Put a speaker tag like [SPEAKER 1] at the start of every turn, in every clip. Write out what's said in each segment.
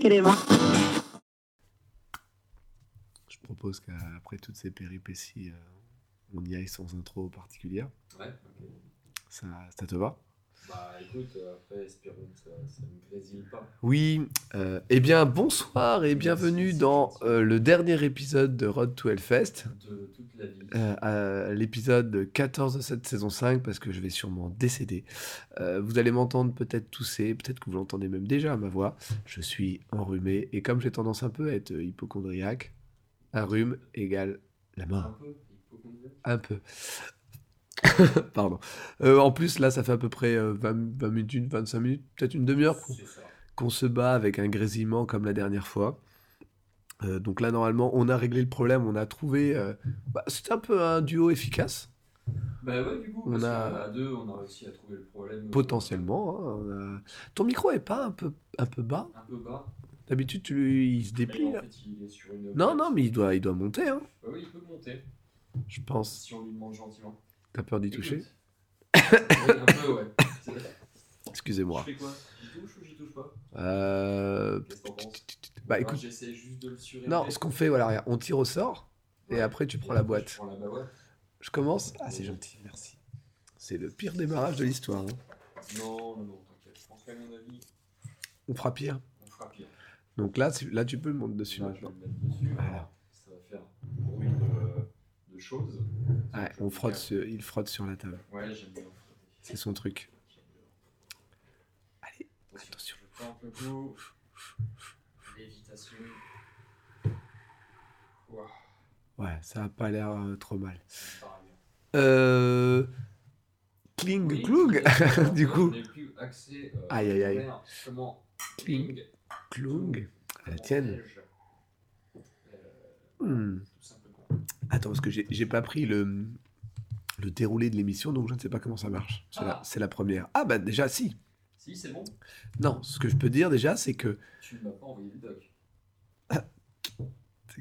[SPEAKER 1] qu'elle est morte.
[SPEAKER 2] Je propose qu'après toutes ces péripéties, euh, on y aille sans intro particulière.
[SPEAKER 3] Ouais, ok.
[SPEAKER 2] Ça, ça te va
[SPEAKER 3] Bah écoute, euh, après, espérons que ça, ça ne grésille pas.
[SPEAKER 2] Oui. euh, eh bien, bonsoir et bienvenue dans euh, le dernier épisode de Road to Hellfest.
[SPEAKER 3] De toute la vie.
[SPEAKER 2] Euh, à l'épisode 14 de cette saison 5 parce que je vais sûrement décéder. Euh, vous allez m'entendre peut-être tousser, peut-être que vous l'entendez même déjà à ma voix. Je suis enrhumé et comme j'ai tendance un peu à être euh, hypochondriaque, un rhume égale la
[SPEAKER 3] Un
[SPEAKER 2] mort.
[SPEAKER 3] peu, il faut qu'on dise.
[SPEAKER 2] Un peu. Pardon. Euh, en plus, là, ça fait à peu près euh, 20, 20 minutes, 25 minutes, peut-être une demi-heure qu'on-
[SPEAKER 3] C'est ça.
[SPEAKER 2] qu'on se bat avec un grésillement comme la dernière fois. Euh, donc là, normalement, on a réglé le problème, on a trouvé. euh, bah, C'était un peu un duo efficace.
[SPEAKER 3] Bah ouais, du coup,
[SPEAKER 2] On
[SPEAKER 3] parce
[SPEAKER 2] a-
[SPEAKER 3] qu'à deux, on a réussi à trouver le problème. euh,
[SPEAKER 2] Potentiellement. hein, on a- Ton micro est pas un peu, un peu bas
[SPEAKER 3] Un peu bas.
[SPEAKER 2] D'habitude, tu le- il se déplie
[SPEAKER 3] Mais en
[SPEAKER 2] là.
[SPEAKER 3] fait, il est sur une.
[SPEAKER 2] Non, non, mais il doit, il doit monter, hein,
[SPEAKER 3] Bah oui, il peut monter,
[SPEAKER 2] je pense.
[SPEAKER 3] si on lui demande gentiment.
[SPEAKER 2] T'as peur d'y toucher
[SPEAKER 3] Écoute. Oui, un peu, ouais. C'est vrai. Je
[SPEAKER 2] Excusez-moi.
[SPEAKER 3] fais quoi J'y touche ou j'y touche pas
[SPEAKER 2] Euh,
[SPEAKER 3] Qu'est-ce que t'en penses
[SPEAKER 2] Bah
[SPEAKER 3] Moi,
[SPEAKER 2] écoute,
[SPEAKER 3] J'essaie juste de le surélever.
[SPEAKER 2] non, ce qu'on fait, voilà, regarde, on tire au sort et
[SPEAKER 3] Ouais.
[SPEAKER 2] après tu
[SPEAKER 3] Et
[SPEAKER 2] prends la
[SPEAKER 3] après,
[SPEAKER 2] boîte.
[SPEAKER 3] Je prends la bah ouais.
[SPEAKER 2] Je commence Ah, c'est gentil, merci. C'est le pire démarrage de l'histoire. hein.
[SPEAKER 3] Non, non, non, t'inquiète. Je pense qu'à mon avis,
[SPEAKER 2] On fera pire.
[SPEAKER 3] on fera pire.
[SPEAKER 2] Donc là, tu- là tu peux le monter dessus
[SPEAKER 3] Là, je vais
[SPEAKER 2] maintenant.
[SPEAKER 3] le mettre dessus.
[SPEAKER 2] Voilà.
[SPEAKER 3] Ça va faire un bruit de, de choses.
[SPEAKER 2] Ouais, on frotte sur- il frotte sur la table.
[SPEAKER 3] Ouais, j'aime bien frotter.
[SPEAKER 2] C'est son truc.
[SPEAKER 3] J'aime bien.
[SPEAKER 2] Allez,
[SPEAKER 3] attention. Je tente le coup. Lévitation. Ouah,
[SPEAKER 2] Ouais, ça a pas l'air euh, trop mal.
[SPEAKER 3] ça me paraît bien.
[SPEAKER 2] Euh... Kling
[SPEAKER 3] Oui,
[SPEAKER 2] Klug
[SPEAKER 3] finalement,
[SPEAKER 2] Du coup.
[SPEAKER 3] Je n'ai plus accès. euh,
[SPEAKER 2] Aïe, aïe, aïe.
[SPEAKER 3] vers Comment
[SPEAKER 2] Kling.
[SPEAKER 3] Kling.
[SPEAKER 2] Klung À la
[SPEAKER 3] comment
[SPEAKER 2] tienne.
[SPEAKER 3] fais-je Euh,
[SPEAKER 2] Hmm.
[SPEAKER 3] Tout simplement.
[SPEAKER 2] Attends, parce que j'ai j'ai pas pris le, le déroulé de l'émission, donc je ne sais pas comment ça marche. C'est la-
[SPEAKER 3] Ah.
[SPEAKER 2] c'est la, première. Ah bah déjà, si.
[SPEAKER 3] Si, c'est bon.
[SPEAKER 2] Non, ce que je peux dire déjà, c'est que...
[SPEAKER 3] Tu ne m'as pas envoyé le doc.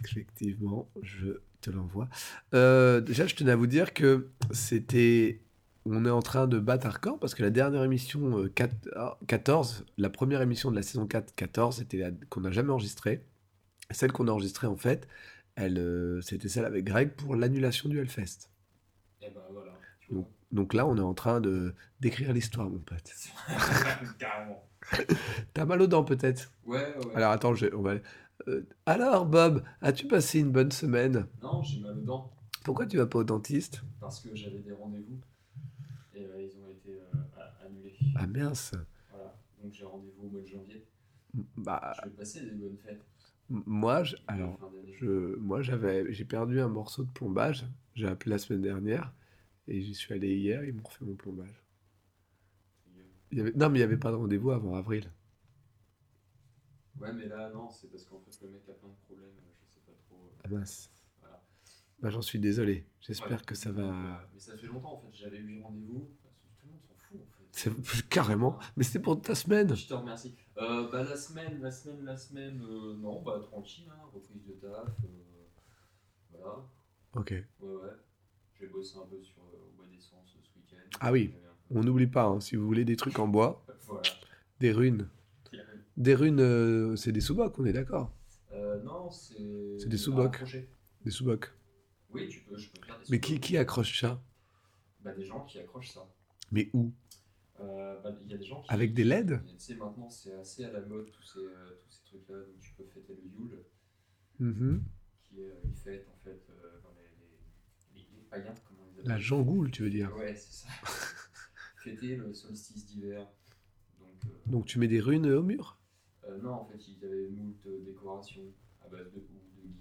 [SPEAKER 2] Effectivement, je te l'envoie. Euh, déjà, je tenais à vous dire que c'était... On est en train de battre un record parce que la dernière émission euh, quat- ah, 14, la première émission de la saison 4, 14, c'était la- qu'on n'a jamais enregistrée. Celle qu'on a enregistrée, en fait, elle, euh, c'était celle avec Greg pour l'annulation du Hellfest.
[SPEAKER 3] Et ben voilà. Tu
[SPEAKER 2] Donc, donc là, on est en train de d'écrire l'histoire, mon pote.
[SPEAKER 3] vois. Carrément.
[SPEAKER 2] T'as mal aux dents, peut-être
[SPEAKER 3] Ouais, ouais.
[SPEAKER 2] Alors, attends, je, on va... Euh, alors, Bob, as-tu passé une bonne semaine
[SPEAKER 3] Non, j'ai mal aux dents
[SPEAKER 2] Pourquoi tu vas pas au dentiste
[SPEAKER 3] parce que j'avais des rendez-vous et euh, ils ont été euh, a- annulés.
[SPEAKER 2] Ah, mince.
[SPEAKER 3] Voilà. Donc j'ai rendez-vous au mois de janvier.
[SPEAKER 2] M- Bah,
[SPEAKER 3] Je vais passer des bonnes fêtes.
[SPEAKER 2] m- moi, je-
[SPEAKER 3] de la
[SPEAKER 2] alors,
[SPEAKER 3] fin d'année.
[SPEAKER 2] je, moi, j'avais, j'ai perdu un morceau de plombage. J'ai appelé la semaine dernière et j'y suis allé hier. Ils m'ont refait mon plombage.
[SPEAKER 3] euh,
[SPEAKER 2] Il y avait, non, mais il n'y avait pas de rendez-vous avant avril.
[SPEAKER 3] Ouais, mais là, non, c'est parce qu'en fait, le mec a plein de problèmes. euh, Je sais pas trop. euh,
[SPEAKER 2] Ah, mince.
[SPEAKER 3] Voilà.
[SPEAKER 2] Bah, j'en suis désolé. J'espère
[SPEAKER 3] Voilà.
[SPEAKER 2] que ça
[SPEAKER 3] Donc,
[SPEAKER 2] va.
[SPEAKER 3] euh, Mais ça fait longtemps en fait. J'avais eu rendez-vous. Tout le monde s'en fout en fait. Ah,
[SPEAKER 2] C'est- carrément. Mais c'était pour ta semaine.
[SPEAKER 3] Je te remercie. Euh, bah, la semaine, la semaine, la semaine, euh, non, bah tranquille, hein, reprise de taf. euh, voilà,
[SPEAKER 2] Ok.
[SPEAKER 3] ouais, ouais. J'ai bossé un peu sur euh, au bois d'essence ce week-end.
[SPEAKER 2] Ah oui.
[SPEAKER 3] J'avais un
[SPEAKER 2] On n'oublie pas, hein, si vous voulez des trucs en bois,
[SPEAKER 3] peu- Voilà.
[SPEAKER 2] des runes. Des runes, euh, c'est des sous-bocs, on est d'accord.
[SPEAKER 3] Euh, non, c'est.
[SPEAKER 2] C'est des sous-bocs.
[SPEAKER 3] à accrocher.
[SPEAKER 2] Des sous-bocs.
[SPEAKER 3] Oui, tu peux, je peux faire des
[SPEAKER 2] Mais qui,
[SPEAKER 3] sous-bocs.
[SPEAKER 2] qui accroche ça
[SPEAKER 3] Bah, des gens qui accrochent ça.
[SPEAKER 2] Mais où
[SPEAKER 3] Euh, bah, Il y a des gens qui-
[SPEAKER 2] Avec des LED
[SPEAKER 3] Tu sais, maintenant, c'est assez à la mode tous ces, euh, tous ces trucs-là. Donc, tu peux fêter le Yule,
[SPEAKER 2] Mhm.
[SPEAKER 3] qui est euh, une fête, en fait, euh, dans les, les, les- les païens, comment ils appellent
[SPEAKER 2] La jangoule, tu veux dire.
[SPEAKER 3] Ouais, c'est ça. Fêter le solstice d'hiver. Donc, euh,
[SPEAKER 2] Donc tu mets des runes au mur
[SPEAKER 3] euh, non, en fait, il y avait moult euh, décorations à base de boue, de gui.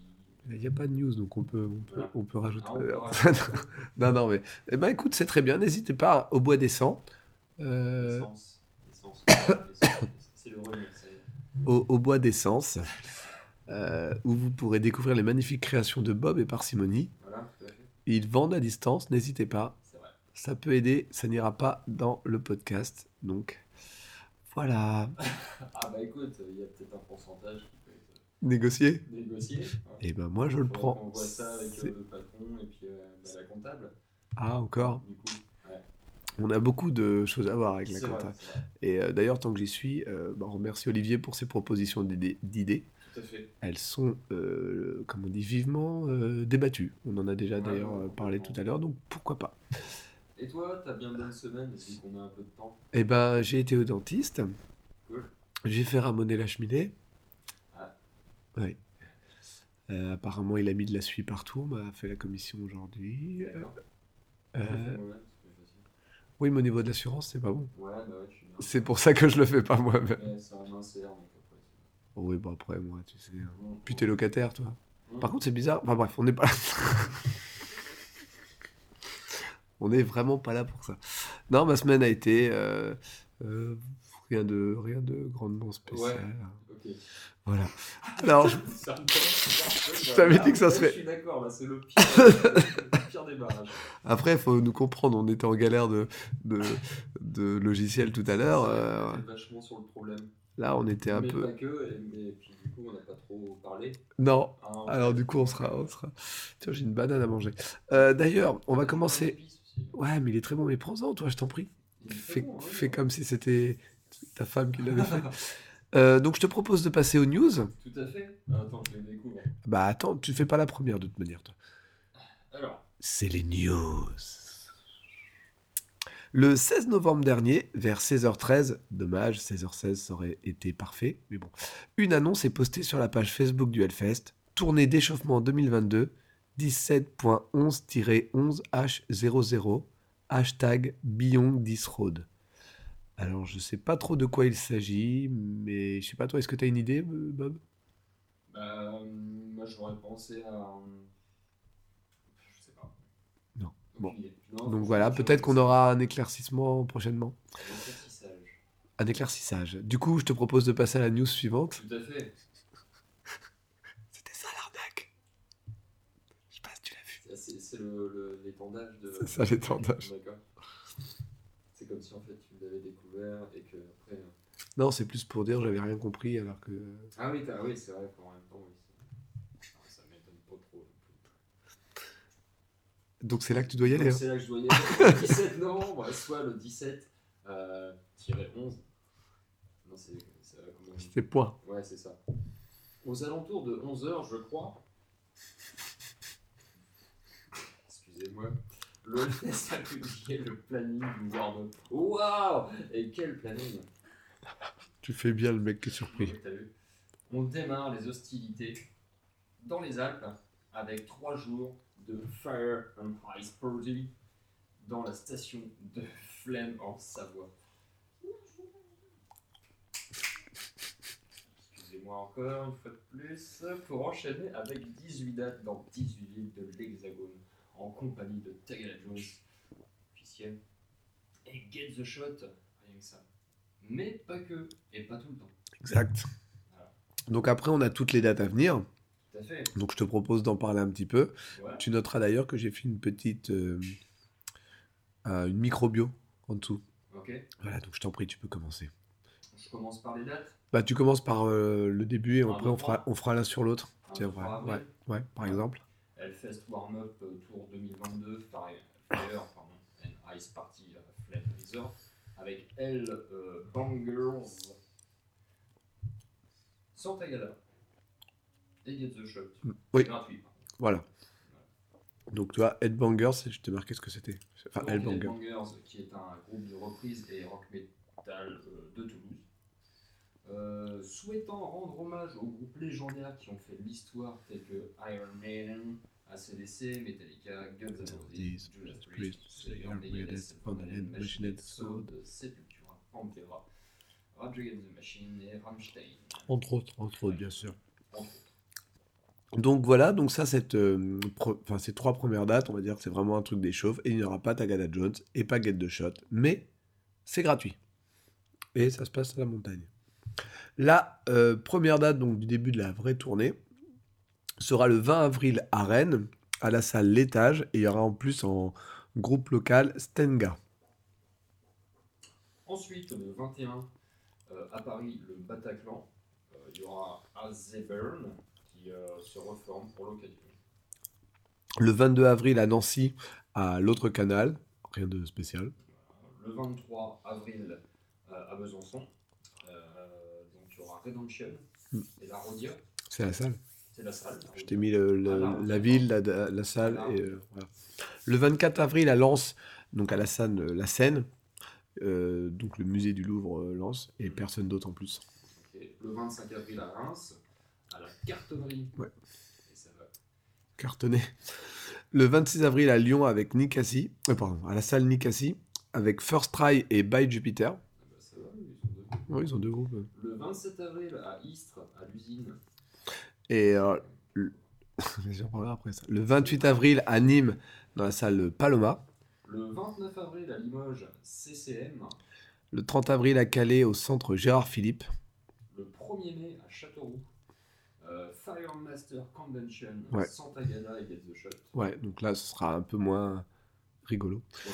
[SPEAKER 2] Il n'y a pas de news, donc on peut, on peut,
[SPEAKER 3] Voilà.
[SPEAKER 2] on peut rajouter.
[SPEAKER 3] Ah, on peut
[SPEAKER 2] euh,
[SPEAKER 3] rajouter
[SPEAKER 2] non, non, mais. Eh ben, écoute, c'est très bien. N'hésitez pas au bois des sangs, euh,
[SPEAKER 3] l'essence, l'essence, l'essence. euh, C'est le remix. c'est-
[SPEAKER 2] au, au bois d'essence, euh, où vous pourrez découvrir les magnifiques créations de Bob et Parcimonie.
[SPEAKER 3] Voilà, tout à fait.
[SPEAKER 2] Ils vendent à distance, n'hésitez pas.
[SPEAKER 3] C'est vrai.
[SPEAKER 2] Ça peut aider, ça n'ira pas dans le podcast. Donc, voilà.
[SPEAKER 3] Ah bah écoute, il y a peut-être un pourcentage qui peut être
[SPEAKER 2] Négocier
[SPEAKER 3] négocié. hein.
[SPEAKER 2] Eh ben, moi, je le
[SPEAKER 3] Faudrait qu'on
[SPEAKER 2] prends.
[SPEAKER 3] voit ça avec
[SPEAKER 2] C'est-
[SPEAKER 3] euh, le patron et puis euh, bah, la euh, comptable.
[SPEAKER 2] Ah, encore
[SPEAKER 3] Du coup, ouais.
[SPEAKER 2] On a beaucoup de choses à voir avec la
[SPEAKER 3] C'est vrai,
[SPEAKER 2] compta.
[SPEAKER 3] c'est vrai.
[SPEAKER 2] Et euh, d'ailleurs, tant que j'y suis, euh, bah, on remercie Olivier pour ses propositions d'idées- d'idées.
[SPEAKER 3] Tout à fait.
[SPEAKER 2] Elles sont, euh, comme on dit, vivement euh, débattues. On en a déjà
[SPEAKER 3] Ouais,
[SPEAKER 2] d'ailleurs
[SPEAKER 3] ouais,
[SPEAKER 2] euh, parlé tout à l'heure, donc pourquoi pas.
[SPEAKER 3] Et toi, t'as bien de bonnes semaines, vu qu'on a un peu de temps.
[SPEAKER 2] Eh ben, j'ai été au dentiste.
[SPEAKER 3] Cool.
[SPEAKER 2] J'ai fait ramonner la cheminée.
[SPEAKER 3] Ah.
[SPEAKER 2] Oui. Euh, apparemment, il a mis de la suie partout. On m'a fait la commission aujourd'hui.
[SPEAKER 3] D'accord.
[SPEAKER 2] Euh,
[SPEAKER 3] Je le fais moi-même, parce que je sais.
[SPEAKER 2] oui, mais au niveau de l'assurance, c'est pas bon.
[SPEAKER 3] Ouais, bah ouais, je suis bien.
[SPEAKER 2] C'est pour ça que je le fais pas moi-même.
[SPEAKER 3] Ouais, c'est un insert, donc après. c'est-
[SPEAKER 2] Oui, bon, après, moi, tu sais. hein.
[SPEAKER 3] Bon,
[SPEAKER 2] Puis t'es locataire, toi.
[SPEAKER 3] bon.
[SPEAKER 2] Par contre, c'est bizarre. Enfin, bref, on n'est pas là. on n'est vraiment pas là pour ça. Non, ma semaine a été. euh, euh, rien, de, rien de grandement spécial.
[SPEAKER 3] Ok.
[SPEAKER 2] Voilà. Alors, je-
[SPEAKER 3] Ça me paraît-
[SPEAKER 2] Je t'avais dit que ça
[SPEAKER 3] Ouais,
[SPEAKER 2] serait-
[SPEAKER 3] Je suis d'accord, là, c'est le pire, euh, le pire des barrages.
[SPEAKER 2] après, il faut nous comprendre. On était en galère de, de, de logiciel tout à l'heure. euh,
[SPEAKER 3] On est vachement sur le problème.
[SPEAKER 2] là, on était un
[SPEAKER 3] mais
[SPEAKER 2] peu.
[SPEAKER 3] pas que, et, mais- puis du coup, on n'a pas trop parlé.
[SPEAKER 2] Non.
[SPEAKER 3] hein, on-
[SPEAKER 2] Alors, du coup, on sera. On sera... Tiens, j'ai une banane à manger. Euh, D'ailleurs, on va commencer. Ouais, mais il est très bon. Mais prends-en, toi, je t'en prie.
[SPEAKER 3] Il est très
[SPEAKER 2] Fais,
[SPEAKER 3] bon, hein,
[SPEAKER 2] fais
[SPEAKER 3] il est-
[SPEAKER 2] comme si c'était ta femme qui l'avait fait. Euh, donc je te propose de passer aux news.
[SPEAKER 3] Tout à fait. Ah, Attends, je les découvre.
[SPEAKER 2] Bah attends, tu fais pas la première de toute manière, toi.
[SPEAKER 3] Alors,
[SPEAKER 2] C'est les news. Le 16 novembre dernier, vers 16h13, dommage, 16h16 ça aurait été parfait, mais bon, une annonce est postée sur la page Facebook du Hellfest, tournée d'échauffement 2022, 17.11-11H00, hashtag Beyond This Road. Alors, je sais pas trop de quoi il s'agit, mais je sais pas, toi, est-ce que tu as une idée, Bob
[SPEAKER 3] bah, euh, moi, j'aurais pensé à. un- Je sais pas.
[SPEAKER 2] Non.
[SPEAKER 3] Aucune
[SPEAKER 2] Bon.
[SPEAKER 3] idée. Non,
[SPEAKER 2] Donc
[SPEAKER 3] franchement,
[SPEAKER 2] voilà,
[SPEAKER 3] je-
[SPEAKER 2] peut-être qu'on aura un éclaircissement prochainement.
[SPEAKER 3] Un éclaircissage.
[SPEAKER 2] Un éclaircissage. Du coup, je te propose de passer à la news suivante.
[SPEAKER 3] Tout à fait.
[SPEAKER 2] C'était ça l'arnaque. Je sais pas si tu l'as vu.
[SPEAKER 3] C'est- Ah, C'est c'est le- le- l'étendage de.
[SPEAKER 2] C'est ça l'étendage.
[SPEAKER 3] D'accord. C'est comme si en fait tu l'avais découvert et que après. euh,
[SPEAKER 2] Non, c'est plus pour dire j'avais rien compris alors que.
[SPEAKER 3] Ah oui, t'as- oui c'est vrai qu'en même temps, oui. c'est- Ah, Ça m'étonne pas trop.
[SPEAKER 2] Donc c'est là que tu dois y aller.
[SPEAKER 3] Donc,
[SPEAKER 2] hein.
[SPEAKER 3] C'est là que je dois y aller. Le 17 novembre, soit le 17 euh, tiré 11. Non, c'est ça va comment on dit
[SPEAKER 2] C'était point.
[SPEAKER 3] Ouais, c'est ça. Aux alentours de 11h, je crois. Excusez-moi. Le test a publié le planning du warm-up. Waouh Et quel planning
[SPEAKER 2] Tu fais bien le mec qui est surpris.
[SPEAKER 3] T'as vu On démarre les hostilités dans les Alpes avec trois jours de Fire and Ice Party dans la station de Flemme en Savoie. Excusez-moi encore une fois de plus pour enchaîner avec 18 dates dans 18 villes de l'Hexagone en compagnie de Tagala Jones, officiel, et Get the Shot, rien que ça. Mais pas que, et pas tout le temps.
[SPEAKER 2] Exact. Donc après, on a toutes les dates à venir.
[SPEAKER 3] Tout à fait.
[SPEAKER 2] Donc je te propose d'en parler un petit peu.
[SPEAKER 3] Voilà.
[SPEAKER 2] Tu noteras d'ailleurs que j'ai fait une petite. euh, euh, une microbio en dessous.
[SPEAKER 3] Ok.
[SPEAKER 2] Voilà, donc je t'en prie, tu peux commencer.
[SPEAKER 3] Je commence par les dates.
[SPEAKER 2] Bah, tu commences par euh, le début et
[SPEAKER 3] Ah,
[SPEAKER 2] après on
[SPEAKER 3] bon.
[SPEAKER 2] fera, on fera l'un sur l'autre.
[SPEAKER 3] Un
[SPEAKER 2] Tiens,
[SPEAKER 3] Hein, trois
[SPEAKER 2] ouais,
[SPEAKER 3] avril.
[SPEAKER 2] Ouais, par exemple.
[SPEAKER 3] Hellfest Warm-Up euh, Tour 2022, pareil, Fire,
[SPEAKER 2] Ah.
[SPEAKER 3] pardon, and Ice Party à Flame Resort, avec Hell euh, Bangers, Santa Gala, et Get the Shot.
[SPEAKER 2] Mm, oui.
[SPEAKER 3] Gratuit. pardon.
[SPEAKER 2] Voilà. Donc, tu vois, Headbangers, je t'ai marqué ce que c'était. Enfin,
[SPEAKER 3] Donc,
[SPEAKER 2] Headbanger.
[SPEAKER 3] Headbangers, qui est un groupe de reprise et rock metal euh, de Toulouse. Euh, souhaitant rendre hommage aux groupes légendaires qui ont fait l'histoire tels que Iron Maiden, ACDC, Metallica, Guns N' Roses, Judas Priest, Slayer, Megadeth, Van Halen, Machine Head, Sound, Sepultura, Pantera, Rage Against the Machine et Rammstein.
[SPEAKER 2] Entre autres, entre autres, bien sûr.
[SPEAKER 3] entre autres.
[SPEAKER 2] Donc, voilà, donc ça, cette, euh, pro- enfin, ces trois premières dates, on va dire que c'est vraiment un truc des chauves. Et il n'y aura pas Tagada Jones et pas Get the Shot. Mais c'est gratuit. Et ça se passe à la montagne. La euh, première date donc, du début de la vraie tournée sera le 20 avril à Rennes, à la salle L'Étage. Et il y aura en plus en groupe local Stenga.
[SPEAKER 3] Ensuite, le 21, euh, à Paris, le Bataclan, euh, il y aura Azebern qui euh, se reforme pour l'occasion.
[SPEAKER 2] le 22 avril à Nancy, à l'autre canal, rien de spécial.
[SPEAKER 3] Voilà, le 23 avril euh, à Besançon. Euh, donc il y aura Redemption
[SPEAKER 2] Mm.
[SPEAKER 3] et la Rodia,
[SPEAKER 2] C'est la salle.
[SPEAKER 3] c'est la salle. la
[SPEAKER 2] Je
[SPEAKER 3] Rodia.
[SPEAKER 2] t'ai mis le- le-
[SPEAKER 3] Voilà.
[SPEAKER 2] la ville, la, la- la salle.
[SPEAKER 3] Voilà.
[SPEAKER 2] Et, euh, voilà. Le 24 avril à Lens, donc à la Seine, la Seine euh, donc le musée du Louvre euh, Lens, et personne d'autre en plus.
[SPEAKER 3] Ok. Le 25 avril à Reims, à la cartonnerie.
[SPEAKER 2] Ouais.
[SPEAKER 3] Et ça va.
[SPEAKER 2] Cartonné. Le 26 avril à Lyon avec Nikasi, euh, pardon, à la salle Nikasi, avec First Try et By Jupiter.
[SPEAKER 3] Ah bah, ça va, ils sont deux.
[SPEAKER 2] Ouais, ils ont deux groupes. euh.
[SPEAKER 3] Le 27 avril à Istres, à l'usine.
[SPEAKER 2] Et euh, j'y reparlerai après ça. Le 28 avril à Nîmes, dans la salle Paloma.
[SPEAKER 3] Le 29 avril à Limoges, CCM.
[SPEAKER 2] Le 30 avril à Calais, au centre Gérard Philippe.
[SPEAKER 3] Le 1er mai à Châteauroux. Euh, Firemaster Convention,
[SPEAKER 2] Ouais.
[SPEAKER 3] Santa Gada et Get the Shot.
[SPEAKER 2] Ouais, donc là, ce sera un peu moins rigolo.
[SPEAKER 3] Ouais.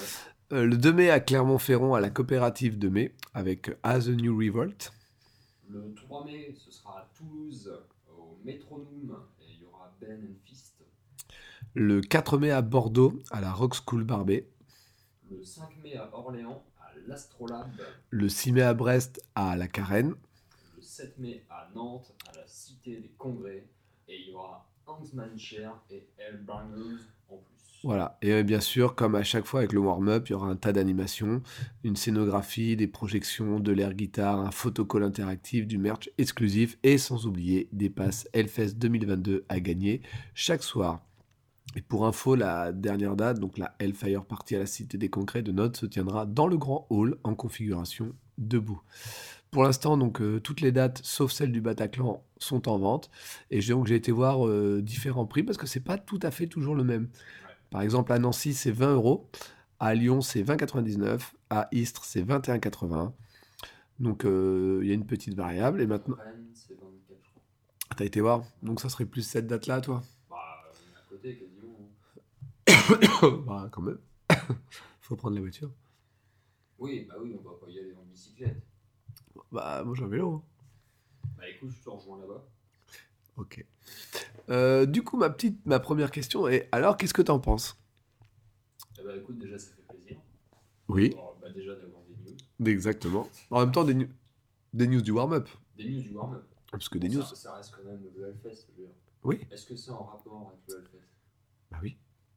[SPEAKER 2] Euh, le 2 mai à Clermont-Ferrand, à la coopérative de mai, avec As a New Revolt.
[SPEAKER 3] Le 3 mai, ce sera à Toulouse, au Metronome, et il y aura Ben and Fist.
[SPEAKER 2] Le 4 mai à Bordeaux, à la Rock School Barbet.
[SPEAKER 3] Le 5 mai à Orléans, à l'Astrolabe.
[SPEAKER 2] Le 6 mai à Brest, à la Carène.
[SPEAKER 3] Le 7 mai à Nantes, à la Cité des Congrès, et il y aura Hans Mancher et Hellbringers en plus.
[SPEAKER 2] Voilà. Et euh, bien sûr, comme à chaque fois avec le warm-up, il y aura un tas d'animations, une scénographie, des projections, de l'air guitare, un photocall interactif, du merch exclusif et sans oublier des passes Hellfest 2022 à gagner chaque soir. Et pour info, la dernière date, donc la Hellfire Party à la Cité des Congrès de Nantes se tiendra dans le Grand Hall en configuration debout. Pour l'instant, donc euh, toutes les dates, sauf celle du Bataclan, sont en vente. Et j'ai- donc j'ai été voir euh, différents prix parce que c'est pas tout à fait toujours le même. Par exemple, à Nancy, c'est 20 euros. À Lyon, c'est 20,99. À Istres, c'est 21,80. Donc, euh, il y a une petite variable. Et maintenant,
[SPEAKER 3] Rennes, c'est 24, je crois.
[SPEAKER 2] t'as été voir. Donc, ça serait plus cette date-là, toi
[SPEAKER 3] Bah, on est à côté quasiment. hein.
[SPEAKER 2] Bah, quand même. Faut prendre la voiture.
[SPEAKER 3] Oui, bah oui, on va pas y aller en bicyclette.
[SPEAKER 2] Bah, moi, j'ai un vélo. hein.
[SPEAKER 3] Bah écoute, je te rejoins là-bas.
[SPEAKER 2] Ok. Euh, du coup, ma, petite, ma première question est alors, qu'est-ce que t'en penses
[SPEAKER 3] Eh bah écoute, déjà, ça fait plaisir.
[SPEAKER 2] Oui,
[SPEAKER 3] Alors, bah déjà d'avoir des news.
[SPEAKER 2] exactement. En même temps, des, nu- des news du warm-up.
[SPEAKER 3] Des news du warm-up.
[SPEAKER 2] Parce que des
[SPEAKER 3] ça,
[SPEAKER 2] news.
[SPEAKER 3] ça reste quand même le Hellfest, je veux dire.
[SPEAKER 2] Oui.
[SPEAKER 3] Est-ce que c'est en rapport avec le Hellfest
[SPEAKER 2] Bah oui.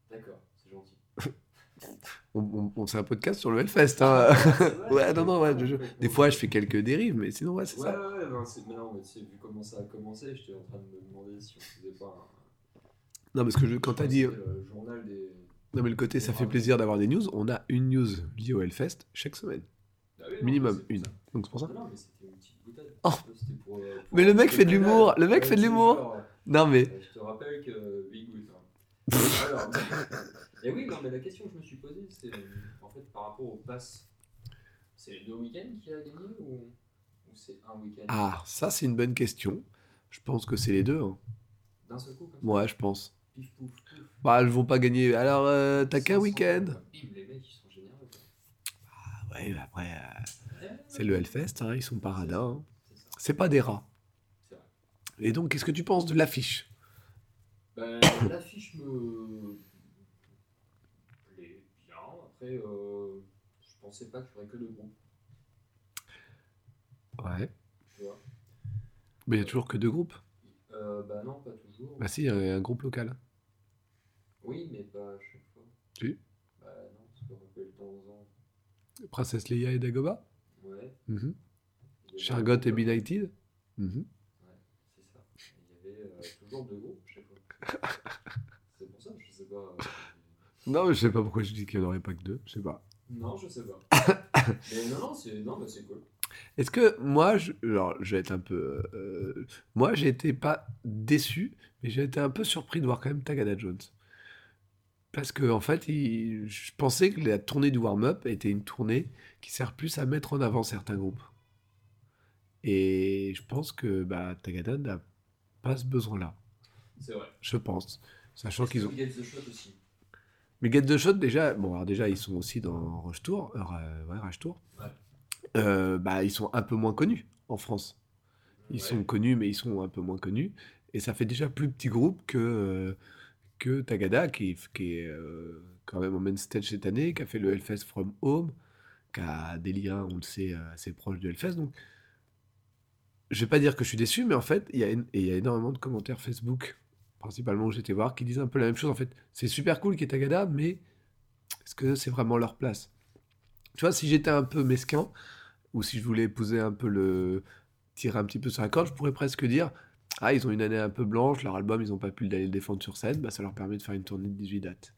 [SPEAKER 3] D'accord, c'est gentil.
[SPEAKER 2] Euh, On, on, on- c'est un podcast sur le Hellfest.
[SPEAKER 3] Ah,
[SPEAKER 2] Hein. Ouais, non, non, ouais, je- je- Des fois, je fais quelques dérives, mais sinon, ouais, c'est
[SPEAKER 3] Ouais,
[SPEAKER 2] ça.
[SPEAKER 3] ouais, ouais, ben, c'est- mais non, mais tu sais, vu comment ça a commencé, j'étais en train de me demander si on faisait pas un.
[SPEAKER 2] Non, parce que je- quand
[SPEAKER 3] je
[SPEAKER 2] t'as
[SPEAKER 3] pense
[SPEAKER 2] dit. euh,
[SPEAKER 3] que Le journal des. Ah
[SPEAKER 2] Non, mais le côté, ça fait plaisir d'avoir des news. On a une news liée au Hellfest chaque semaine.
[SPEAKER 3] Ah oui, non,
[SPEAKER 2] Minimum
[SPEAKER 3] mais c'est
[SPEAKER 2] une.
[SPEAKER 3] pour
[SPEAKER 2] Donc, c'est pour ça.
[SPEAKER 3] ça. Non, mais c'était une petite boutade.
[SPEAKER 2] Oh.
[SPEAKER 3] C'était pour, euh, pour-
[SPEAKER 2] Mais le mec
[SPEAKER 3] pour
[SPEAKER 2] fait de
[SPEAKER 3] canal.
[SPEAKER 2] l'humour, le mec
[SPEAKER 3] Ouais,
[SPEAKER 2] fait de
[SPEAKER 3] c'est
[SPEAKER 2] l'humour.
[SPEAKER 3] genre, euh,
[SPEAKER 2] Non, mais.
[SPEAKER 3] Je te rappelle que Big Good. hein. Alors, et oui, non, mais la question que je me suis posée, c'est euh, en fait par rapport au pass, c'est les deux week-ends qu'il a gagné ou, ou c'est un week-end
[SPEAKER 2] Ah, ça, c'est une bonne question. Je pense que c'est les deux. hein.
[SPEAKER 3] D'un seul coup, comme ça
[SPEAKER 2] Ouais, je pense.
[SPEAKER 3] Pif pouf pouf.
[SPEAKER 2] Bah, elles vont pas gagner. Alors, euh, t'as qu'un
[SPEAKER 3] 500,
[SPEAKER 2] week-end.
[SPEAKER 3] Bim, les mecs, ils sont généreux. quoi.
[SPEAKER 2] Ouais, mais après, euh,
[SPEAKER 3] Eh,
[SPEAKER 2] c'est le Hellfest. hein, Ils sont paradins. hein.
[SPEAKER 3] C'est ça,
[SPEAKER 2] C'est pas des rats.
[SPEAKER 3] c'est vrai.
[SPEAKER 2] Et donc, qu'est-ce que tu penses de l'affiche
[SPEAKER 3] Ben, L'affiche me plaît bien. Après, euh, je pensais pas qu'il y aurait que deux groupes,
[SPEAKER 2] Ouais.
[SPEAKER 3] tu vois.
[SPEAKER 2] Mais il y a toujours que deux groupes.
[SPEAKER 3] Euh, bah non, pas toujours.
[SPEAKER 2] Bah, si, il y a un groupe local.
[SPEAKER 3] Oui, mais pas à chaque fois.
[SPEAKER 2] Si.
[SPEAKER 3] Bah non, parce qu'on rappelle de temps en temps.
[SPEAKER 2] Princesse Leia et Dagoba.
[SPEAKER 3] Ouais.
[SPEAKER 2] Mhm.
[SPEAKER 3] il y avait
[SPEAKER 2] Chargotte
[SPEAKER 3] un
[SPEAKER 2] et
[SPEAKER 3] groupe,
[SPEAKER 2] Benighted. Mhm.
[SPEAKER 3] C'est ça. Il y avait euh, toujours deux groupes à chaque fois. C'est pour ça, je sais pas. euh,
[SPEAKER 2] Non, mais je sais pas pourquoi je dis qu'il n'y en aurait pas que deux. Je sais pas.
[SPEAKER 3] Non, je sais pas. mais non, non, c'est non, bah, c'est cool.
[SPEAKER 2] Est-ce que moi, je, alors, je vais être un peu. euh, moi, j'ai été pas déçu, mais j'ai été un peu surpris de voir quand même Tagada Jones. Parce que, en fait, il- je pensais que la tournée du warm-up était une tournée qui sert plus à mettre en avant certains groupes. Et je pense que bah, Tagada n'a pas ce besoin-là.
[SPEAKER 3] C'est vrai.
[SPEAKER 2] Je pense. Sachant qu'ils ont.
[SPEAKER 3] Get the shot aussi.
[SPEAKER 2] Mais Get the Shot, déjà, bon, alors déjà, ils sont aussi dans Rush Tour. euh, ouais, Rush Tour.
[SPEAKER 3] Ouais.
[SPEAKER 2] Euh, bah, ils sont un peu moins connus en France. Ils
[SPEAKER 3] Ouais.
[SPEAKER 2] sont connus, mais ils sont un peu moins connus. Et ça fait déjà plus petit groupe que, euh, que Tagada, qui, qui est euh, quand même au main stage cette année, qui a fait le Hellfest From Home, qu'à des liens, on le sait, euh, assez proches du Hellfest. Donc, je vais pas dire que je suis déçu, mais en fait, il y, a une- et il y a énormément de commentaires Facebook, principalement où j'étais voir, qui disent un peu la même chose. En fait, c'est super cool qu'il y ait Tagada, mais est-ce que c'est vraiment leur place Tu vois, si j'étais un peu mesquin, ou si je voulais épouser un peu le. tirer un petit peu sur la corde, je pourrais presque dire Ah, ils ont une année un peu blanche, leur album, ils n'ont pas pu d'aller le défendre sur scène, bah, ça leur permet de faire une tournée de 18 dates.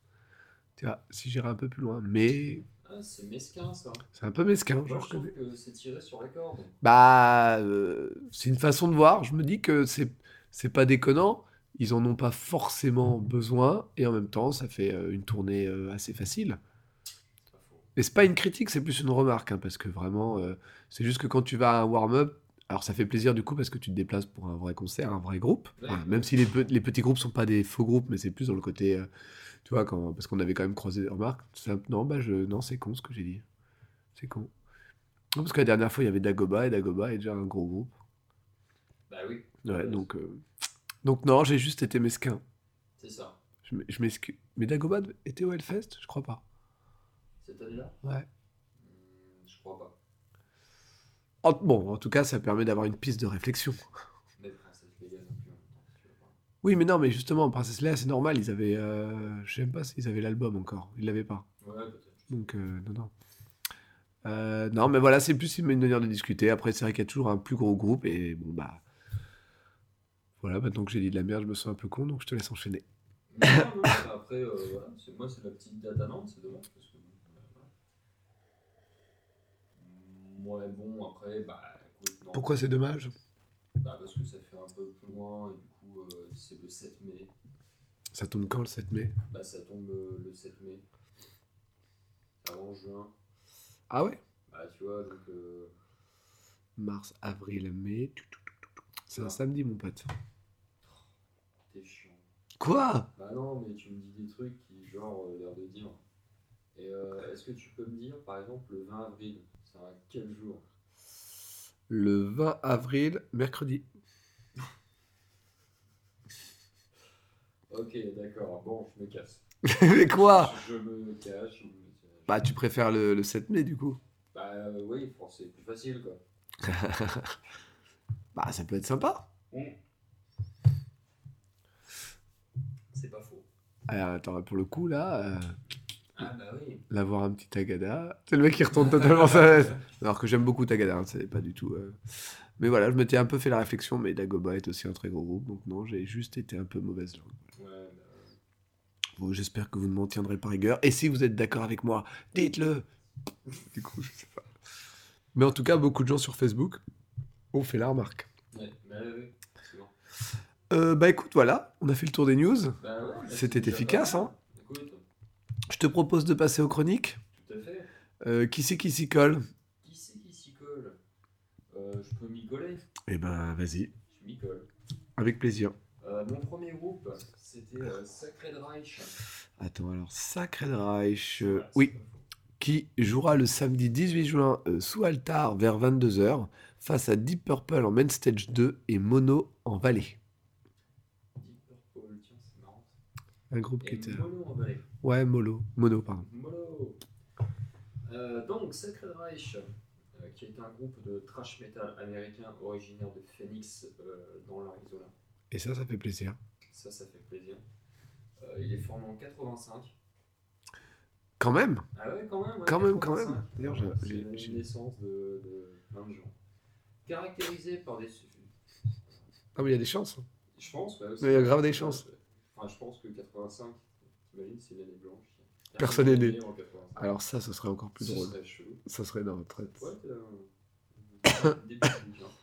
[SPEAKER 2] Tu vois, si j'irais un peu plus loin, mais
[SPEAKER 3] Ah, c'est mesquin ça.
[SPEAKER 2] c'est un peu mesquin, je
[SPEAKER 3] Moi, je
[SPEAKER 2] reconnais.
[SPEAKER 3] trouve que c'est tiré sur la corde.
[SPEAKER 2] Bah, euh, c'est une façon de voir. Je me dis que c'est c'est pas déconnant. Ils en ont pas forcément besoin et en même temps, ça fait euh, une tournée euh, assez facile.
[SPEAKER 3] C'est Pas faux.
[SPEAKER 2] Et c'est pas une critique, c'est plus une remarque, hein, parce que vraiment, euh, c'est juste que quand tu vas à un warm-up, alors ça fait plaisir du coup parce que tu te déplaces pour un vrai concert, un vrai groupe.
[SPEAKER 3] Ouais.
[SPEAKER 2] Enfin, même si les, pe- les petits groupes sont pas des faux groupes, mais c'est plus dans le côté, euh, tu vois, quand, parce qu'on avait quand même croisé des remarques. ça- non, bah je, non, c'est con ce que j'ai dit. C'est con. Non, parce que la dernière fois, il y avait Dagoba et Dagoba est déjà un gros groupe.
[SPEAKER 3] Bah oui,
[SPEAKER 2] Ouais,
[SPEAKER 3] Ouais.
[SPEAKER 2] donc, euh, donc non, j'ai juste été mesquin.
[SPEAKER 3] c'est ça.
[SPEAKER 2] Je m- je m'excuse. Mais Dagobah était au Hellfest Je crois pas.
[SPEAKER 3] Cette année-là
[SPEAKER 2] Ouais.
[SPEAKER 3] Hmm, Je crois pas.
[SPEAKER 2] En- bon, en tout cas, ça permet d'avoir une piste de réflexion.
[SPEAKER 3] Mais Princess Leia non plus. en même temps, tu vois pas.
[SPEAKER 2] Oui, mais non, mais justement, Princess Leia, c'est normal. Ils avaient. euh, je sais même pas s'ils avaient l'album encore. Ils l'avaient pas.
[SPEAKER 3] Ouais, peut-être.
[SPEAKER 2] Donc, euh, non, non. Euh, non, mais voilà, c'est plus une manière de discuter. Après, c'est vrai qu'il y a toujours un plus gros groupe. Et bon, bah. Voilà, maintenant que j'ai dit de la merde, je me sens un peu con, donc je te laisse enchaîner.
[SPEAKER 3] Mais non, non, bah, après, euh, voilà, c'est- moi, c'est la petite date à Nantes, c'est dommage. Parce que, bon, euh, voilà. Ouais, bon, après, bah écoute, non.
[SPEAKER 2] Pourquoi c'est dommage
[SPEAKER 3] Bah, Parce que ça fait un peu plus loin, et du coup, euh, c'est le 7 mai.
[SPEAKER 2] Ça tombe quand le 7 mai
[SPEAKER 3] Bah, ça tombe euh, le 7 mai. Avant juin.
[SPEAKER 2] Ah ouais
[SPEAKER 3] Bah, tu vois, donc. euh,
[SPEAKER 2] Mars, avril, mai. C'est un samedi, mon pote.
[SPEAKER 3] T'es chiant.
[SPEAKER 2] Quoi
[SPEAKER 3] Bah non, mais tu me dis des trucs qui, genre, euh, l'air de dire. Et euh, est-ce que tu peux me dire, par exemple, le 20 avril, c'est un quel jour
[SPEAKER 2] Le 20 avril, mercredi.
[SPEAKER 3] Ok, d'accord, bon, je me casse.
[SPEAKER 2] Mais quoi
[SPEAKER 3] je me cache. je me-
[SPEAKER 2] Bah, tu préfères le, le 7 mai, du coup
[SPEAKER 3] Bah, euh, oui, bon, c'est plus facile, quoi.
[SPEAKER 2] Bah, ça peut être sympa.
[SPEAKER 3] Hmm. C'est pas faux.
[SPEAKER 2] Alors, Ah, attends, pour le coup, là, euh,
[SPEAKER 3] Ah bah oui.
[SPEAKER 2] l'avoir un petit Tagada. C'est le mec qui retourne totalement sa Alors que j'aime beaucoup Tagada, hein, c'est pas du tout. euh, Mais voilà, je m'étais un peu fait la réflexion, mais Dagoba est aussi un très gros groupe, donc non, j'ai juste été un peu mauvaise langue.
[SPEAKER 3] Ouais, bah,
[SPEAKER 2] Bon, J'espère que vous ne m'en tiendrez pas rigueur. Et si vous êtes d'accord avec moi, dites-le. Du coup, je sais pas. Mais en tout cas, beaucoup de gens sur Facebook ont fait la remarque.
[SPEAKER 3] ouais, bah oui, c'est bon.
[SPEAKER 2] Euh, bah écoute, voilà, on a fait le tour des news.
[SPEAKER 3] Bah ouais, bah, c'est
[SPEAKER 2] C'était
[SPEAKER 3] déjà pas
[SPEAKER 2] efficace,
[SPEAKER 3] mal.
[SPEAKER 2] hein.
[SPEAKER 3] Écoute,
[SPEAKER 2] Je te propose de passer aux chroniques.
[SPEAKER 3] tout à fait.
[SPEAKER 2] Euh, qui c'est qui s'y colle
[SPEAKER 3] Qui c'est qui s'y colle Euh, Je peux m'y coller
[SPEAKER 2] Eh ben, vas-y.
[SPEAKER 3] Je m'y colle.
[SPEAKER 2] Avec plaisir.
[SPEAKER 3] Euh, mon premier groupe, c'était euh, Sacred Reich.
[SPEAKER 2] Attends, alors, Sacré Reich. euh,
[SPEAKER 3] Voilà, c'est
[SPEAKER 2] oui,
[SPEAKER 3] pas faux.
[SPEAKER 2] qui jouera le samedi 18 juin euh, sous Altar vers 22h face à Deep Purple en Main Stage 2 et Mono en Vallée.
[SPEAKER 3] Deep Purple, tiens, c'est marrant.
[SPEAKER 2] Un groupe qui
[SPEAKER 3] Et
[SPEAKER 2] était.
[SPEAKER 3] Molo en Valais.
[SPEAKER 2] Ouais, Molo. Mono, pardon.
[SPEAKER 3] Molo Euh, Donc, Sacred Reich, euh, qui est un groupe de thrash metal américain originaire de Phoenix, euh, dans l'Arizona.
[SPEAKER 2] Et ça, ça fait plaisir.
[SPEAKER 3] Ça, ça fait plaisir. Euh, il est formé en 85.
[SPEAKER 2] Quand même
[SPEAKER 3] Ah ouais, quand même. ouais,
[SPEAKER 2] Quand même, quand
[SPEAKER 3] 85.
[SPEAKER 2] même. D'ailleurs, j'ai-
[SPEAKER 3] C'est
[SPEAKER 2] j'ai-
[SPEAKER 3] la
[SPEAKER 2] j'ai-
[SPEAKER 3] naissance de, de plein de gens. Caractérisé par des.
[SPEAKER 2] Ah, mais il y a des chances. hein.
[SPEAKER 3] Je pense, ouais. aussi.
[SPEAKER 2] Mais il y a grave des chances.
[SPEAKER 3] Enfin, je pense que 85, t'imagines, c'est l'année blanche.
[SPEAKER 2] Personne n'est né.
[SPEAKER 3] en 85.
[SPEAKER 2] Alors, ça, ce serait encore plus
[SPEAKER 3] Ce
[SPEAKER 2] drôle.
[SPEAKER 3] serait chelou.
[SPEAKER 2] Ça serait dans notre tête.
[SPEAKER 3] Ouais, t'es un- un début de bouquin.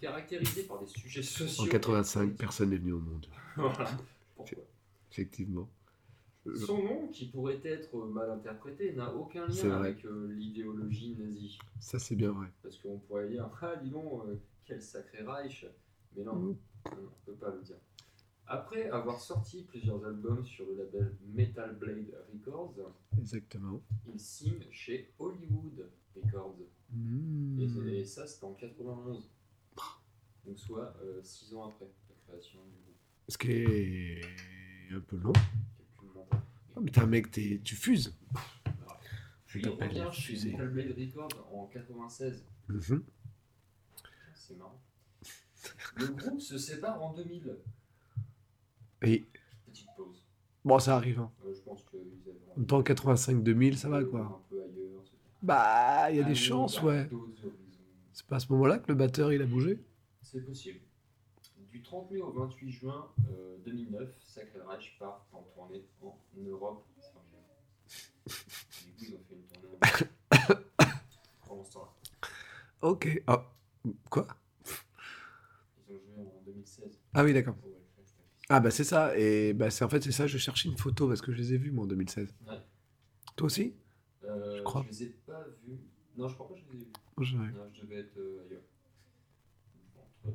[SPEAKER 3] Caractérisé par des sujets sociaux.
[SPEAKER 2] En 85, personne n'est venu au monde.
[SPEAKER 3] Voilà. Pourquoi
[SPEAKER 2] Effectivement. Je-
[SPEAKER 3] Son nom, qui pourrait être mal interprété, n'a aucun
[SPEAKER 2] C'est
[SPEAKER 3] lien
[SPEAKER 2] vrai.
[SPEAKER 3] avec euh, l'idéologie nazie.
[SPEAKER 2] Ça, c'est bien vrai.
[SPEAKER 3] Parce qu'on pourrait dire Ah, dis donc, euh, quel sacré Reich Mais non,
[SPEAKER 2] Mm.
[SPEAKER 3] on ne peut pas le dire. Après avoir sorti plusieurs albums sur le label Metal Blade Records,
[SPEAKER 2] Exactement.
[SPEAKER 3] il signe chez Hollywood Records.
[SPEAKER 2] Mmh.
[SPEAKER 3] Et, c'est- et ça, c'était en 91. Donc, soit 6 ans après la création du groupe.
[SPEAKER 2] Ce qui est un peu long.
[SPEAKER 3] Calcul mental.
[SPEAKER 2] Ah, mais t'es un mec, t'es- tu fuses.
[SPEAKER 3] Puis
[SPEAKER 2] Je
[SPEAKER 3] il
[SPEAKER 2] t'appelle,
[SPEAKER 3] revient
[SPEAKER 2] tu
[SPEAKER 3] chez
[SPEAKER 2] sais.
[SPEAKER 3] Metal Blade Records en 96.
[SPEAKER 2] Mhm.
[SPEAKER 3] C'est marrant. Le groupe se sépare en 2000.
[SPEAKER 2] Et
[SPEAKER 3] Petite pause.
[SPEAKER 2] bon, ça arrive. Hein.
[SPEAKER 3] Euh, je pense qu'ils avaient.
[SPEAKER 2] En même temps, 85-2000, ça va quoi.
[SPEAKER 3] Un peu ailleurs. c'est-
[SPEAKER 2] Bah, il y a
[SPEAKER 3] Ah,
[SPEAKER 2] des
[SPEAKER 3] oui,
[SPEAKER 2] chances,
[SPEAKER 3] bah,
[SPEAKER 2] ouais.
[SPEAKER 3] d'autres horizons.
[SPEAKER 2] C'est pas à ce moment-là que le batteur il a bougé
[SPEAKER 3] C'est possible. Du 30 mai au 28 juin euh, 2009, Sacred Reich part en tournée en Europe. C'est formidable. Du coup, ils ont fait une tournée en Pendant ce temps-là.
[SPEAKER 2] Ok. Ah, quoi
[SPEAKER 3] Ils ont joué en 2016.
[SPEAKER 2] Ah oui, d'accord.
[SPEAKER 3] au Hellfest.
[SPEAKER 2] Ah bah c'est ça. Et bah c'est en fait c'est ça. Je cherchais une photo parce que je les ai vus moi en 2016.
[SPEAKER 3] Ouais.
[SPEAKER 2] Toi aussi
[SPEAKER 3] Euh,
[SPEAKER 2] Je crois.
[SPEAKER 3] Je les ai pas vus. Non, je crois pas que je les ai vus.
[SPEAKER 2] Je-
[SPEAKER 3] Non, je devais être euh, ailleurs. Entre-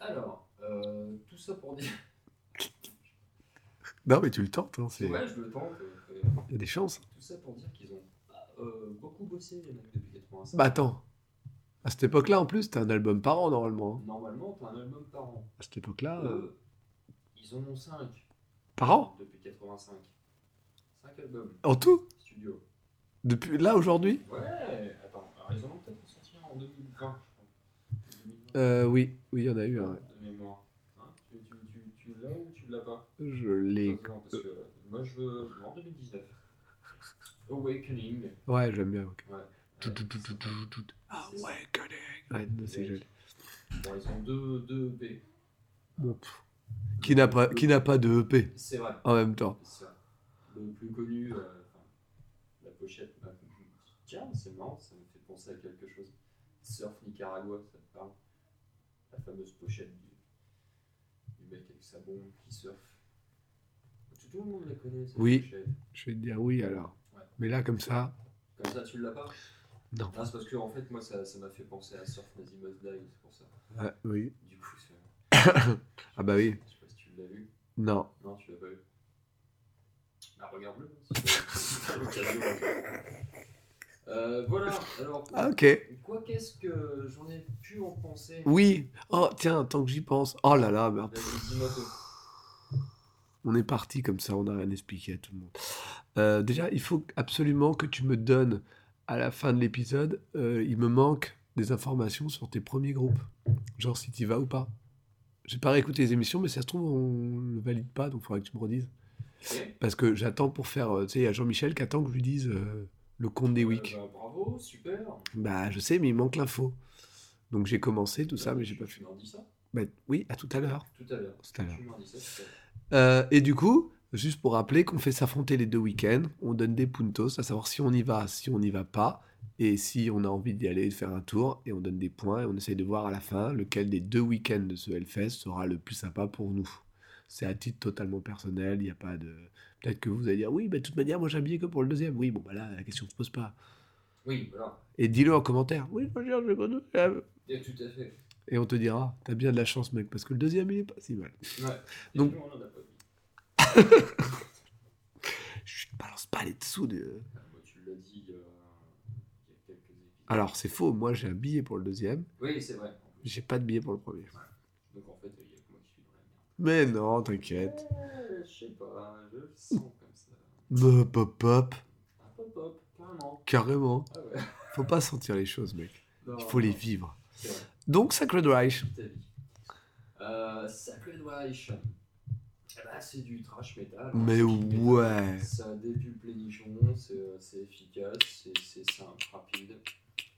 [SPEAKER 3] Alors, euh, tout ça pour dire.
[SPEAKER 2] Non mais tu le tentes. hein, c'est- Il
[SPEAKER 3] Ouais, je le tente. euh,
[SPEAKER 2] y a des chances.
[SPEAKER 3] Tout ça pour dire qu'ils ont pas, euh, beaucoup bossé, les mecs, depuis 85.
[SPEAKER 2] Bah attends. À cette époque-là en plus, t'as un album par an normalement. hein.
[SPEAKER 3] Normalement, t'as un album par an.
[SPEAKER 2] À cette époque-là. euh,
[SPEAKER 3] Eux, ils en ont 5
[SPEAKER 2] Par an
[SPEAKER 3] depuis 85. 5 albums
[SPEAKER 2] En tout
[SPEAKER 3] studio.
[SPEAKER 2] Depuis là aujourd'hui
[SPEAKER 3] Ouais, attends, alors ils en ont peut-être sorti un en 2020, je crois. 2020,
[SPEAKER 2] Euh, oui, oui, il y en a eu un. ouais.
[SPEAKER 3] de mémoire. Hein, tu tu, tu, tu l'as ou tu l'as pas
[SPEAKER 2] Je l'ai.
[SPEAKER 3] Non, parce que euh, moi je veux je veux en 2019. Awakening.
[SPEAKER 2] Ouais, j'aime bien. ok.
[SPEAKER 3] Ouais.
[SPEAKER 2] Tout, tout, tout, tout, tout, tout. Ah
[SPEAKER 3] C'est ça.
[SPEAKER 2] ouais, connect. Ouais, c'est joli.
[SPEAKER 3] Bon, ils ont deux, deux B.
[SPEAKER 2] Bon, pff. Qui n'a pas, qui n'a pas de EP
[SPEAKER 3] C'est vrai.
[SPEAKER 2] en même temps.
[SPEAKER 3] C'est ça. Le plus connu, euh, enfin, la pochette. m'a- Tiens, c'est marrant, ça me fait penser à quelque chose. Surf Nicaragua, ça te parle La fameuse pochette du, du mec avec sa bombe qui surfe. Tout, tout le monde la connaît, cette
[SPEAKER 2] Oui.
[SPEAKER 3] pochette.
[SPEAKER 2] Je vais te dire oui alors.
[SPEAKER 3] Ouais.
[SPEAKER 2] Mais là comme ça,
[SPEAKER 3] Comme ça, tu l'as pas
[SPEAKER 2] Non.
[SPEAKER 3] Ah, c'est parce que, en fait, moi, ça ça m'a fait penser à Surf Nazi Must Die, c'est pour ça.
[SPEAKER 2] ouais, Ah, oui.
[SPEAKER 3] Du coup, c'est-
[SPEAKER 2] Ah bah oui.
[SPEAKER 3] Je sais pas si tu l'as vu.
[SPEAKER 2] Non.
[SPEAKER 3] Non, tu l'as pas eu. Bah, regarde-le. si t'as- si t'as l'occasion, hein. Euh, voilà, alors.
[SPEAKER 2] Ah, ok.
[SPEAKER 3] Quoi qu'est-ce que j'en ai pu en penser
[SPEAKER 2] Oui. Oh tiens, tant que j'y pense. Oh là là, ben,
[SPEAKER 3] Vas-y, dis-moi tout.
[SPEAKER 2] on est parti comme ça, on n'a rien expliqué à tout le monde. Euh, déjà, il faut absolument que tu me donnes à la fin de l'épisode, euh, il me manque des informations sur tes premiers groupes. Genre si t'y vas ou pas. J'ai pas réécouté les émissions, mais si ça se trouve, on le valide pas, donc il faudrait que tu me redises.
[SPEAKER 3] Ok.
[SPEAKER 2] Parce que j'attends pour faire. euh, Tu sais, il y a Jean-Michel qui attend que je lui dise euh, le compte des weeks.
[SPEAKER 3] Euh, bah, bravo, super.
[SPEAKER 2] Bah, je sais, mais il manque l'info. Donc j'ai commencé tout ça, mais j'ai pas
[SPEAKER 3] Tu
[SPEAKER 2] fait.
[SPEAKER 3] m'en dis ça
[SPEAKER 2] Bah, oui, à tout à l'heure.
[SPEAKER 3] tout à l'heure.
[SPEAKER 2] Tout à l'heure.
[SPEAKER 3] Tu m'en dis ça tout à l'heure.
[SPEAKER 2] Euh, et du coup, juste pour rappeler qu'on fait s'affronter les deux week-ends, on donne des puntos, à savoir si on y va, si on n'y va pas, et si on a envie d'y aller, de faire un tour, et on donne des points, et on essaye de voir à la fin lequel des deux week-ends de ce Hellfest sera le plus sympa pour nous. C'est à titre totalement personnel, il n'y a pas de... Peut-être que vous allez dire, oui, bah, de toute manière, moi j'habille que pour le deuxième. Oui, bon, bah là, la question ne se pose pas.
[SPEAKER 3] Oui, voilà.
[SPEAKER 2] Et dis-le en commentaire. Oui, moi, je vais pas le deuxième.
[SPEAKER 3] Et tout à fait.
[SPEAKER 2] Et on te dira, t'as bien de la chance, mec, parce que le deuxième, il est pas si mal.
[SPEAKER 3] Ouais. Et
[SPEAKER 2] Donc-
[SPEAKER 3] nous, on en a pas dit.
[SPEAKER 2] Je balance pas les dessous de...
[SPEAKER 3] Ah, moi, tu l'as dit euh, il y a quelques épisodes.
[SPEAKER 2] Alors, c'est faux. Moi, j'ai un billet pour le deuxième.
[SPEAKER 3] Oui, c'est vrai. en plus.
[SPEAKER 2] J'ai pas de billet pour le premier.
[SPEAKER 3] Donc en fait, il y a que moi qui suis dans la merde.
[SPEAKER 2] Mais non, t'inquiète.
[SPEAKER 3] Ouais, Je sais pas, je le sens comme ça.
[SPEAKER 2] Bah, Pop, hop,
[SPEAKER 3] Un Ah, pop pop, carrément.
[SPEAKER 2] carrément.
[SPEAKER 3] Ah ouais.
[SPEAKER 2] Faut pas sentir les choses, mec.
[SPEAKER 3] Non,
[SPEAKER 2] Il faut les
[SPEAKER 3] non,
[SPEAKER 2] vivre.
[SPEAKER 3] c'est vrai.
[SPEAKER 2] Donc, Sacred Reich.
[SPEAKER 3] toute ta vie. Euh, Sacred Reich, Eh ben, c'est du trash metal.
[SPEAKER 2] Mais ouais.
[SPEAKER 3] Ça débute plénichon, c'est euh, c'est efficace, c'est- c'est simple, rapide.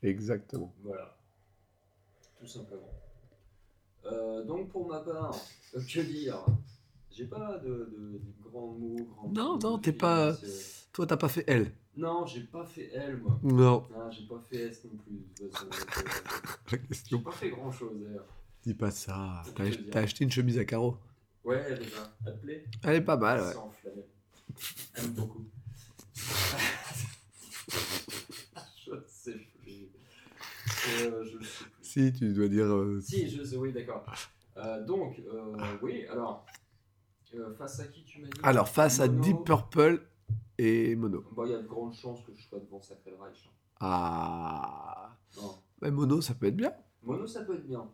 [SPEAKER 2] Exactement.
[SPEAKER 3] Voilà. Tout simplement. Euh, donc pour ma part, euh, que dire J'ai pas de, de, de grands mots. Grands
[SPEAKER 2] Non, non,
[SPEAKER 3] de
[SPEAKER 2] t'es
[SPEAKER 3] films,
[SPEAKER 2] pas-
[SPEAKER 3] c'est-
[SPEAKER 2] Toi, t'as pas fait elle
[SPEAKER 3] Non, j'ai pas fait elle, moi.
[SPEAKER 2] Non.
[SPEAKER 3] Non, j'ai pas fait S non plus. de toute façon. Donc, euh,
[SPEAKER 2] La
[SPEAKER 3] J'ai
[SPEAKER 2] question.
[SPEAKER 3] pas fait grand chose d'ailleurs.
[SPEAKER 2] Dis pas ça. T'as ach- t'as acheté une chemise à carreaux.
[SPEAKER 3] Ouais, elle est là. Elle te plaît
[SPEAKER 2] Elle est pas mal, ouais.
[SPEAKER 3] Sans flamme. J'aime beaucoup. je sais plus. Euh, je le sais plus.
[SPEAKER 2] Si, tu dois dire. euh,
[SPEAKER 3] Si, je sais, oui, d'accord. Euh, donc, euh, oui, alors, euh, face à qui tu m'as dit
[SPEAKER 2] Alors, face à
[SPEAKER 3] Mono.
[SPEAKER 2] Deep Purple et Mono.
[SPEAKER 3] Bah, il y a de grandes chances que je sois devant Sacred Reich. hein.
[SPEAKER 2] Ah.
[SPEAKER 3] Non.
[SPEAKER 2] Bah, Mono, ça peut être bien.
[SPEAKER 3] Mono, ça peut être bien.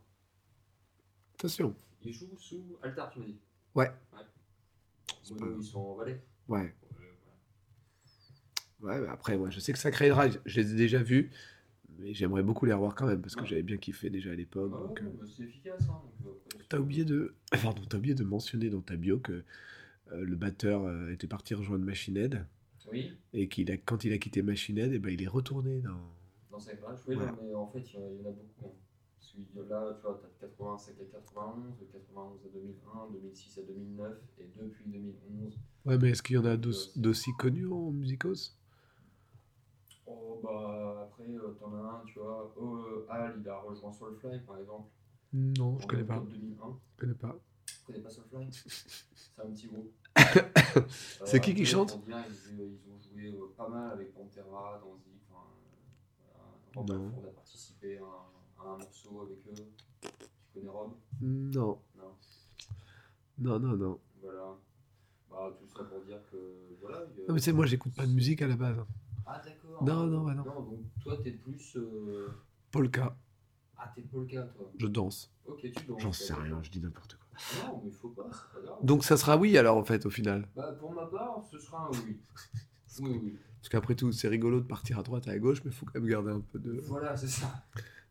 [SPEAKER 2] Attention.
[SPEAKER 3] Ils jouent sous Altar, tu m'as dit
[SPEAKER 2] Ouais.
[SPEAKER 3] Mono, ils sont en Valais.
[SPEAKER 2] Ouais.
[SPEAKER 3] Ouais, voilà.
[SPEAKER 2] Ouais, mais après, moi, je sais que Sacré Drive, je les ai déjà vus, mais j'aimerais beaucoup les revoir quand même, parce que
[SPEAKER 3] Ouais.
[SPEAKER 2] j'avais bien kiffé déjà à l'époque.
[SPEAKER 3] Ah ouais,
[SPEAKER 2] donc, euh,
[SPEAKER 3] bah, c'est efficace. Hein, donc, euh, après,
[SPEAKER 2] T'as
[SPEAKER 3] c'est-
[SPEAKER 2] oublié de, pardon, t'as oublié de mentionner dans ta bio que euh, le batteur euh, était parti rejoindre Machine Head
[SPEAKER 3] Oui,
[SPEAKER 2] et qu'il a, quand il a quitté Machine Head, eh ben, il est retourné dans.
[SPEAKER 3] dans sa grâce. Oui,
[SPEAKER 2] Voilà.
[SPEAKER 3] non, mais en fait, il y, en a- il y en a beaucoup. hein. Parce que là, tu vois, t'as de 85 à 91, de 91 à 2001, 2006 à 2009, et depuis 2011.
[SPEAKER 2] Ouais, mais est-ce qu'il y en a d'aus-
[SPEAKER 3] Ouais.
[SPEAKER 2] d'aussi connus en musicos
[SPEAKER 3] Oh, bah, après, euh, t'en as un, tu vois. euh, Al, il a rejoint Soulfly, par exemple.
[SPEAKER 2] Non,
[SPEAKER 3] en
[SPEAKER 2] je connais pas.
[SPEAKER 3] octobre 2001.
[SPEAKER 2] Je connais pas.
[SPEAKER 3] Tu connais pas Soulfly C'est un petit groupe. Euh,
[SPEAKER 2] C'est qui qui
[SPEAKER 3] après,
[SPEAKER 2] chante
[SPEAKER 3] pour dire, ils, euh, ils ont joué euh, pas mal avec Pantera, Danzig. Enfin, euh, voilà.
[SPEAKER 2] Non.
[SPEAKER 3] Rob Halford a participé à un, à un morceau avec eux. Tu connais Rob
[SPEAKER 2] Non,
[SPEAKER 3] Non.
[SPEAKER 2] non, non, non.
[SPEAKER 3] Voilà. Bah, tout ça pour dire que. Voilà. il y a-
[SPEAKER 2] Non, mais c'est moi, j'écoute pas de musique à la base. hein.
[SPEAKER 3] Ah, d'accord.
[SPEAKER 2] Non, non, bah non.
[SPEAKER 3] donc toi, t'es plus. euh,
[SPEAKER 2] Polka,
[SPEAKER 3] Ah, t'es polka, toi.
[SPEAKER 2] je danse.
[SPEAKER 3] Ok, tu danses.
[SPEAKER 2] J'en sais
[SPEAKER 3] d'accord.
[SPEAKER 2] rien, je dis n'importe quoi.
[SPEAKER 3] Non, mais faut pas, c'est pas grave.
[SPEAKER 2] Donc ça sera oui alors en fait au final.
[SPEAKER 3] Bah, pour ma part, ce sera un oui. Oui, oui.
[SPEAKER 2] Parce qu'après tout, c'est rigolo de partir à droite et à gauche, mais faut quand même garder un peu de.
[SPEAKER 3] Voilà, c'est ça.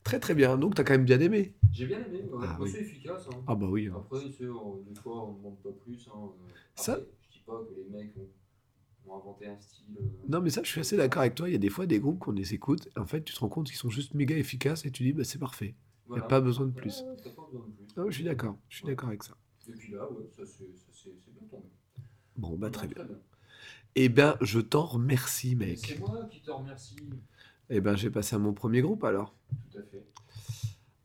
[SPEAKER 2] Très très bien, donc t'as quand même bien aimé.
[SPEAKER 3] J'ai bien aimé, ouais.
[SPEAKER 2] Ah,
[SPEAKER 3] Bah,
[SPEAKER 2] oui.
[SPEAKER 3] c'est efficace. Hein.
[SPEAKER 2] Ah bah oui. hein.
[SPEAKER 3] Après, tu sais, on- des fois, on ne demande pas plus. Hein. Euh,
[SPEAKER 2] Ça-
[SPEAKER 3] après, Je dis pas que les mecs ont, ont inventé un style. euh,
[SPEAKER 2] Non mais ça, je suis assez d'accord avec toi. Il y a des fois des groupes qu'on les écoute, en fait, tu te rends compte qu'ils sont juste méga efficaces et tu dis bah c'est parfait. Il n'y
[SPEAKER 3] voilà.
[SPEAKER 2] a pas besoin de
[SPEAKER 3] Ouais,
[SPEAKER 2] plus.
[SPEAKER 3] ouais, t'as pas besoin de plus.
[SPEAKER 2] Ah, je suis d'accord. Je suis
[SPEAKER 3] Ouais.
[SPEAKER 2] d'accord avec ça.
[SPEAKER 3] Et puis là, ouais, ça c'est ça, c'est- c'est bien tombé.
[SPEAKER 2] Bon bah
[SPEAKER 3] Non,
[SPEAKER 2] très bien. Eh ben je t'en remercie
[SPEAKER 3] Mais
[SPEAKER 2] mec.
[SPEAKER 3] C'est moi qui te remercie.
[SPEAKER 2] Eh ben j'ai passé à mon premier groupe alors,
[SPEAKER 3] Tout à fait.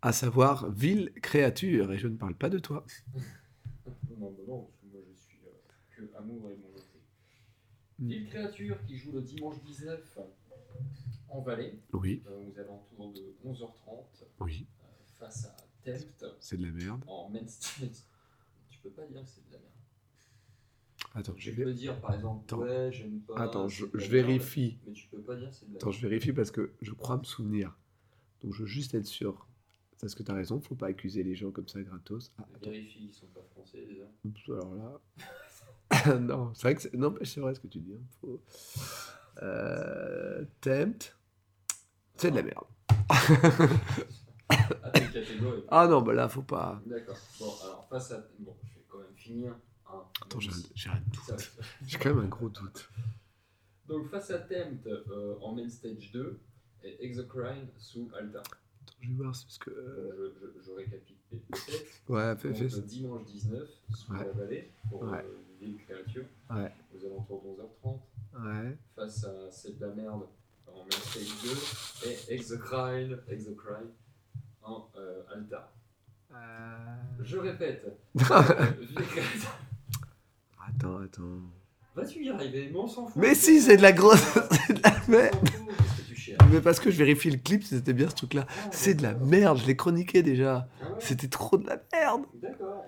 [SPEAKER 2] à savoir Ville Créature et je ne parle pas de toi.
[SPEAKER 3] Non, non, non, parce que moi je suis euh, que amour et mon beauté.
[SPEAKER 2] Mm.
[SPEAKER 3] Ville Créature qui joue le dimanche 19 en Valais,
[SPEAKER 2] Oui,
[SPEAKER 3] euh, aux alentours de 11h30,
[SPEAKER 2] oui,
[SPEAKER 3] euh, face à Tempt
[SPEAKER 2] c'est de la merde.
[SPEAKER 3] en main stage. Tu peux pas dire que c'est de la merde.
[SPEAKER 2] Attends, je
[SPEAKER 3] Tu
[SPEAKER 2] vais-
[SPEAKER 3] peux dire par exemple,
[SPEAKER 2] Attends.
[SPEAKER 3] ouais, j'aime pas.
[SPEAKER 2] Attends,
[SPEAKER 3] c'est
[SPEAKER 2] je,
[SPEAKER 3] de la
[SPEAKER 2] je
[SPEAKER 3] merde,
[SPEAKER 2] vérifie.
[SPEAKER 3] Mais tu peux pas dire que c'est de la
[SPEAKER 2] Attends, je vérifie parce que je crois me souvenir. Donc je veux juste être sûr. Parce que t'as raison, faut pas accuser les gens comme ça gratos. Ah,
[SPEAKER 3] merde.
[SPEAKER 2] attends.
[SPEAKER 3] Vérifie, ils sont pas français déjà.
[SPEAKER 2] Oups, Alors là. non, c'est vrai que c'est... Non, mais c'est vrai ce que tu dis. hein. Faut- Euh, Tempt. C'est de la merde.
[SPEAKER 3] Ah, t'es catégorique.
[SPEAKER 2] Ah non, bah là, faut pas.
[SPEAKER 3] D'accord. Bon, alors face à. Bon, je vais quand même finir. hein,
[SPEAKER 2] Attends,
[SPEAKER 3] même
[SPEAKER 2] j'ai un,
[SPEAKER 3] si-
[SPEAKER 2] j'ai un
[SPEAKER 3] ça-
[SPEAKER 2] doute. J'ai quand même un gros doute.
[SPEAKER 3] Donc face à Tempt euh, en main stage 2 et Exocrine sous Alta.
[SPEAKER 2] Attends, je vais voir, c'est parce que.
[SPEAKER 3] Euh,
[SPEAKER 2] euh,
[SPEAKER 3] Je, je, je récapitule peut-être.
[SPEAKER 2] Ouais, fais,
[SPEAKER 3] Donc,
[SPEAKER 2] fais ça.
[SPEAKER 3] le dimanche 19 sous
[SPEAKER 2] Ouais.
[SPEAKER 3] la vallée pour
[SPEAKER 2] Ouais.
[SPEAKER 3] euh, Ville Créature
[SPEAKER 2] Ouais.
[SPEAKER 3] aux alentours de 11h30
[SPEAKER 2] Ouais.
[SPEAKER 3] face à C'est de la merde en main stage 2 et Exocrine, Exocrine en euh, Alta.
[SPEAKER 2] Euh,
[SPEAKER 3] Je répète. euh, Ville Créature-
[SPEAKER 2] Attends, attends.
[SPEAKER 3] Vas-tu y arriver Mais on s'en fout.
[SPEAKER 2] Mais si, c'est de la grosse.
[SPEAKER 3] On
[SPEAKER 2] c'est de la
[SPEAKER 3] s'en
[SPEAKER 2] merde.
[SPEAKER 3] fout, parce que tu cherches.
[SPEAKER 2] Mais parce que je vérifie le clip, c'était bien ce truc-là.
[SPEAKER 3] Ah,
[SPEAKER 2] C'est de la
[SPEAKER 3] d'accord.
[SPEAKER 2] merde, je l'ai chroniqué déjà.
[SPEAKER 3] Ah ouais,
[SPEAKER 2] C'était trop de la merde.
[SPEAKER 3] D'accord.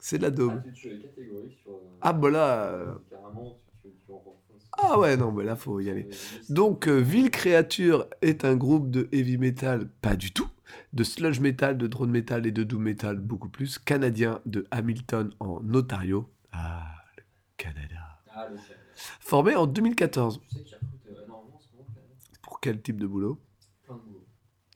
[SPEAKER 2] C'est de la
[SPEAKER 3] Ah,
[SPEAKER 2] daube.
[SPEAKER 3] tu, tu es catégorique sur. euh,
[SPEAKER 2] Ah bah là. euh,
[SPEAKER 3] euh, Carrément, tu, tu, tu en renfonces.
[SPEAKER 2] Ah ouais, non, bah là, faut y aller. Donc, euh, Ville Créature est un groupe de heavy metal, pas du tout, de sludge metal, de drone metal et de doom metal, beaucoup plus, canadien de Hamilton en Ontario. Ah, le Canada.
[SPEAKER 3] Ah, le chef.
[SPEAKER 2] Formé en 2014.
[SPEAKER 3] Tu sais qu'il recrute euh, énormément en ce moment, quand même.
[SPEAKER 2] Pour quel type de boulot
[SPEAKER 3] Plein de boulot.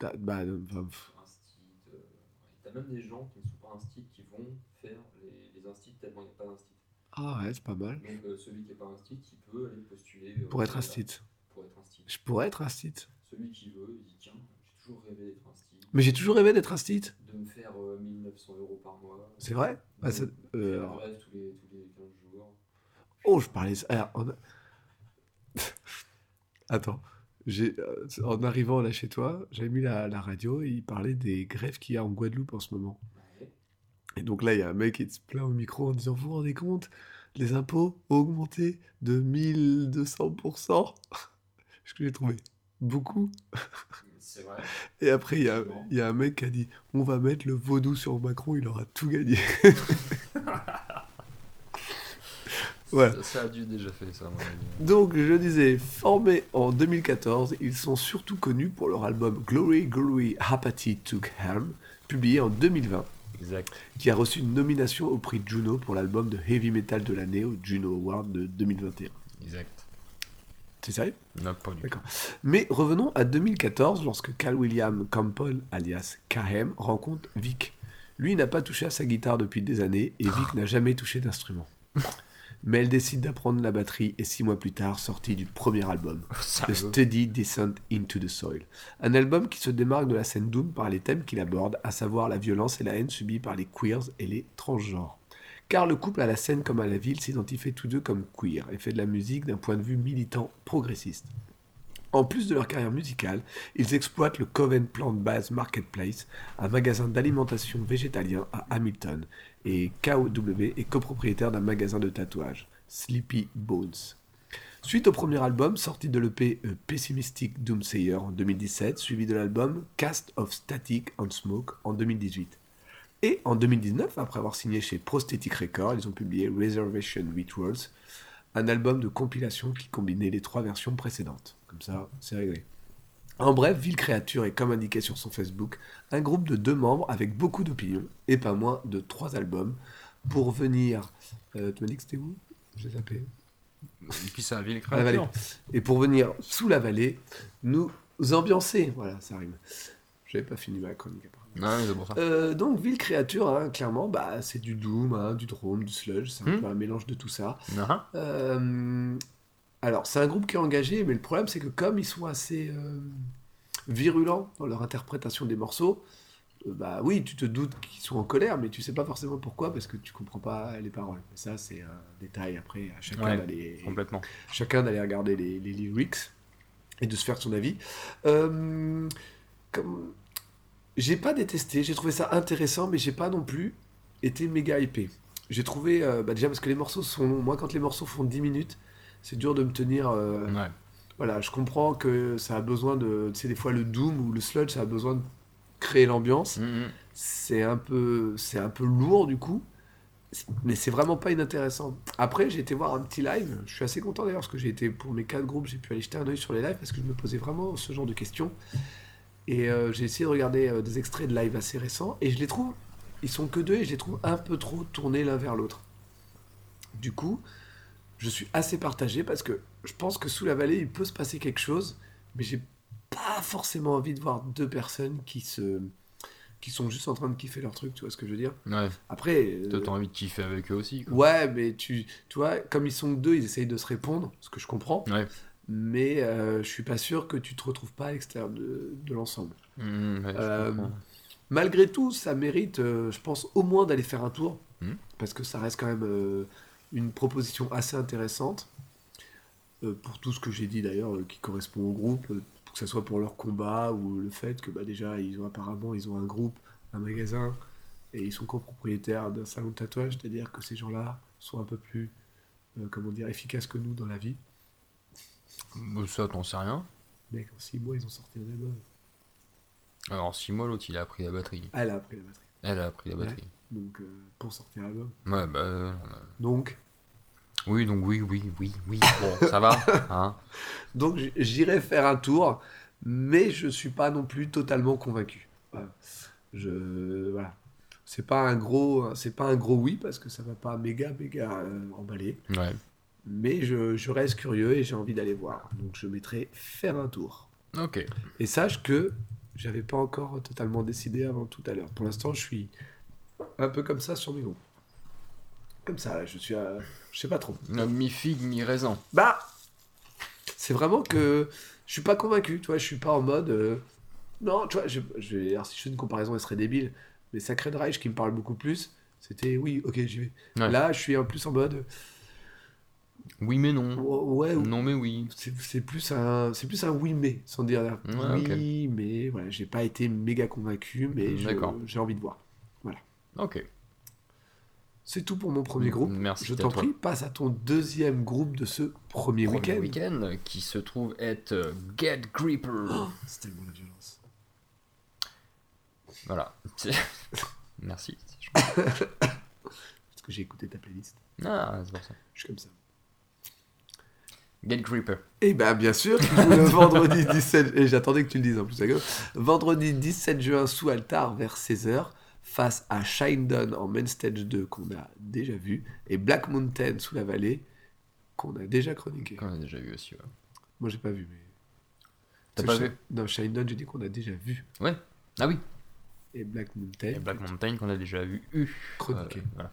[SPEAKER 2] Ah, Bah, euh, bah, pff,
[SPEAKER 3] Sur Instead. Euh, et T'as même des gens qui ne sont pas Instead qui vont faire les, les Instead tellement il n'y a pas d'Instead.
[SPEAKER 2] ah ouais, c'est pas mal.
[SPEAKER 3] Donc, euh, celui qui n'est pas Instead, qui peut aller postuler. euh,
[SPEAKER 2] Pour être
[SPEAKER 3] voilà,
[SPEAKER 2] un site.
[SPEAKER 3] Pour être Instead.
[SPEAKER 2] Je pourrais être un site.
[SPEAKER 3] Celui qui veut, il dit tiens, j'ai toujours rêvé d'être Instead,
[SPEAKER 2] Mais j'ai toujours rêvé d'être un site.
[SPEAKER 3] de me faire euh, 1900 euros par mois.
[SPEAKER 2] C'est vrai Ah, ça- euh,
[SPEAKER 3] Euh...
[SPEAKER 2] alors-
[SPEAKER 3] Bref, tous les, tous les 15 jours.
[SPEAKER 2] Oh, je parlais. alors, en- Attends, j'ai euh, en arrivant là chez toi, j'avais mis la, la radio et il parlait des grèves qu'il y a en Guadeloupe en ce moment.
[SPEAKER 3] Ouais.
[SPEAKER 2] Et donc là, il y a un mec qui se plaint au micro en disant Vous vous rendez compte Les impôts ont augmenté de 1200%. Ce que j'ai trouvé beaucoup.
[SPEAKER 3] C'est vrai.
[SPEAKER 2] Et après, il y, a, il y a un mec qui a dit On va mettre le vaudou sur Macron, il aura tout gagné. Ouais.
[SPEAKER 3] Ça, a dû déjà fait ça, à mon avis.
[SPEAKER 2] Donc, je disais, formés en 2014, ils sont surtout connus pour leur album Glory, Glory, Apathy Took Helm, publié en 2020,
[SPEAKER 3] Exact.
[SPEAKER 2] qui a reçu une nomination au prix Juno pour l'album de heavy metal de l'année au Juno Award de 2021.
[SPEAKER 3] Exact.
[SPEAKER 2] T'es sérieux
[SPEAKER 1] Non, pas du tout.
[SPEAKER 2] D'accord. Mais revenons à 2014, lorsque Cal William Campbell, alias KM, rencontre Vic. Lui n'a pas touché à sa guitare depuis des années et
[SPEAKER 1] Ah.
[SPEAKER 2] Vic n'a jamais touché d'instrument. Mais elle décide d'apprendre la batterie et six mois plus tard, sortie du premier album,
[SPEAKER 1] Ça
[SPEAKER 2] The
[SPEAKER 1] veut-
[SPEAKER 2] Steady Descent into the Soil. Un album qui se démarque de la scène Doom par les thèmes qu'il aborde, à savoir la violence et la haine subie par les queers et les transgenres. Car le couple à la scène comme à la ville s'identifie tous deux comme queer et fait de la musique d'un point de vue militant progressiste. En plus de leur carrière musicale, ils exploitent le Coven Plant Base Marketplace, un magasin d'alimentation végétalien à Hamilton, et KOW est copropriétaire d'un magasin de tatouage, Sleepy Bones. Suite au premier album, sorti de l'EP euh, Pessimistic Doomsayer en 2017, suivi de l'album Cast of Static and Smoke en 2018. Et en 2019, après avoir signé chez Prosthetic Records, ils ont publié Reservation Rituals, un album de compilation qui combinait les trois versions précédentes. Comme ça, c'est réglé. En bref, Ville Créature est, comme indiqué sur son Facebook, un groupe de deux membres avec beaucoup d'opinions et pas moins de trois albums pour venir. euh, tu m'as dit que c'était où Je les appelais.
[SPEAKER 1] Et puis ça, ville
[SPEAKER 2] À la vallée.
[SPEAKER 1] créature.
[SPEAKER 2] Et pour venir sous la vallée, nous ambiancer. Voilà, ça rime. J'avais pas fini ma chronique après.
[SPEAKER 1] Non, mais c'est pour ça.
[SPEAKER 2] Euh, donc, Ville Créature, hein, clairement, bah, c'est du Doom, hein, du Drome, du Sludge, c'est un
[SPEAKER 1] Hmm.
[SPEAKER 2] peu un mélange de tout ça.
[SPEAKER 1] Ah,
[SPEAKER 2] Euh, alors, c'est un groupe qui est engagé, mais le problème, c'est que comme ils sont assez euh, virulents dans leur interprétation des morceaux, euh, bah oui, tu te doutes qu'ils sont en colère, mais tu sais pas forcément pourquoi, parce que tu comprends pas les paroles. Mais ça, c'est un détail après, à chacun
[SPEAKER 1] Ouais,
[SPEAKER 2] d'aller
[SPEAKER 1] Complètement.
[SPEAKER 2] chacun d'aller regarder les, les lyrics et de se faire son avis. Euh, comme... J'ai pas détesté, j'ai trouvé ça intéressant, mais j'ai pas non plus été méga hypé. J'ai trouvé, euh, bah déjà parce que les morceaux sont longs, moi quand les morceaux font 10 minutes, c'est dur de me tenir. euh,
[SPEAKER 1] Ouais.
[SPEAKER 2] Voilà, je comprends que ça a besoin de. Tu sais, des fois le Doom ou le Sludge, ça a besoin de créer l'ambiance.
[SPEAKER 1] Mhm.
[SPEAKER 2] C'est un peu, c'est un peu lourd du coup, mais c'est vraiment pas inintéressant. Après, j'ai été voir un petit live. Je suis assez content d'ailleurs parce que j'ai été pour mes quatre groupes, j'ai pu aller jeter un œil sur les lives parce que je me posais vraiment ce genre de questions. Et euh, j'ai essayé de regarder euh, des extraits de live assez récents et je les trouve, ils sont que deux et je les trouve un peu trop tournés l'un vers l'autre. Du coup, je suis assez partagé parce que je pense que sous la vallée, il peut se passer quelque chose, mais j'ai pas forcément envie de voir deux personnes qui se qui sont juste en train de kiffer leur truc, tu vois ce que je veux dire
[SPEAKER 1] mmh. Ouais.
[SPEAKER 2] Après, euh,
[SPEAKER 1] Toi, t'as envie de kiffer avec eux aussi. Quoi.
[SPEAKER 2] ouais, mais tu, tu vois, comme ils sont que deux, ils essayent de se répondre, ce que je comprends,
[SPEAKER 1] Ouais.
[SPEAKER 2] mais euh, je suis pas sûr que tu te retrouves pas à l'extérieur de, de l'ensemble.
[SPEAKER 1] Mhm, ouais, je
[SPEAKER 2] Euh,
[SPEAKER 1] comprends.
[SPEAKER 2] Malgré tout, ça mérite, euh, je pense, au moins d'aller faire un tour,
[SPEAKER 1] Mhm.
[SPEAKER 2] parce que ça reste quand même euh, une proposition assez intéressante, euh, pour tout ce que j'ai dit d'ailleurs, euh, qui correspond au groupe, euh, que ce soit pour leur combat ou le fait que bah, déjà, ils ont apparemment ils ont un groupe, un magasin, et ils sont copropriétaires d'un salon de tatouage, c'est-à-dire que ces gens-là sont un peu plus, euh, comment dire, efficaces que nous dans la vie.
[SPEAKER 1] Bon, bah, Ça, t'en sais rien.
[SPEAKER 2] Mec, en 6 mois, ils ont sorti un album.
[SPEAKER 1] Alors, si moi, l'autre, il a pris la batterie.
[SPEAKER 2] Elle a appris Ah, la batterie.
[SPEAKER 1] Elle a pris la
[SPEAKER 2] Ouais.
[SPEAKER 1] batterie.
[SPEAKER 2] Donc, euh, pour sortir un album.
[SPEAKER 1] Ouais, bah. euh,
[SPEAKER 2] Donc,
[SPEAKER 1] Oui, donc oui, oui, oui, oui. Bon, ça va. Hein
[SPEAKER 2] donc j- j'irai faire un tour, mais je suis pas non plus totalement convaincu. Voilà. Je, voilà. C'est pas un gros, c'est pas un gros oui parce que ça va pas méga méga euh, emballer,
[SPEAKER 1] ouais.
[SPEAKER 2] mais je, je reste curieux et j'ai envie d'aller voir. Donc je mettrai faire un tour.
[SPEAKER 1] Ok.
[SPEAKER 2] Et sache que j'avais pas encore totalement décidé avant tout à l'heure. Pour l'instant, je suis un peu comme ça sur mes groupes. Comme ça, là, je suis, à... je sais pas trop.
[SPEAKER 1] Non, Euh, Mi figue, mi raisin.
[SPEAKER 2] Bah, c'est vraiment que je suis pas convaincu, tu vois, je suis pas en mode. euh, Non, tu vois, je, je vais- alors si je fais une comparaison, elle serait débile, mais Sacred Reich qui me parle beaucoup plus, c'était oui, ok, j'y vais.
[SPEAKER 1] Ouais.
[SPEAKER 2] Là, je suis en plus en mode.
[SPEAKER 1] Oui, mais non.
[SPEAKER 2] ou- Ouais, ou-
[SPEAKER 1] Non, mais oui.
[SPEAKER 2] c'est c'est plus un c'est plus un oui mais sans dire
[SPEAKER 1] Ouais,
[SPEAKER 2] oui mais voilà j'ai pas été méga convaincu mais je-
[SPEAKER 1] D'accord.
[SPEAKER 2] j'ai envie de voir
[SPEAKER 1] Ok.
[SPEAKER 2] c'est tout pour mon premier groupe
[SPEAKER 1] Merci.
[SPEAKER 2] je
[SPEAKER 1] à
[SPEAKER 2] t'en
[SPEAKER 1] toi.
[SPEAKER 2] prie passe à ton deuxième groupe de ce premier,
[SPEAKER 1] Premier
[SPEAKER 2] week-end
[SPEAKER 1] week-end, qui se trouve être euh, Get Gripper.
[SPEAKER 2] Oh, c'est tellement la violence
[SPEAKER 1] Voilà. Merci.
[SPEAKER 2] parce que j'ai écouté ta playlist
[SPEAKER 1] Ah, c'est pour ça.
[SPEAKER 2] je suis comme ça
[SPEAKER 1] Get Gripper.
[SPEAKER 2] Eh bien, bien sûr, qui joue le vendredi 17... Et j'attendais que tu le dises en plus, d'accord Vendredi 17 juin, sous Altar, vers 16h, face à Shinedown en Main Stage 2, qu'on a déjà vu, et Black Mountain sous la vallée, qu'on a déjà chroniqué.
[SPEAKER 1] Qu'on a déjà vu aussi. ouais.
[SPEAKER 2] Moi, j'ai pas vu, mais.
[SPEAKER 1] T'as
[SPEAKER 2] Parce
[SPEAKER 1] pas
[SPEAKER 2] que
[SPEAKER 1] vu
[SPEAKER 2] Shi- Non, Shinon, j'ai dit qu'on a déjà vu.
[SPEAKER 1] Ah oui,
[SPEAKER 2] Et Black
[SPEAKER 1] et
[SPEAKER 2] Mountain.
[SPEAKER 1] Black Mountain qu'on a déjà vu. eu.
[SPEAKER 2] Chroniqué.
[SPEAKER 1] Euh, voilà.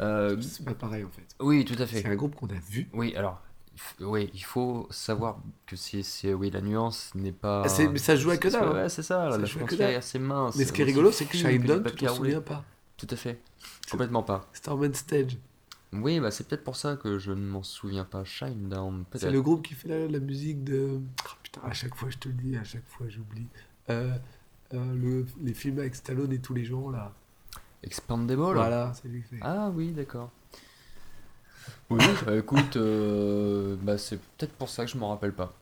[SPEAKER 1] Euh,
[SPEAKER 2] C'est pas pareil en fait.
[SPEAKER 1] oui, tout à fait.
[SPEAKER 2] C'est un groupe qu'on a vu.
[SPEAKER 1] Oui, alors, il f- oui, il faut savoir que c'est, c'est- oui, la nuance n'est pas.
[SPEAKER 2] Ah, C'est- mais ça se joue à que dalle,
[SPEAKER 1] Ouais,
[SPEAKER 2] hein.
[SPEAKER 1] Ah, c'est ça.
[SPEAKER 2] Ça
[SPEAKER 1] la
[SPEAKER 2] se joue à que
[SPEAKER 1] frontière
[SPEAKER 2] dalle.
[SPEAKER 1] est assez mince.
[SPEAKER 2] Mais ce qui est
[SPEAKER 1] Aussi
[SPEAKER 2] rigolo, c'est que
[SPEAKER 1] fine que les
[SPEAKER 2] Shinon, tu
[SPEAKER 1] papiers
[SPEAKER 2] t'en souviens
[SPEAKER 1] roulés.
[SPEAKER 2] pas.
[SPEAKER 1] Tout à fait. Complètement pas.
[SPEAKER 2] Storm on Stage.
[SPEAKER 1] Oui, bah c'est peut-être pour ça que je ne m'en souviens pas. Shine Down,
[SPEAKER 2] C'est
[SPEAKER 1] peut-être.
[SPEAKER 2] le groupe qui fait la, la musique de. Ah, putain, à chaque fois je te le dis, à chaque fois j'oublie. Euh, euh, le- les films avec Stallone et tous les gens là.
[SPEAKER 1] Expandable
[SPEAKER 2] Voilà, c'est lui qui fait.
[SPEAKER 1] Ah oui, d'accord. Oui, bah, écoute, euh, bah, c'est peut-être pour ça que je m'en rappelle pas.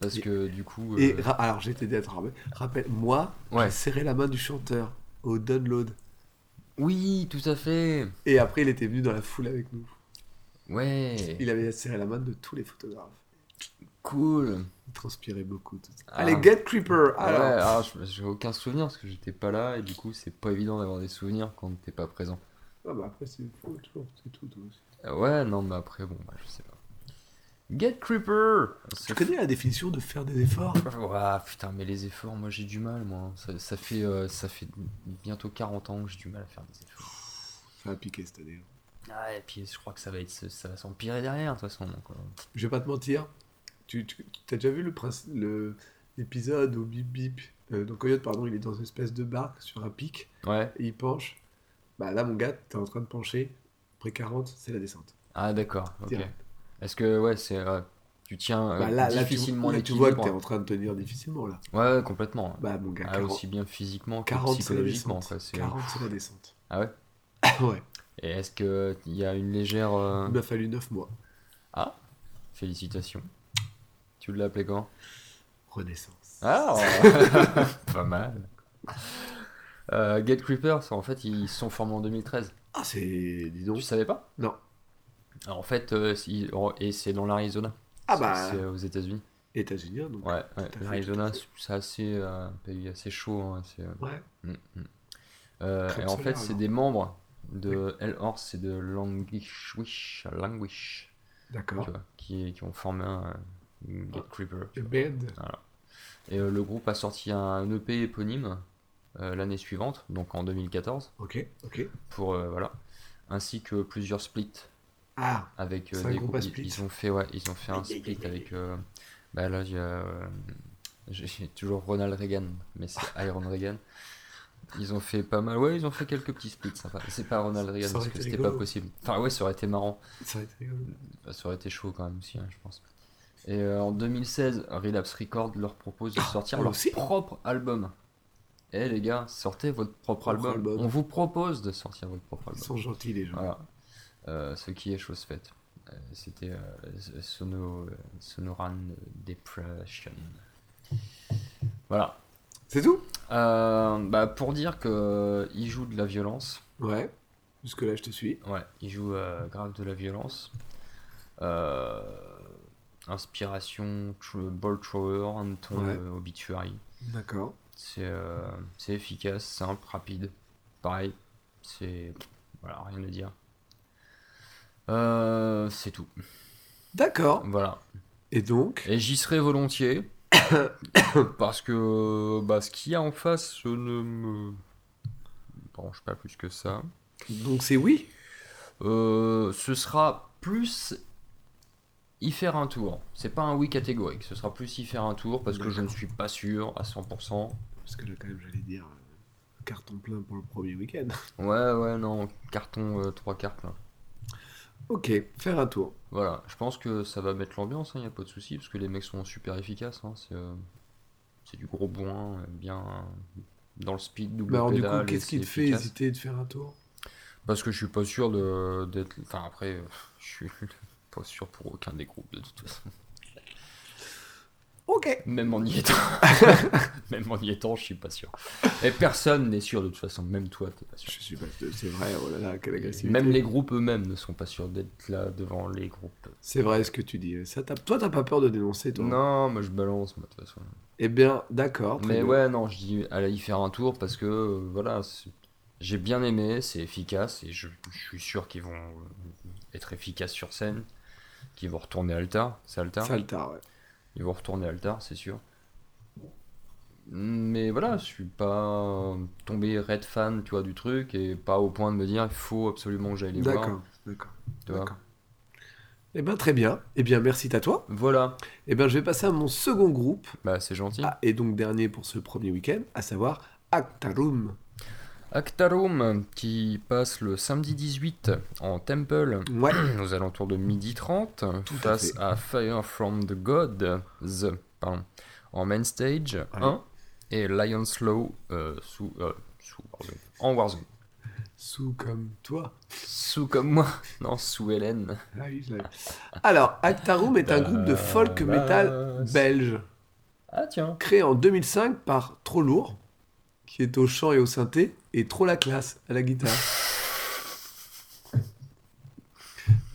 [SPEAKER 1] Parce
[SPEAKER 2] Et-
[SPEAKER 1] que du coup. euh,
[SPEAKER 2] Et ra- alors j'ai t'aider à te rappeler. Rappelle, moi,
[SPEAKER 1] Ouais.
[SPEAKER 2] j'ai serré la main du chanteur au download.
[SPEAKER 1] Oui, tout à fait.
[SPEAKER 2] Et après, il était venu dans la foule avec nous.
[SPEAKER 1] Ouais.
[SPEAKER 2] Il avait serré la main de tous les photographes.
[SPEAKER 1] Cool.
[SPEAKER 2] Il transpirait beaucoup. Tout ça.
[SPEAKER 1] Ah.
[SPEAKER 2] Allez, Get Creeper
[SPEAKER 1] Ah
[SPEAKER 2] alors.
[SPEAKER 1] ouais, alors, je- j'ai aucun souvenir parce que j'étais pas là et du coup c'est pas évident d'avoir des souvenirs quand t'es pas présent.
[SPEAKER 2] Ah bah après, c'est faut toujours, c'est tout. tout aussi.
[SPEAKER 1] Euh, ouais, non, mais après, bon, bah, je sais pas. Get Creeper
[SPEAKER 2] Tu
[SPEAKER 1] C'est
[SPEAKER 2] connais la définition de faire des efforts
[SPEAKER 1] Ouah, putain, mais les efforts, moi j'ai du mal, moi. Ça, ça fait, euh, ça fait bientôt 40 ans que j'ai du mal à faire des efforts.
[SPEAKER 2] Ça a piqué cette année.
[SPEAKER 1] Ah, et puis je crois que ça va, être, ça va s'empirer derrière, de toute façon. euh. Quoi.
[SPEAKER 2] Je vais pas te mentir. Tu, tu as déjà vu le princi- le l'épisode où Bip Bip, euh, donc Coyote, pardon, il est dans une espèce de barque sur un pic
[SPEAKER 1] Ouais.
[SPEAKER 2] et il penche. Bah là, mon gars, t'es en train de pencher. Après 40, c'est la descente.
[SPEAKER 1] Ah, d'accord, ok.
[SPEAKER 2] Direct.
[SPEAKER 1] Est-ce que, ouais, c'est. euh, tu tiens euh,
[SPEAKER 2] Bah là, là, tu,
[SPEAKER 1] difficilement
[SPEAKER 2] là, tu vois que t'es
[SPEAKER 1] l'équilibre. hein.
[SPEAKER 2] en train de tenir difficilement là.
[SPEAKER 1] Ouais, ouais, complètement.
[SPEAKER 2] Bah mon gars,
[SPEAKER 1] Ah,
[SPEAKER 2] 40,
[SPEAKER 1] aussi bien physiquement que
[SPEAKER 2] 40, c'est la
[SPEAKER 1] psychologiquement.
[SPEAKER 2] descente.
[SPEAKER 1] Quoi, c'est-
[SPEAKER 2] 40, c'est la descente.
[SPEAKER 1] Ah ouais
[SPEAKER 2] Ouais.
[SPEAKER 1] Et est-ce qu'il y a une légère. euh,
[SPEAKER 2] Il m'a fallu 9 mois.
[SPEAKER 1] Félicitations. Tu l'as appelé comment
[SPEAKER 2] Renaissance.
[SPEAKER 1] Ah Pas mal. Euh, Get Creepers, en fait, ils se sont formés en 2013.
[SPEAKER 2] Ah, c'est. Dis donc.
[SPEAKER 1] Tu savais pas
[SPEAKER 2] Non.
[SPEAKER 1] Alors, en fait, euh, ils- et c'est dans l'Arizona.
[SPEAKER 2] Ah
[SPEAKER 1] C'est-
[SPEAKER 2] bah.
[SPEAKER 1] C'est aux États-Unis.
[SPEAKER 2] États-Unis, hein, donc.
[SPEAKER 1] Ouais, ouais.
[SPEAKER 2] tout à fait,
[SPEAKER 1] l'Arizona, c'est assez, euh, un pays assez chaud. hein, c'est, euh,
[SPEAKER 2] Ouais.
[SPEAKER 1] mm, mm. Euh,
[SPEAKER 2] Crème
[SPEAKER 1] et en
[SPEAKER 2] solaire,
[SPEAKER 1] fait, c'est
[SPEAKER 2] alors.
[SPEAKER 1] des membres de Hellhorse et de Languish, Languish tu
[SPEAKER 2] D'accord.
[SPEAKER 1] vois, qui, qui ont formé un euh,
[SPEAKER 2] Ah.
[SPEAKER 1] Get Creeper.
[SPEAKER 2] Le band.
[SPEAKER 1] Et euh, le groupe a sorti un EP éponyme euh, l'année suivante, donc en 2014,
[SPEAKER 2] Ok, ok.
[SPEAKER 1] pour euh, voilà, ainsi que plusieurs splits
[SPEAKER 2] Ah,
[SPEAKER 1] avec euh,
[SPEAKER 2] C'est un
[SPEAKER 1] des
[SPEAKER 2] groupe à
[SPEAKER 1] groupes.
[SPEAKER 2] split.
[SPEAKER 1] Ils, ils ont fait ouais, ils ont fait un
[SPEAKER 2] Aïe, aïe, aïe,
[SPEAKER 1] split
[SPEAKER 2] aïe,
[SPEAKER 1] avec. euh, bah là, il y a, euh, j'ai j'ai toujours Ronald Reagan, mais c'est Iron Reagan. Ils ont fait pas mal, ouais, ils ont fait quelques petits splits sympas. C'est pas Ronald Reagan
[SPEAKER 2] aurait
[SPEAKER 1] parce que
[SPEAKER 2] été
[SPEAKER 1] c'était pas
[SPEAKER 2] rigolo.
[SPEAKER 1] possible. Enfin ouais, ça aurait été marrant.
[SPEAKER 2] ça va être rigolo.
[SPEAKER 1] Bah, ça aurait été chaud quand même aussi, hein, je pense. Et euh, en 2016, Relapse Records leur propose de sortir
[SPEAKER 2] Ah, eux
[SPEAKER 1] leur
[SPEAKER 2] aussi
[SPEAKER 1] propre album. Eh les gars, sortez votre propre
[SPEAKER 2] Propre
[SPEAKER 1] album.
[SPEAKER 2] album.
[SPEAKER 1] On vous propose de sortir votre propre
[SPEAKER 2] Ils
[SPEAKER 1] album.
[SPEAKER 2] sont gentils, les gens.
[SPEAKER 1] Voilà. Euh, ce qui est chose faite. Euh, C'était euh, Sono, euh, Sonoran Depression. Voilà.
[SPEAKER 2] C'est tout
[SPEAKER 1] Euh, bah, pour dire qu'ils jouent de la violence.
[SPEAKER 2] Ouais. Jusque-là, je te suis.
[SPEAKER 1] Ouais, il joue euh, grave de la violence. Euh, inspiration, tr- ball thrower, un ton
[SPEAKER 2] Ouais.
[SPEAKER 1] euh, obituary.
[SPEAKER 2] D'accord.
[SPEAKER 1] C'est euh, c'est efficace, simple, rapide. Pareil, c'est. Voilà, rien à dire. Euh, c'est tout.
[SPEAKER 2] D'accord.
[SPEAKER 1] Voilà.
[SPEAKER 2] Et donc
[SPEAKER 1] Et j'y serai volontiers. parce que bah, ce qu'il y a en face euh, ne me branche pas plus que ça.
[SPEAKER 2] Donc, c'est oui
[SPEAKER 1] Euh, ce sera plus y faire un tour. C'est pas un oui catégorique, ce sera plus y faire un tour parce que je ne
[SPEAKER 2] D'accord.
[SPEAKER 1] suis pas sûr à 100%.
[SPEAKER 2] Parce que là, quand même, j'allais dire euh, carton plein pour le premier week-end.
[SPEAKER 1] Ouais, ouais, non, carton euh, trois cartes. là.
[SPEAKER 2] Ok, faire un tour.
[SPEAKER 1] Voilà, je pense que ça va mettre l'ambiance, il n'y a pas de souci parce que les mecs sont super efficaces. hein, c'est euh, c'est du gros bourrin, euh, bien euh, dans le speed, double
[SPEAKER 2] Mais alors, du coup,
[SPEAKER 1] pédale, et
[SPEAKER 2] qu'est-ce qui
[SPEAKER 1] c'est
[SPEAKER 2] te fait
[SPEAKER 1] efficace.
[SPEAKER 2] hésiter de faire un tour
[SPEAKER 1] Parce que je suis pas sûr de- d'être. Enfin, après, euh, je suis pas sûr pour aucun des groupes de toute façon.
[SPEAKER 2] Ok.
[SPEAKER 1] Même en y étant. même en y étant, je suis pas sûr. Et personne n'est sûr de toute façon, même toi, t'es pas sûr.
[SPEAKER 2] Je suis pas. C'est vrai, oh là là, quelle agressivité.
[SPEAKER 1] Même les groupes eux-mêmes ne sont pas sûrs d'être là devant les groupes.
[SPEAKER 2] C'est vrai ce que tu dis. Ça, t'as- Toi, t'as pas peur de dénoncer, toi
[SPEAKER 1] Non, moi je balance, moi, de toute façon.
[SPEAKER 2] Eh bien, d'accord. très
[SPEAKER 1] Mais
[SPEAKER 2] bien.
[SPEAKER 1] ouais, non, je dis, allez y faire un tour parce que, euh, voilà, c'est- j'ai bien aimé, c'est efficace et je, je suis sûr qu'ils vont euh, être efficaces sur scène. qui vont retourner Altar. C'est Altar
[SPEAKER 2] C'est Altar, ouais.
[SPEAKER 1] Ils vont retourner Altar, c'est sûr. Mais voilà, je suis pas tombé red fan, tu vois, du truc et pas au point de me dire il faut absolument que j'aille les voir.
[SPEAKER 2] D'accord, d'accord.
[SPEAKER 1] Tu vois.
[SPEAKER 2] d'accord. Eh bien, très bien. Eh bien, merci à toi.
[SPEAKER 1] Voilà,
[SPEAKER 2] Eh bien, je vais passer à mon second groupe,
[SPEAKER 1] bah c'est gentil.
[SPEAKER 2] ah, et donc dernier pour ce premier week-end, à savoir Actarum.
[SPEAKER 1] Actarum qui passe le samedi 18 en Temple
[SPEAKER 2] Ouais,
[SPEAKER 1] aux alentours de midi 30
[SPEAKER 2] Tout à
[SPEAKER 1] face
[SPEAKER 2] fait.
[SPEAKER 1] à, Fire from the God the, pardon, en main stage 1 et Lion Slow euh, sous, euh, sous Warzone, en Warzone.
[SPEAKER 2] sous comme toi.
[SPEAKER 1] Sous comme moi, non, sous Hélène.
[SPEAKER 2] Ah oui, je l'avais. Alors, Actarum est un groupe de folk metal belge,
[SPEAKER 1] Bah, Ah tiens.
[SPEAKER 2] créé en 2005 par Trop Lourd, qui est au chant et au synthé, et Trop la classe à la guitare.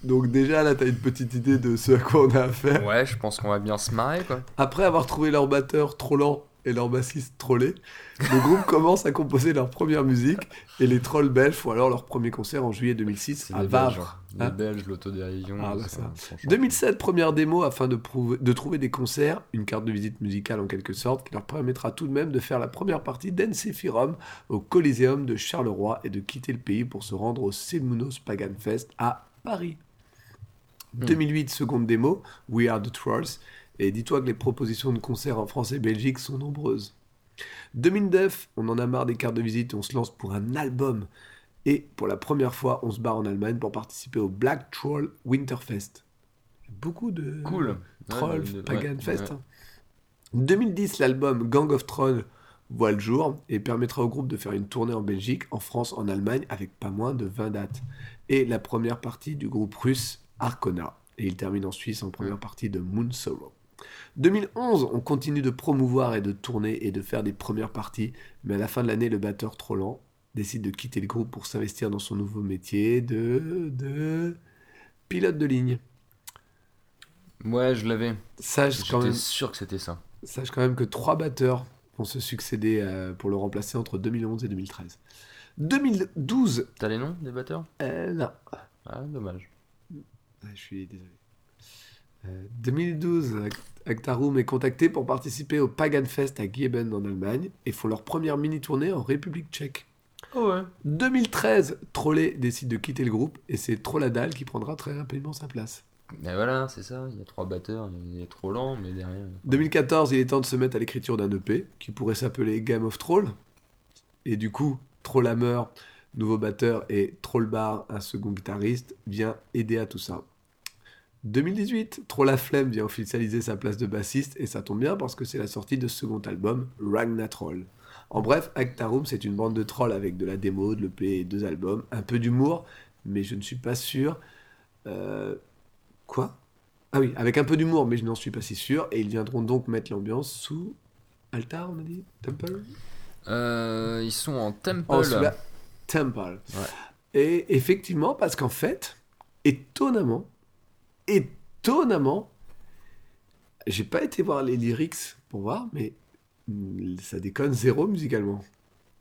[SPEAKER 2] Donc déjà, là, t'as une petite idée de ce à quoi on a affaire.
[SPEAKER 1] Ouais, je pense qu'on va bien se marrer quoi.
[SPEAKER 2] Après avoir trouvé leur batteur trop lent et leur bassiste trollé, le groupe commence à composer leur première musique et les trolls belges font alors leur premier concert en juillet 2006
[SPEAKER 1] C'est
[SPEAKER 2] à
[SPEAKER 1] les Belges.
[SPEAKER 2] Wavre.
[SPEAKER 1] hein. Les
[SPEAKER 2] hein.
[SPEAKER 1] Belges, l'autodérision.
[SPEAKER 2] Ah, bah,
[SPEAKER 1] c'est-
[SPEAKER 2] ça.
[SPEAKER 1] franchement.
[SPEAKER 2] 2007, première démo afin de, prouver- de trouver des concerts, une carte de visite musicale en quelque sorte, qui leur permettra tout de même de faire la première partie d'Encephirum au Coliseum de Charleroi et de quitter le pays pour se rendre au Semunos Pagan Fest à Paris.
[SPEAKER 1] Hmm.
[SPEAKER 2] 2008, seconde démo, We Are the Trolls, et dis-toi que les propositions de concerts en France et Belgique sont nombreuses. 2009, on en a marre des cartes de visite, on se lance pour un album. Et pour la première fois, on se barre en Allemagne pour participer au Black Troll Winterfest. Beaucoup de
[SPEAKER 1] Cool. Ouais,
[SPEAKER 2] Troll
[SPEAKER 1] de- de-
[SPEAKER 2] Pagan
[SPEAKER 1] ouais,
[SPEAKER 2] Fest.
[SPEAKER 1] ouais.
[SPEAKER 2] hein. 2010, l'album Gang of Troll voit le jour et permettra au groupe de faire une tournée en Belgique, en France, en Allemagne, avec pas moins de 20 dates. Et la première partie du groupe russe Arcona. Et il termine en Suisse en première partie de Moon Sorrow. 2011, on continue de promouvoir et de tourner et de faire des premières parties, mais à la fin de l'année, le batteur trop lent décide de quitter le groupe pour s'investir dans son nouveau métier de, de pilote de ligne.
[SPEAKER 1] Ouais, je l'avais.
[SPEAKER 2] Sache quand, même,
[SPEAKER 1] J'étais sûr que c'était ça.
[SPEAKER 2] sache quand même que trois batteurs vont se succéder euh, pour le remplacer entre 2011 et 2013. 2012,
[SPEAKER 1] T'as les noms des batteurs
[SPEAKER 2] euh, non,
[SPEAKER 1] Ah, dommage.
[SPEAKER 2] Ouais, Je suis désolé. Euh, 2012, Act- Actarum est contacté pour participer au Pagan Fest à Gieben en Allemagne et font leur première mini-tournée en République tchèque.
[SPEAKER 1] Oh ouais.
[SPEAKER 2] 2013, Trollé décide de quitter le groupe et c'est Trolladal qui prendra très rapidement sa place.
[SPEAKER 1] Mais voilà, c'est ça. Il y a trois batteurs, il est trop lent, mais derrière.
[SPEAKER 2] 2014, il est temps de se mettre à l'écriture d'un EP qui pourrait s'appeler Game of Troll. Et du coup, Trollamer, nouveau batteur, et Trollbar, un second guitariste, vient aider à tout ça. 2018, Trollaflemme vient officialiser sa place de bassiste et ça tombe bien parce que c'est la sortie de ce second album, Ragnatroll. En bref, Actarum, c'est une bande de trolls avec de la démo, de l'EP et deux albums, un peu d'humour, mais je ne suis pas sûr. euh, Quoi Ah oui, avec un peu d'humour, mais je n'en suis pas si sûr. Et ils viendront donc mettre l'ambiance sous Altar, on a dit Temple
[SPEAKER 1] Euh, ils sont en temple.
[SPEAKER 2] en sous la Temple. Et effectivement, parce qu'en fait, étonnamment, étonnamment, j'ai pas été voir les lyrics pour voir, mais mm, ça déconne zéro musicalement.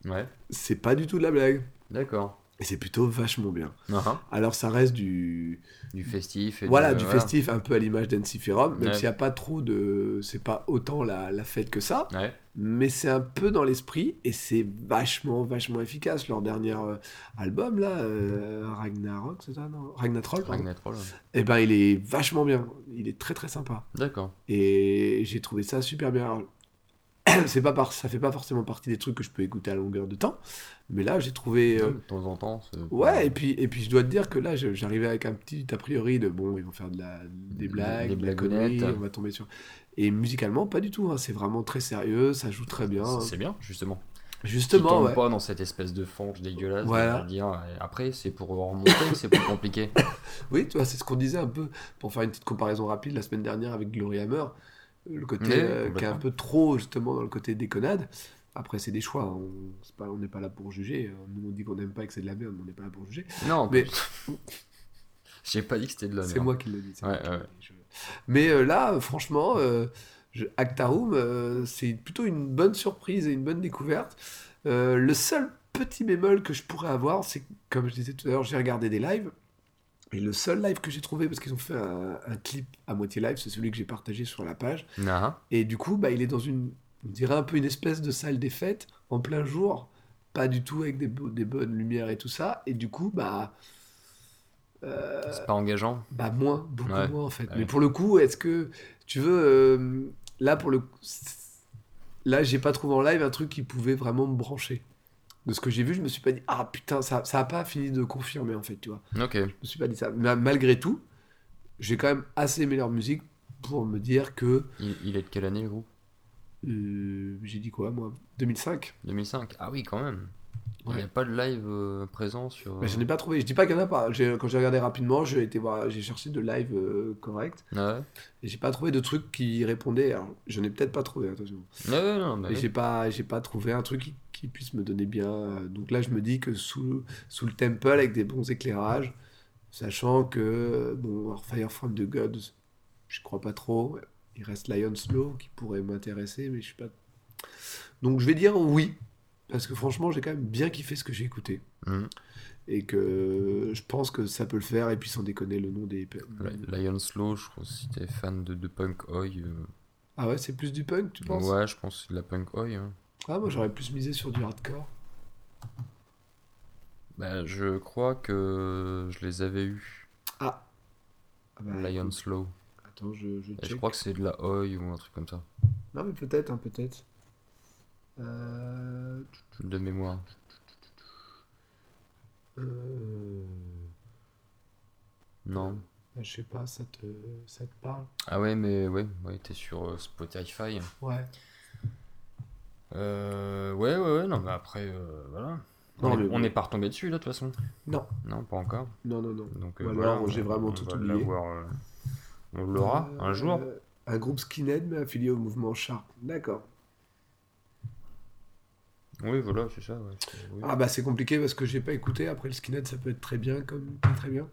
[SPEAKER 1] Ouais,
[SPEAKER 2] C'est pas du tout de la blague.
[SPEAKER 1] d'accord.
[SPEAKER 2] Et c'est plutôt vachement bien.
[SPEAKER 1] Ah,
[SPEAKER 2] Alors ça reste du,
[SPEAKER 1] Du festif. Et
[SPEAKER 2] voilà, du festif un peu à l'image d'Ansiferum, même
[SPEAKER 1] Ouais.
[SPEAKER 2] s'il n'y a pas trop de... C'est pas autant la, la fête que ça,
[SPEAKER 1] Ouais.
[SPEAKER 2] mais c'est un peu dans l'esprit et c'est vachement, vachement efficace. Leur dernier euh, album, là, euh, Ragnarok, c'est ça non Ragnatroll, pardon.
[SPEAKER 1] Ragnatroll, ouais.
[SPEAKER 2] Eh ben, il est vachement bien. Il est très, très sympa.
[SPEAKER 1] D'accord.
[SPEAKER 2] Et j'ai trouvé ça super bien. Alors, C'est pas par... Ça fait pas forcément partie des trucs que je peux écouter à longueur de temps, mais là, j'ai trouvé... euh,
[SPEAKER 1] De temps en temps. c'est-
[SPEAKER 2] Ouais, et puis, et puis je dois te dire que là, je- j'arrivais avec un petit a priori de bon, ils vont faire de la, des
[SPEAKER 1] Des-
[SPEAKER 2] blagues,
[SPEAKER 1] des
[SPEAKER 2] de la
[SPEAKER 1] blagounettes.
[SPEAKER 2] connerie, on va tomber sur. Et musicalement, pas du tout, hein, c'est vraiment très sérieux, ça joue très bien. hein.
[SPEAKER 1] C'est- C'est bien, justement. Qui
[SPEAKER 2] Justement,
[SPEAKER 1] tombe
[SPEAKER 2] euh, ouais.
[SPEAKER 1] pas dans cette espèce de fange dégueulasse.
[SPEAKER 2] Voilà.
[SPEAKER 1] je veux Dire, et après, c'est pour remonter, c'est plus compliqué.
[SPEAKER 2] Oui, tu vois, c'est ce qu'on disait un peu, pour faire une petite comparaison rapide la semaine dernière avec Glory Hammer, le côté
[SPEAKER 1] Oui,
[SPEAKER 2] euh, qui est un
[SPEAKER 1] complètement.
[SPEAKER 2] peu trop justement dans le côté déconnade. Après, c'est des choix, hein, on c'est pas- on n'est pas, là pour juger, on nous dit qu'on n'aime pas et que c'est de la merde, mais on n'est pas là pour juger.
[SPEAKER 1] Non,
[SPEAKER 2] Mais-
[SPEAKER 1] mais. J'ai pas dit que c'était de la merde.
[SPEAKER 2] C'est moi qui l'ai dit. c'est moi
[SPEAKER 1] hein. Ouais,
[SPEAKER 2] qui
[SPEAKER 1] ouais.
[SPEAKER 2] l'ai dit, je- Mais euh, là, euh, franchement, euh, je- Actarum, euh, c'est plutôt une bonne surprise et une bonne découverte. Euh, le seul petit bémol que je pourrais avoir, c'est que, comme je disais tout à l'heure, j'ai regardé des lives Et le seul live que j'ai trouvé, parce qu'ils ont fait un, un clip à moitié live, c'est celui que j'ai partagé sur la page.
[SPEAKER 1] Ah,
[SPEAKER 2] Et du coup, bah, il est dans une, on dirait un peu une espèce de salle des fêtes en plein jour, pas du tout avec des, bo- des bonnes lumières et tout ça. Et du coup, bah, euh,
[SPEAKER 1] c'est pas engageant.
[SPEAKER 2] bah moins, beaucoup
[SPEAKER 1] Ouais,
[SPEAKER 2] moins en fait.
[SPEAKER 1] ouais.
[SPEAKER 2] Mais pour le coup, est-ce que tu veux euh, là pour le coup, là j'ai pas trouvé en live un truc qui pouvait vraiment me brancher. De ce que j'ai vu, je me suis pas dit ah putain ça ça a pas fini de confirmer en fait tu vois.
[SPEAKER 1] Ok.
[SPEAKER 2] Je me suis pas dit ça. Mais malgré tout, j'ai quand même assez aimé leur musique pour me dire que
[SPEAKER 1] Il, il est de quelle année le groupe
[SPEAKER 2] euh, j'ai dit quoi moi 2005.
[SPEAKER 1] 2005. Ah oui, quand même. Il n'y
[SPEAKER 2] Ouais.
[SPEAKER 1] a pas de live euh, présent sur.
[SPEAKER 2] Bah, j'en ai pas trouvé. Je dis pas qu'il y en a pas. J'ai- Quand j'ai regardé rapidement, j'ai été voir, j'ai cherché de live euh, correct
[SPEAKER 1] Ah ouais.
[SPEAKER 2] et j'ai pas trouvé de truc qui répondait. Alors, j'en ai peut-être pas trouvé attention.
[SPEAKER 1] Ouais, ouais, non, bah
[SPEAKER 2] Et
[SPEAKER 1] oui.
[SPEAKER 2] j'ai pas, j'ai pas trouvé un truc qui, qui puisse me donner bien. euh, Donc là, je me dis que sous, sous le temple avec des bons éclairages, sachant que euh, bon, alors Fire from the Gods, je crois pas trop. Il reste Lion Slow qui pourrait m'intéresser, mais je suis pas. Donc je vais dire oui, parce que franchement, j'ai quand même bien kiffé ce que j'ai écouté
[SPEAKER 1] Mhm.
[SPEAKER 2] et que je pense que ça peut le faire. Et puis sans déconner, le nom des.
[SPEAKER 1] Li- Euh, Lion Slow, je crois, si t'es fan de, de Punk Oi. euh,
[SPEAKER 2] Ah ouais, c'est plus du punk, tu penses
[SPEAKER 1] Ouais, je pense que c'est de la Punk Oi. hein.
[SPEAKER 2] Ah moi, j'aurais plus misé sur du hardcore.
[SPEAKER 1] Bah, je crois que je les avais eus,
[SPEAKER 2] Ah. Ah bah,
[SPEAKER 1] Lion Slow.
[SPEAKER 2] Attends, je, je
[SPEAKER 1] Et je
[SPEAKER 2] check.
[SPEAKER 1] crois que c'est de la Oi ou un truc comme ça,
[SPEAKER 2] Non, mais peut-être, hein, peut-être. Euh,
[SPEAKER 1] de mémoire.
[SPEAKER 2] euh,
[SPEAKER 1] Non.
[SPEAKER 2] Je sais pas, ça te, ça te parle
[SPEAKER 1] Ah ouais, mais ouais, ouais t'es sur euh, Spotify.
[SPEAKER 2] Ouais.
[SPEAKER 1] Euh, ouais, ouais, ouais, non, mais après, euh, voilà. On
[SPEAKER 2] Non,
[SPEAKER 1] est-
[SPEAKER 2] mais
[SPEAKER 1] on
[SPEAKER 2] bon.
[SPEAKER 1] n'est pas retombé dessus, là, de toute façon.
[SPEAKER 2] Non,
[SPEAKER 1] Non, pas encore.
[SPEAKER 2] non, non, non.
[SPEAKER 1] Donc, euh,
[SPEAKER 2] Ou
[SPEAKER 1] voilà,
[SPEAKER 2] alors, j'ai
[SPEAKER 1] on-
[SPEAKER 2] vraiment
[SPEAKER 1] on
[SPEAKER 2] tout
[SPEAKER 1] va
[SPEAKER 2] oublié.
[SPEAKER 1] l'avoir, euh, on l'aura
[SPEAKER 2] Euh,
[SPEAKER 1] un jour.
[SPEAKER 2] Un groupe skinhead, mais affilié au mouvement Sharp. D'accord.
[SPEAKER 1] Oui, voilà, c'est ça. ouais, c'est- oui.
[SPEAKER 2] Ah bah c'est compliqué parce que j'ai pas écouté. Après le skinhead, ça peut être très bien comme pas très bien.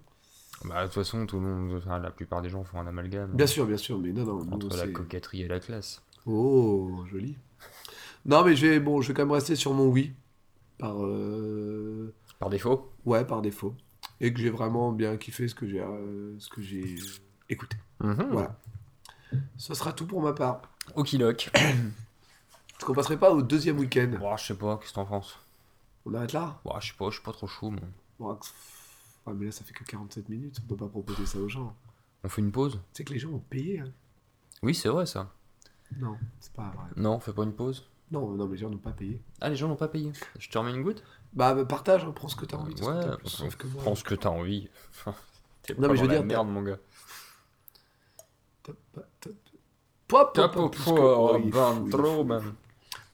[SPEAKER 1] Bah, de toute façon, tout le monde, enfin, la plupart des gens font un amalgame
[SPEAKER 2] Bien sûr, bien sûr, mais non, non. nous,
[SPEAKER 1] entre la
[SPEAKER 2] c'est-
[SPEAKER 1] coquetterie et la classe.
[SPEAKER 2] Oh, joli. Non, mais je vais, bon, je vais quand même rester sur mon oui. Par, euh,
[SPEAKER 1] Par défaut.
[SPEAKER 2] Ouais, par défaut. Et que j'ai vraiment bien kiffé ce que j'ai euh, ce que j'ai écouté.
[SPEAKER 1] Mhm.
[SPEAKER 2] Voilà. Ce sera tout pour ma part.
[SPEAKER 1] Au kiloc.
[SPEAKER 2] Est-ce qu'on passerait pas au deuxième week-end
[SPEAKER 1] Ouah, je sais pas, qu'est-ce que t'en penses
[SPEAKER 2] On arrête là
[SPEAKER 1] Ouah, Je sais pas, je suis pas trop chaud. moi.
[SPEAKER 2] Bon, ah, pff, ouais, mais là, ça fait que 47 minutes. On peut pas proposer ça aux gens.
[SPEAKER 1] On fait une pause
[SPEAKER 2] Tu sais que les gens ont payé. Hein
[SPEAKER 1] Oui, c'est vrai ça.
[SPEAKER 2] non, c'est pas vrai.
[SPEAKER 1] Non, on fait pas une pause.
[SPEAKER 2] Non, non, mais les gens n'ont pas payé.
[SPEAKER 1] Ah, les gens n'ont pas payé. Je te remets une goutte
[SPEAKER 2] Bah, bah, partage, hein, prends ce que t'as envie. de ce que
[SPEAKER 1] Ouais,
[SPEAKER 2] t'as plus,
[SPEAKER 1] on-
[SPEAKER 2] sauf que moi,
[SPEAKER 1] Prends ce que t'as envie. T'es
[SPEAKER 2] Non, mais je veux
[SPEAKER 1] dans la
[SPEAKER 2] dire,
[SPEAKER 1] merde, mon gars.
[SPEAKER 2] top, top, top. Pop, pop,
[SPEAKER 1] Capo
[SPEAKER 2] pop, plus que-
[SPEAKER 1] pour
[SPEAKER 2] Oh, il est fou, il est
[SPEAKER 1] ben, trop,
[SPEAKER 2] fou.
[SPEAKER 1] man.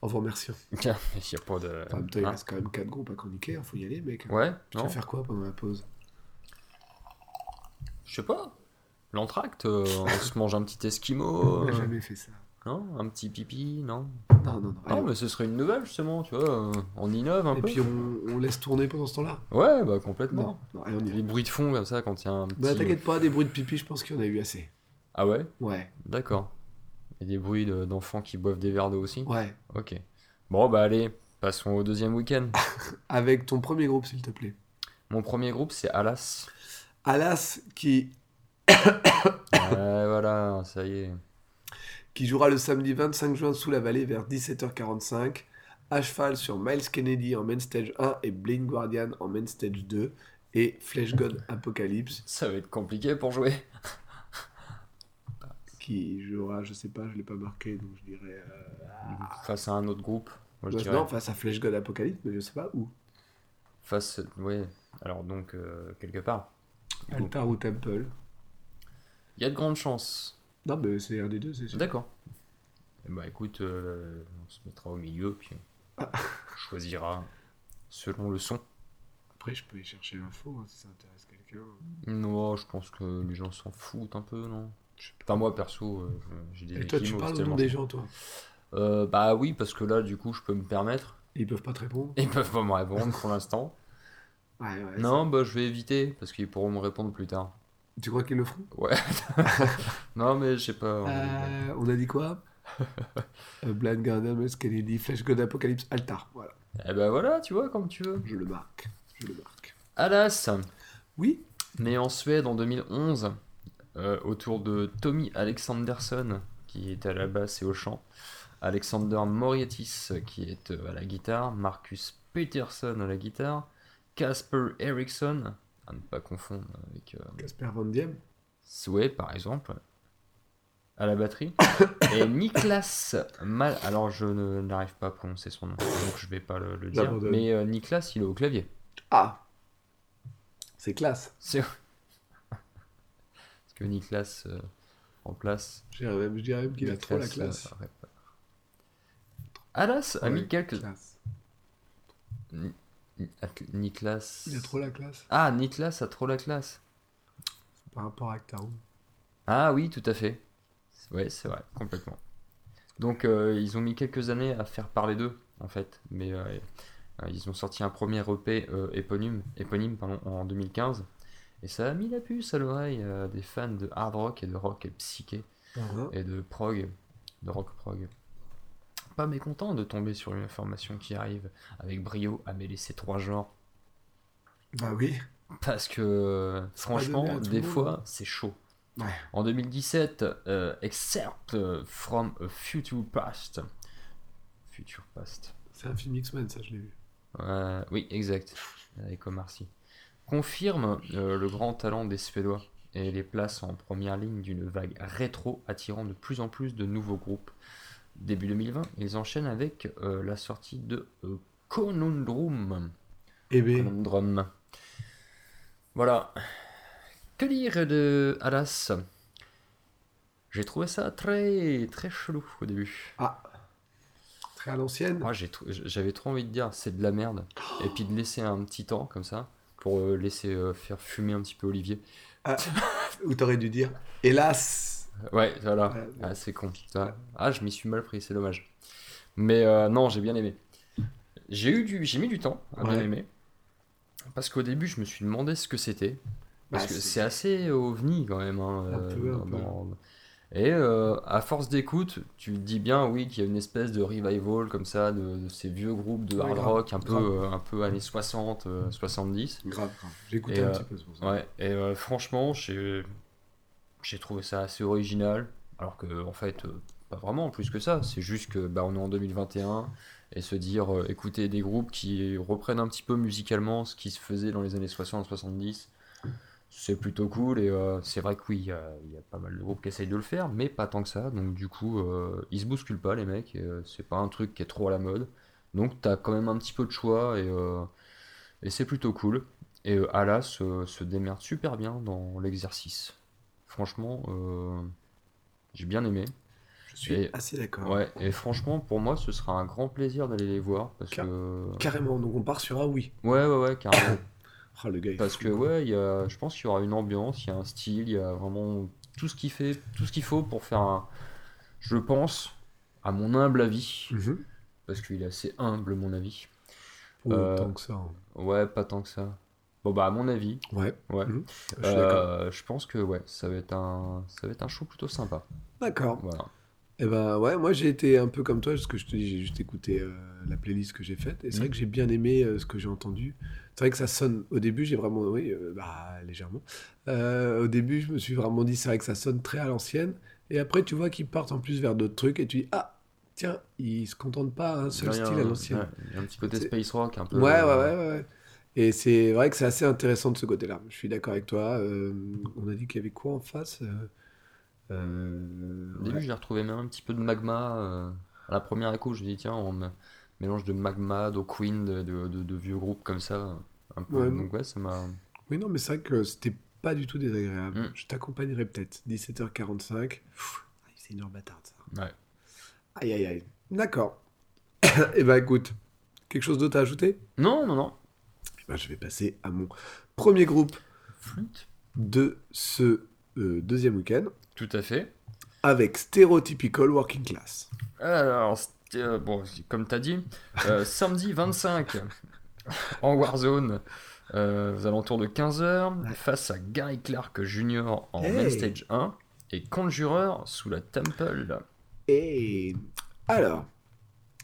[SPEAKER 2] On vous remercie.
[SPEAKER 1] Tiens, mais y a pas de.
[SPEAKER 2] En même temps, il
[SPEAKER 1] Hein
[SPEAKER 2] reste quand même 4 groupes à chroniquer. hein, Faut y aller, mec.
[SPEAKER 1] Ouais,
[SPEAKER 2] Tu vas
[SPEAKER 1] non.
[SPEAKER 2] faire quoi pendant la pause
[SPEAKER 1] Je sais pas. L'entracte, euh, on se mange un petit esquimau.
[SPEAKER 2] On
[SPEAKER 1] euh,
[SPEAKER 2] n'a jamais fait ça.
[SPEAKER 1] Non, un petit pipi, non.
[SPEAKER 2] Non, non, non.
[SPEAKER 1] Non,
[SPEAKER 2] allez.
[SPEAKER 1] mais ce serait une nouvelle, justement, tu vois. euh, On innove Ah un
[SPEAKER 2] Et
[SPEAKER 1] peu.
[SPEAKER 2] puis on, on laisse tourner pendant ce temps-là.
[SPEAKER 1] Ouais, bah complètement.
[SPEAKER 2] non allez, on y va.
[SPEAKER 1] Les bruits de fond, comme ça, quand il y a un petit.
[SPEAKER 2] Bah t'inquiète pas, des bruits de pipi, je pense qu'il y en a eu assez.
[SPEAKER 1] Ah ouais
[SPEAKER 2] Ouais,
[SPEAKER 1] D'accord. Et des bruits de- d'enfants qui boivent des verres d'eau aussi
[SPEAKER 2] ouais.
[SPEAKER 1] Ok. Bon, bah allez, passons au deuxième week-end.
[SPEAKER 2] Avec ton premier groupe, s'il te plaît.
[SPEAKER 1] Mon premier groupe, c'est Alas.
[SPEAKER 2] Alas, qui,
[SPEAKER 1] ouais, Euh, voilà, ça y est.
[SPEAKER 2] qui jouera le samedi 25 juin sous la vallée vers 17h45, à cheval sur Miles Kennedy en Main Stage 1 et Blind Guardian en Main Stage 2, et Flash God Apocalypse,
[SPEAKER 1] Ça va être compliqué pour jouer.
[SPEAKER 2] qui jouera, je sais pas, je l'ai pas marqué, donc je dirais... euh,
[SPEAKER 1] Face à un autre groupe, moi je
[SPEAKER 2] bah,
[SPEAKER 1] dirais.
[SPEAKER 2] non, face à Flash God Apocalypse, mais je sais pas où.
[SPEAKER 1] Face. Ouais, alors donc, euh, quelque part.
[SPEAKER 2] Altar ou Temple.
[SPEAKER 1] Il y a de grandes chances.
[SPEAKER 2] Non, mais c'est un des deux, c'est sûr.
[SPEAKER 1] D'accord. Eh Bah écoute, euh, on se mettra au milieu, puis on choisira selon le son.
[SPEAKER 2] Après, je peux y chercher l'info, hein, si ça intéresse quelqu'un.
[SPEAKER 1] Non, je pense que les gens s'en foutent un peu, non Enfin, moi perso, euh, j'ai des
[SPEAKER 2] Et toi, tu
[SPEAKER 1] échymoses
[SPEAKER 2] parles au nom
[SPEAKER 1] tellement-
[SPEAKER 2] des gens, toi.
[SPEAKER 1] Euh, Bah oui, parce que là, du coup, je peux me permettre.
[SPEAKER 2] Ils peuvent pas te répondre.
[SPEAKER 1] Ils peuvent pas me répondre pour l'instant.
[SPEAKER 2] Ouais, ouais,
[SPEAKER 1] Non, bah je vais éviter, parce qu'ils pourront me répondre plus tard.
[SPEAKER 2] c'est- Tu crois qu'ils le feront
[SPEAKER 1] Ouais. non, mais je sais pas. on-
[SPEAKER 2] Euh, On a dit quoi Euh, Blind Guardian, Miles Kennedy, Flash God Apocalypse, Altar. Voilà,
[SPEAKER 1] Eh ben voilà, tu vois, comme tu veux.
[SPEAKER 2] je le marque. Je le marque.
[SPEAKER 1] Alas,
[SPEAKER 2] Oui
[SPEAKER 1] Né en Suède en 2011, euh, autour de Tommy Alexanderson, qui est à la basse et au chant, Alexander Morietis, euh, qui est euh, à la guitare, Marcus Peterson à la guitare, Casper Eriksson, à ne pas confondre avec euh,
[SPEAKER 2] Casper Van Diem.
[SPEAKER 1] Souhait, par exemple, à la batterie. Et Niklas Mal. Alors, je ne- n'arrive pas à prononcer son nom, donc je vais pas le, le dire.
[SPEAKER 2] J'abandonne.
[SPEAKER 1] Mais euh, Niklas, il est au clavier.
[SPEAKER 2] Ah C'est classe.
[SPEAKER 1] C'est. Parce que Niklas euh, remplace.
[SPEAKER 2] Je dirais même, je dirais même qu'il a trop la
[SPEAKER 1] Niklas, euh,
[SPEAKER 2] classe.
[SPEAKER 1] arrête pas. Alas a
[SPEAKER 2] Ouais,
[SPEAKER 1] mis quelques.
[SPEAKER 2] classe.
[SPEAKER 1] Ni- Niklas.
[SPEAKER 2] Il a trop la classe
[SPEAKER 1] Ah, Niklas a trop la classe.
[SPEAKER 2] par rapport à Actaron.
[SPEAKER 1] Ah oui, tout à fait. Ouais, c'est vrai, complètement. Donc, euh, ils ont mis quelques années à faire parler d'eux, en fait. Mais euh, euh, ils ont sorti un premier EP euh, éponyme, éponyme pardon, en 2015. Et ça a mis la puce à l'oreille euh, des fans de hard rock et de rock psyché
[SPEAKER 2] Hein
[SPEAKER 1] et de prog, de rock prog. Pas mécontent de tomber sur une information qui arrive avec brio à mêler ces trois genres.
[SPEAKER 2] Bah oui.
[SPEAKER 1] Parce que
[SPEAKER 2] donné à
[SPEAKER 1] franchement,
[SPEAKER 2] tout le
[SPEAKER 1] des
[SPEAKER 2] monde,
[SPEAKER 1] fois,
[SPEAKER 2] hein.
[SPEAKER 1] c'est chaud.
[SPEAKER 2] Ouais.
[SPEAKER 1] En 2017, euh, Excerpt euh, from a Future Past. Future Past.
[SPEAKER 2] C'est un film X-Men, ça, je l'ai vu.
[SPEAKER 1] Euh, oui, exact. Avec Omar Sy. Confirme euh, le grand talent des Suédois et les place en première ligne d'une vague rétro attirant de plus en plus de nouveaux groupes. Début 2020, ils enchaînent avec euh, la sortie de euh, Konundrum.
[SPEAKER 2] Eh ben,
[SPEAKER 1] Conundrum. Voilà. Que dire de Alas J'ai trouvé ça très très chelou au début.
[SPEAKER 2] très à l'ancienne.
[SPEAKER 1] Moi j'ai trou- j'avais trop envie de dire c'est de la merde et puis de laisser un petit temps comme ça pour euh, laisser euh, faire fumer un petit peu Olivier.
[SPEAKER 2] Ou t'aurais dû dire, hélas
[SPEAKER 1] Ouais, voilà.
[SPEAKER 2] Ouais,
[SPEAKER 1] Ah, c'est con. Ça- Ah, je m'y suis mal pris, c'est dommage. Mais euh, non, j'ai bien aimé. J'ai eu du, j'ai mis du temps à bien
[SPEAKER 2] Ouais.
[SPEAKER 1] aimer parce qu'au début, je me suis demandé ce que c'était parce
[SPEAKER 2] Bah,
[SPEAKER 1] que
[SPEAKER 2] c'est-
[SPEAKER 1] c'est assez ovni quand même. hein,
[SPEAKER 2] Un
[SPEAKER 1] euh,
[SPEAKER 2] peu, un
[SPEAKER 1] dans-
[SPEAKER 2] peu.
[SPEAKER 1] dans- Et euh, à force d'écoute, tu te dis bien oui qu'il y a une espèce de revival comme ça de, de ces vieux groupes de
[SPEAKER 2] Ouais,
[SPEAKER 1] hard
[SPEAKER 2] grave,
[SPEAKER 1] rock un peu
[SPEAKER 2] grave.
[SPEAKER 1] euh, un peu années 60, euh, 70.
[SPEAKER 2] Grave, grave. J'ai
[SPEAKER 1] Et,
[SPEAKER 2] écouté un
[SPEAKER 1] euh,
[SPEAKER 2] petit peu, c'est pour ça.
[SPEAKER 1] Ouais, et euh, franchement, j'ai j'ai trouvé ça assez original, alors que en fait, euh, pas vraiment plus que ça. C'est juste que bah, on est en 2021 et se dire euh, écouter des groupes qui reprennent un petit peu musicalement ce qui se faisait dans les années 60-70, c'est plutôt cool. Et euh, c'est vrai que oui, il y, a- il y a pas mal de groupes qui essayent de le faire, mais pas tant que ça. Donc du coup, euh, ils se bousculent pas les mecs. et, euh, c'est pas un truc qui est trop à la mode. Donc t'as quand même un petit peu de choix et, euh, et c'est plutôt cool. Et euh, Ala se, se démerde super bien dans l'exercice. Franchement, euh, j'ai bien aimé.
[SPEAKER 2] Je suis
[SPEAKER 1] et-
[SPEAKER 2] assez d'accord.
[SPEAKER 1] Ouais, et franchement, pour moi, ce sera un grand plaisir d'aller les voir. Parce
[SPEAKER 2] Car-
[SPEAKER 1] que.
[SPEAKER 2] Carrément, donc on part sur un oui.
[SPEAKER 1] Ouais, ouais, ouais, carrément.
[SPEAKER 2] Oh, le gars est
[SPEAKER 1] parce
[SPEAKER 2] fou,
[SPEAKER 1] que,
[SPEAKER 2] quoi.
[SPEAKER 1] ouais, il y a- je pense qu'il y aura une ambiance, il y a un style, il y a vraiment tout ce qu'il fait, tout ce qu'il faut pour faire un. Je pense, à mon humble avis,
[SPEAKER 2] Mhm.
[SPEAKER 1] parce qu'il est assez humble, mon avis.
[SPEAKER 2] Oh,
[SPEAKER 1] Euh,
[SPEAKER 2] Tant que ça. hein.
[SPEAKER 1] Ouais, pas tant que ça. Bon, bah, à mon avis,
[SPEAKER 2] Ouais,
[SPEAKER 1] ouais.
[SPEAKER 2] Mhm. je suis d'accord.
[SPEAKER 1] Euh, je pense que ouais, ça va être un, ça va être un show plutôt sympa.
[SPEAKER 2] D'accord.
[SPEAKER 1] Voilà.
[SPEAKER 2] Eh ben ouais, moi j'ai été un peu comme toi, parce que je te dis, j'ai juste écouté euh, la playlist que j'ai faite, et c'est
[SPEAKER 1] Mhm.
[SPEAKER 2] vrai que j'ai bien aimé euh, ce que j'ai entendu. C'est vrai que ça sonne, au début j'ai vraiment, oui, euh, bah, légèrement. Euh, au début je me suis vraiment dit, c'est vrai que ça sonne très à l'ancienne, et après tu vois qu'ils partent en plus vers d'autres trucs, et tu dis, ah, tiens, ils se contentent pas à un seul
[SPEAKER 1] Il y a
[SPEAKER 2] style à
[SPEAKER 1] un-
[SPEAKER 2] l'ancienne.
[SPEAKER 1] ouais, il y a un petit côté
[SPEAKER 2] C'est-
[SPEAKER 1] space rock un peu. euh,
[SPEAKER 2] Ouais, ouais, ouais, ouais, ouais. Et c'est vrai que c'est assez intéressant de ce côté-là. Je suis d'accord avec toi. Euh, on a dit qu'il y avait quoi en face Euh, euh,
[SPEAKER 1] Au début, j'ai retrouvé même un petit peu de magma. euh, à la première écho, je me dis tiens, on me- mélange de magma, d'eau queen, de, de- de- de vieux groupes comme ça. Un peu.
[SPEAKER 2] Ouais.
[SPEAKER 1] Donc ouais, ça m'a.
[SPEAKER 2] Oui, non, mais c'est vrai que c'était pas du tout désagréable.
[SPEAKER 1] Mm.
[SPEAKER 2] Je t'accompagnerai peut-être. 17h45. Pfff, aïe, C'est une heure bâtarde, ça.
[SPEAKER 1] Ouais.
[SPEAKER 2] Aïe, aïe, aïe. D'accord. Eh ben, écoute, quelque chose d'autre à ajouter
[SPEAKER 1] Non, non, non.
[SPEAKER 2] Eh ben, je vais passer à mon premier groupe
[SPEAKER 1] Flûte.
[SPEAKER 2] de ce euh, deuxième week-end
[SPEAKER 1] Tout à fait.
[SPEAKER 2] avec Stereotypical Working Class.
[SPEAKER 1] Alors, c'était, euh, bon, comme t'as dit, euh, samedi 25 en Warzone, euh, aux alentours de 15h, face à Gary Clark Jr. en
[SPEAKER 2] Hey.
[SPEAKER 1] Main Stage 1 et Conjurer sous la Temple.
[SPEAKER 2] Et alors,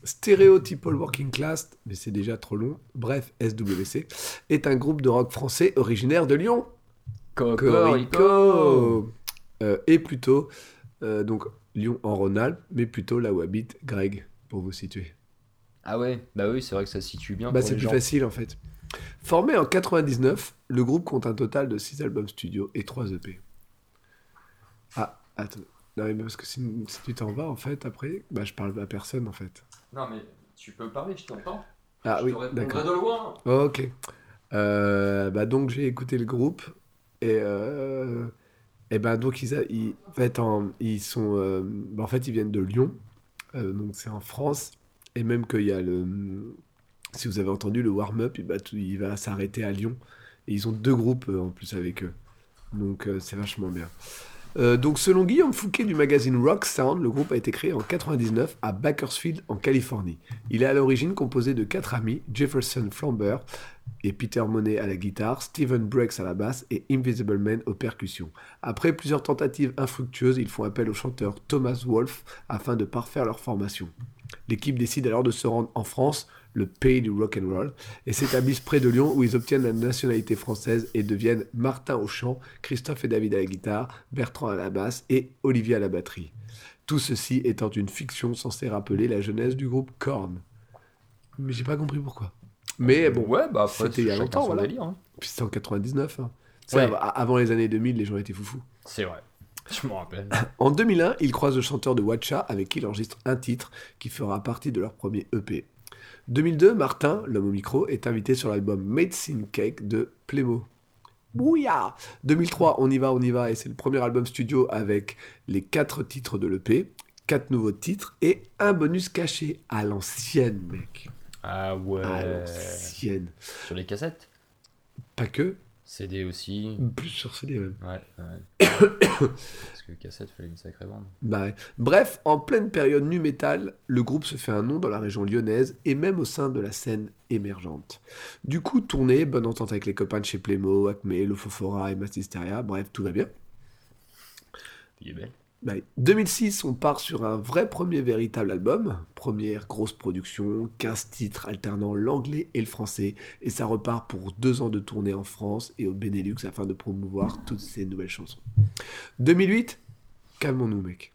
[SPEAKER 2] Stereotypal Working Class, mais c'est déjà trop long, bref, SWC, est un groupe de rock français originaire de Lyon. Cocorico Euh, Et plutôt, euh, donc Lyon en Rhône-Alpes, mais plutôt là où habite Greg, pour vous situer.
[SPEAKER 1] Ah ouais, bah oui, c'est vrai que ça se situe bien.
[SPEAKER 2] Bah,
[SPEAKER 1] pour
[SPEAKER 2] c'est
[SPEAKER 1] les
[SPEAKER 2] plus
[SPEAKER 1] gens.
[SPEAKER 2] facile en fait. Formé en 99, le groupe compte un total de 6 albums studio et 3 EP. Ah, attends. Non, mais parce que si, si tu t'en vas en fait après, bah je parle à personne en fait.
[SPEAKER 1] Non, mais tu peux parler, je t'entends.
[SPEAKER 2] Ah
[SPEAKER 1] Je
[SPEAKER 2] oui,
[SPEAKER 1] te répondrai
[SPEAKER 2] d'accord.
[SPEAKER 1] de loin.
[SPEAKER 2] Ok. Euh, bah donc j'ai écouté le groupe et euh, et ben donc ils, a- ils en fait en- ils sont euh, bah, en fait ils viennent de Lyon euh, donc c'est en France et même qu'il y a le si vous avez entendu le warm-up il, va tout- il va s'arrêter à Lyon et ils ont deux groupes euh, en plus avec eux donc euh, c'est vachement bien. Euh, donc selon Guillaume Fouquet du magazine Rock Sound, le groupe a été créé en 99 à Bakersfield en Californie. Il est à l'origine composé de quatre amis, Jefferson Flamber et Peter Monet à la guitare, Steven Breaks à la basse et Invisible Man aux percussions. Après plusieurs tentatives infructueuses, ils font appel au chanteur Thomas Wolfe afin de parfaire leur formation. L'équipe décide alors de se rendre en France, le pays du rock and roll, et s'établissent près de Lyon où ils obtiennent la nationalité française et deviennent Martin au chant, Christophe et David à la guitare, Bertrand à la basse et Olivier à la batterie. Tout ceci étant une fiction censée rappeler la jeunesse du groupe Korn. Mais j'ai pas compris pourquoi. Mais bon,
[SPEAKER 1] ouais, bah après,
[SPEAKER 2] c'était il y a
[SPEAKER 1] chacun
[SPEAKER 2] longtemps,
[SPEAKER 1] son
[SPEAKER 2] voilà.
[SPEAKER 1] délire, hein.
[SPEAKER 2] puis c'est en 99. hein. Tu sais,
[SPEAKER 1] Ouais.
[SPEAKER 2] av- Avant les années 2000, les gens étaient foufous.
[SPEAKER 1] C'est vrai. Je m'en rappelle.
[SPEAKER 2] En 2001, il croise le chanteur de Watcha avec qui il enregistre un titre qui fera partie de leur premier E EP. 2002, Martin, l'homme au micro, est invité sur l'album Medicine Cake de Plémo. Bouya 2003, On y va, on y va, et c'est le premier album studio avec les quatre titres de l'EP, quatre nouveaux titres et un bonus caché à l'ancienne, mec.
[SPEAKER 1] Ah ouais.
[SPEAKER 2] À l'ancienne.
[SPEAKER 1] Sur les cassettes
[SPEAKER 2] Pas que,
[SPEAKER 1] CD aussi.
[SPEAKER 2] plus sur CD même.
[SPEAKER 1] Ouais, ouais. Parce que cassette, fallait une sacrée bande.
[SPEAKER 2] Bah ouais. Bref, en pleine période nu metal, le groupe se fait un nom dans la région lyonnaise et même au sein de la scène émergente. Du coup, tournée, bonne entente avec les copains de chez Plémo, Acme, Lofofora et Mastisteria, bref, tout va bien.
[SPEAKER 1] Il est belle.
[SPEAKER 2] Bah oui. 2006, on part sur un vrai premier véritable album, première grosse production, 15 titres alternant l'anglais et le français, et ça repart pour deux ans de tournée en France et au Benelux afin de promouvoir toutes ces nouvelles chansons. 2008, calmons-nous mec.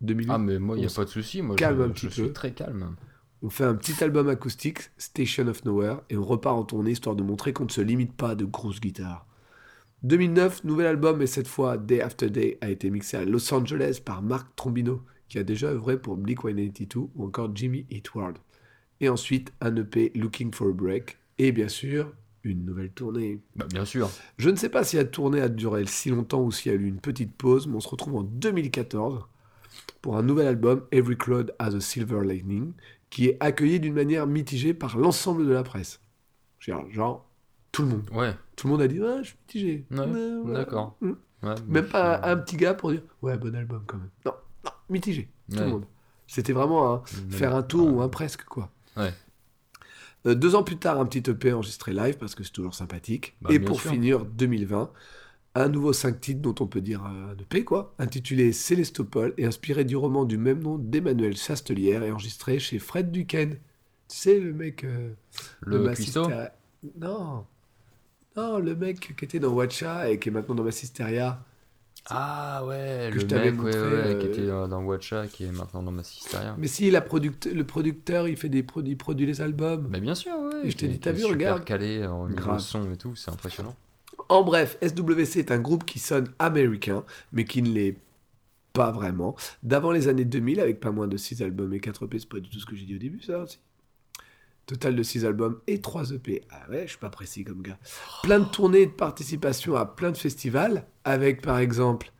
[SPEAKER 2] 2008,
[SPEAKER 1] Ah, mais moi, il n'y
[SPEAKER 2] on
[SPEAKER 1] a
[SPEAKER 2] se
[SPEAKER 1] pas de souci. Moi,
[SPEAKER 2] calme
[SPEAKER 1] je,
[SPEAKER 2] un
[SPEAKER 1] je
[SPEAKER 2] petit
[SPEAKER 1] suis
[SPEAKER 2] peu.
[SPEAKER 1] très calme.
[SPEAKER 2] on fait un petit album acoustique, Station of Nowhere, et on repart en tournée histoire de montrer qu'on ne se limite pas à de grosses guitares. 2009, nouvel album, et cette fois Day After Day a été mixé à Los Angeles par Marc Trombino, qui a déjà œuvré pour Bleak 182 ou encore Jimmy Eat World. Et ensuite, un EP Looking for a Break, et bien sûr, une nouvelle tournée.
[SPEAKER 1] Bah, bien sûr.
[SPEAKER 2] Je ne sais pas si la tournée a duré si longtemps ou s'il y a eu une petite pause, mais on se retrouve en 2014 pour un nouvel album, Every Cloud Has a Silver Lightning, qui est accueilli d'une manière mitigée par l'ensemble de la presse. Genre, genre, tout le monde.
[SPEAKER 1] Ouais,
[SPEAKER 2] Tout le monde a dit, ouais, je suis mitigé.
[SPEAKER 1] Ouais,
[SPEAKER 2] Ouais, ouais.
[SPEAKER 1] d'accord.
[SPEAKER 2] Mm.
[SPEAKER 1] Ouais,
[SPEAKER 2] Même
[SPEAKER 1] je-
[SPEAKER 2] pas un petit gars pour dire, ouais, bon album quand même. Non, non, mitigé. Tout
[SPEAKER 1] Ouais.
[SPEAKER 2] le monde. C'était vraiment un,
[SPEAKER 1] Mm.
[SPEAKER 2] faire un tour ou un presque, quoi.
[SPEAKER 1] Ouais.
[SPEAKER 2] Euh, deux ans plus tard, un petit EP enregistré live parce que c'est toujours sympathique.
[SPEAKER 1] Bah,
[SPEAKER 2] Et
[SPEAKER 1] bien
[SPEAKER 2] pour
[SPEAKER 1] sûr.
[SPEAKER 2] finir, 2020, un nouveau cinq titres dont on peut dire euh, un EP, quoi, intitulé Célestopol et inspiré du roman du même nom d'Emmanuel Chastelière et enregistré chez Fred Duquesne. Tu sais, le mec. euh,
[SPEAKER 1] Le
[SPEAKER 2] bassiste
[SPEAKER 1] cuistot
[SPEAKER 2] à- Non. Non, le mec qui était dans Watcha et qui est maintenant dans Massisteria.
[SPEAKER 1] Ah ouais,
[SPEAKER 2] que
[SPEAKER 1] le
[SPEAKER 2] je t'avais
[SPEAKER 1] mec ouais,
[SPEAKER 2] montré,
[SPEAKER 1] ouais,
[SPEAKER 2] euh,
[SPEAKER 1] qui était euh, dans Watcha, qui est maintenant dans Massisteria.
[SPEAKER 2] Mais si, la product- le producteur, il fait des produits, produit les albums.
[SPEAKER 1] Bah bien sûr, ouais.
[SPEAKER 2] Et je t'ai
[SPEAKER 1] qui-
[SPEAKER 2] dit, t'as
[SPEAKER 1] qui est
[SPEAKER 2] vu,
[SPEAKER 1] super
[SPEAKER 2] regarde.
[SPEAKER 1] calé en niveau
[SPEAKER 2] Grave.
[SPEAKER 1] son et tout, c'est impressionnant.
[SPEAKER 2] En bref, SWC est un groupe qui sonne américain, mais qui ne l'est pas vraiment. D'avant les années 2000, avec pas moins de 6 albums et 4 EP, c'est pas du tout ce que j'ai dit au début, ça aussi. Total de 6 albums et 3 EP. Ah ouais, je suis pas précis comme gars. Plein de tournées et de participations à plein de festivals, avec par exemple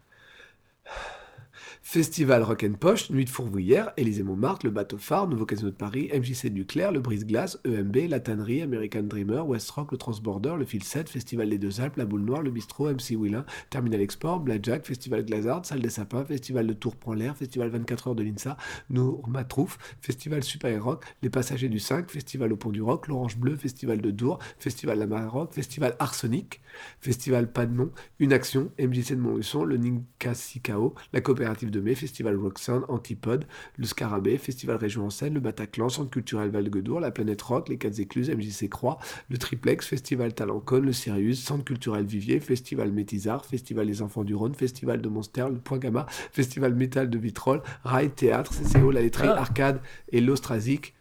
[SPEAKER 2] Festival Rock and Poche, Nuit de Fourvière, Élysée Montmartre, Le Bateau Phare, Nouveau Casino de Paris, MJC Duclerc, Le Brise Glace, E EMB, La Tannerie, American Dreamer, West Rock, Le Transborder, Le Fil 7, Festival des Deux Alpes, La Boule Noire, Le Bistrot, MC Willin, Terminal Export, Blackjack, Festival Glazard, Salle des Sapins, Festival de Tours Prend l'Air, Festival 24 heures de l'INSA, Nour Matrouf, Festival Super Rock, Les Passagers du 5, Festival au Pont du Rock, L'Orange Bleu, Festival de Dour, Festival La Maroc, Festival Arsenic, Festival Pas de Nom, Une Action, MJC de Montluçon, Le Ninkasi Kao, La Coopérative de de mai, Festival Roxanne, Antipode, le Scarabée, Festival Région en Seine, le Bataclan, Centre culturel Val-Guedour, la Planète Rock, les Quatre Écluses, MJC Croix, le Triplex, Festival Talancone, le Sirius, Centre culturel Vivier, Festival Métisard, Festival des Enfants du Rhône, Festival de Monster, le Point Gamma, Festival Métal de Vitrolles, Rail Théâtre, CCO, la Laiterie,
[SPEAKER 1] Ah.
[SPEAKER 2] Arcade et l'Ostrasic,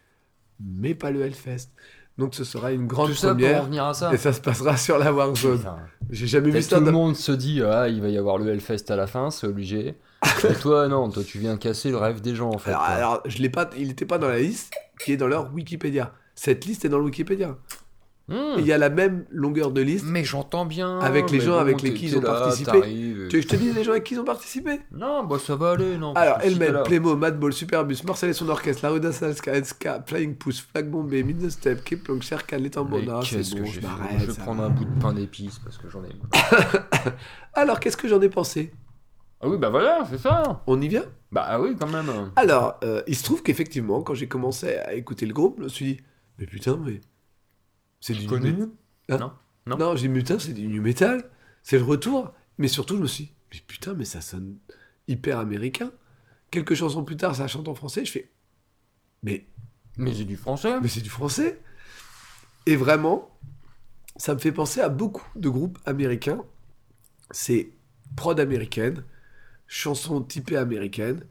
[SPEAKER 2] mais pas le Hellfest. Donc ce sera une grande
[SPEAKER 1] Tout ça pour en
[SPEAKER 2] première.
[SPEAKER 1] revenir à ça.
[SPEAKER 2] Et ça se passera sur la Warzone.
[SPEAKER 1] Putain.
[SPEAKER 2] J'ai jamais vu
[SPEAKER 1] Peut-être
[SPEAKER 2] ça.
[SPEAKER 1] tout le
[SPEAKER 2] dans-
[SPEAKER 1] monde se dit ah il va y avoir le Hellfest à la fin, c'est obligé. Et toi non, toi tu viens casser le rêve des gens en fait.
[SPEAKER 2] Alors,
[SPEAKER 1] quoi.
[SPEAKER 2] alors, je l'ai pas, il n'était pas dans la liste qui est dans leur Wikipédia. Cette liste est dans le Wikipédia.
[SPEAKER 1] Hmm.
[SPEAKER 2] Il y a la même longueur de liste.
[SPEAKER 1] Mais j'entends bien.
[SPEAKER 2] euh, Avec les
[SPEAKER 1] mais
[SPEAKER 2] gens
[SPEAKER 1] bon,
[SPEAKER 2] avec les
[SPEAKER 1] t'es-
[SPEAKER 2] qui
[SPEAKER 1] t'es
[SPEAKER 2] ils ont
[SPEAKER 1] là,
[SPEAKER 2] participé.
[SPEAKER 1] t'arrives et-
[SPEAKER 2] Tu veux que je te dise les gens avec qui ils ont participé
[SPEAKER 1] Non, bah ça va aller, non.
[SPEAKER 2] Alors,
[SPEAKER 1] parce que si t'es
[SPEAKER 2] Elmen,
[SPEAKER 1] là-
[SPEAKER 2] Playmo, Madball, Superbus, Marcel et son orchestre, La Ruda Salska, NSK, Flying Puss, Flag Bombay, Mid the Step, Kipling, Sherkan, Les Tambours.
[SPEAKER 1] Mais
[SPEAKER 2] Non, c'est
[SPEAKER 1] qu'est-ce
[SPEAKER 2] bon,
[SPEAKER 1] que
[SPEAKER 2] je
[SPEAKER 1] j'ai fait
[SPEAKER 2] m'arrête,
[SPEAKER 1] Je vais
[SPEAKER 2] ça
[SPEAKER 1] prendre
[SPEAKER 2] va.
[SPEAKER 1] un bout de pain d'épices parce que j'en ai.
[SPEAKER 2] Alors, qu'est-ce que j'en ai pensé
[SPEAKER 1] Ah oui, bah voilà, c'est ça.
[SPEAKER 2] On y vient
[SPEAKER 1] Bah ah oui, quand même.
[SPEAKER 2] Alors, euh, il se trouve qu'effectivement, quand j'ai commencé à écouter le groupe, je me suis dit, mais putain, mais. C'est du
[SPEAKER 1] Connu
[SPEAKER 2] nu- Hein
[SPEAKER 1] Non.
[SPEAKER 2] Non, j'ai dit, mais putain, c'est du nu metal, c'est le retour. Mais surtout, je me suis dit, mais putain, mais ça sonne hyper américain. Quelques chansons plus tard, ça chante en français, je fais, mais,
[SPEAKER 1] Mais c'est du français.
[SPEAKER 2] mais c'est du français. Et vraiment, ça me fait penser à beaucoup de groupes américains. C'est prod américaine, chansons typées américaines,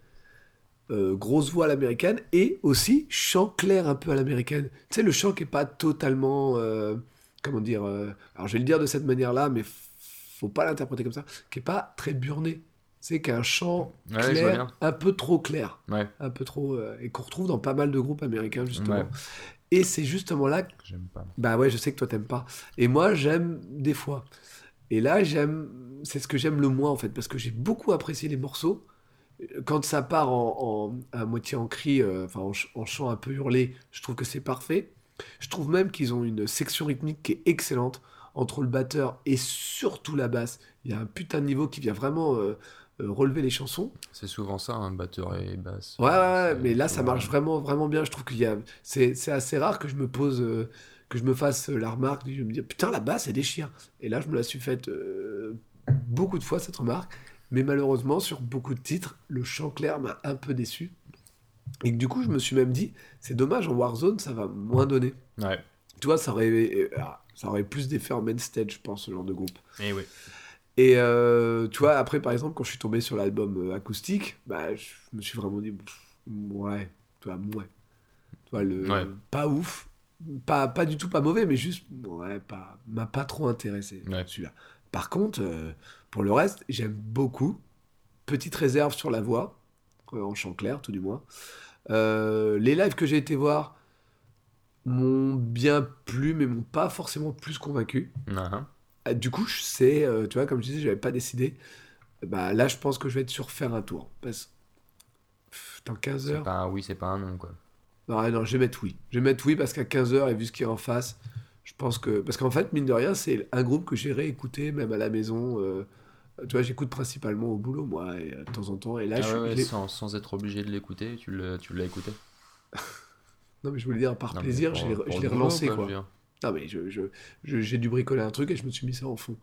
[SPEAKER 2] euh, grosse voix à l'américaine et aussi chant clair un peu à l'américaine. Tu sais, le chant qui est pas totalement. euh, comment dire euh, Alors, je vais le dire de cette manière-là, mais f- faut pas l'interpréter comme ça. Qui est pas très burné. C'est qu'un chant
[SPEAKER 1] Ouais, je vois
[SPEAKER 2] clair,
[SPEAKER 1] bien.
[SPEAKER 2] un peu trop clair.
[SPEAKER 1] Ouais.
[SPEAKER 2] Un peu trop. euh, et qu'on retrouve dans pas mal de groupes américains, justement.
[SPEAKER 1] Ouais.
[SPEAKER 2] Et c'est justement là
[SPEAKER 1] J'aime pas.
[SPEAKER 2] bah ouais, je sais que toi t'aimes pas. Et moi j'aime des fois. Et là j'aime, c'est ce que j'aime le moins en fait, parce que j'ai beaucoup apprécié les morceaux. Euh, Quand ça part en, en- à moitié en cri, euh, enfin en, ch- en chant un peu hurlé, je trouve que c'est parfait. Je trouve même qu'ils ont une section rythmique qui est excellente entre le batteur et surtout la basse. Il y a un putain de niveau qui vient vraiment euh, euh, relever les chansons.
[SPEAKER 1] C'est souvent ça, un batteur et basse.
[SPEAKER 2] Ouais, ouais, ouais,
[SPEAKER 1] C'est
[SPEAKER 2] mais là, ça
[SPEAKER 1] souvent-
[SPEAKER 2] marche vraiment, vraiment bien. Je trouve qu'il y a. C'est c'est assez rare que je me pose. euh, que je me fasse euh, la remarque. Je me dis, putain, la basse, elle déchire. Et là, je me la suis faite euh, beaucoup de fois, cette remarque. Mais malheureusement, sur beaucoup de titres, le chant clair m'a un peu déçu. Et que du coup, je me suis même dit, c'est dommage, en Warzone, ça va moins donner.
[SPEAKER 1] Ouais.
[SPEAKER 2] Tu vois, ça aurait, euh, ah, ça aurait plus d'effet en main stage, je pense, ce genre de groupe.
[SPEAKER 1] Et Eh oui.
[SPEAKER 2] Et euh, tu vois, après, par exemple, quand je suis tombé sur l'album euh, acoustique, bah, je me suis vraiment dit, pff, ouais, tu vois, ouais. Tu vois, le,
[SPEAKER 1] Ouais.
[SPEAKER 2] pas ouf, pas, pas du tout pas mauvais, mais juste, ouais, pas, m'a pas trop intéressé,
[SPEAKER 1] Ouais.
[SPEAKER 2] celui-là. Par contre, euh, pour le reste, j'aime beaucoup. Petite réserve sur la voix, euh, en chant clair, tout du moins. Euh, les lives que j'ai été voir m'ont bien plu, mais m'ont pas forcément plus convaincu.
[SPEAKER 1] Ah,
[SPEAKER 2] Ah, Du coup, je sais, euh, tu vois, comme je disais, j'avais pas décidé. Bah, là, je pense que je vais être sur faire un tour. Parce Pff, dans 15
[SPEAKER 1] C'est
[SPEAKER 2] heures.
[SPEAKER 1] pas un oui, c'est pas un non, quoi.
[SPEAKER 2] Non, ah non, je vais mettre oui. Je vais mettre oui parce qu'à 15 heures, et vu ce qu'il y a en face, je pense que. Parce qu'en fait, mine de rien, c'est un groupe que j'ai réécouté, même à la maison. euh, Tu vois, j'écoute principalement au boulot, moi, et, euh, de temps en temps. Et là,
[SPEAKER 1] Ah
[SPEAKER 2] je,
[SPEAKER 1] ouais,
[SPEAKER 2] suis-
[SPEAKER 1] ouais,
[SPEAKER 2] je l'ai-
[SPEAKER 1] sans, sans être obligé de l'écouter, tu l'as tu l'as écouté.
[SPEAKER 2] Non, mais je voulais dire, par
[SPEAKER 1] Non, mais
[SPEAKER 2] plaisir,
[SPEAKER 1] pour-
[SPEAKER 2] je l'ai-
[SPEAKER 1] pour
[SPEAKER 2] je
[SPEAKER 1] le
[SPEAKER 2] l'ai
[SPEAKER 1] boulot,
[SPEAKER 2] relancé,
[SPEAKER 1] je
[SPEAKER 2] quoi.
[SPEAKER 1] veux dire.
[SPEAKER 2] Non, mais je, je- je- j'ai dû bricoler un truc et je me suis mis ça en fond.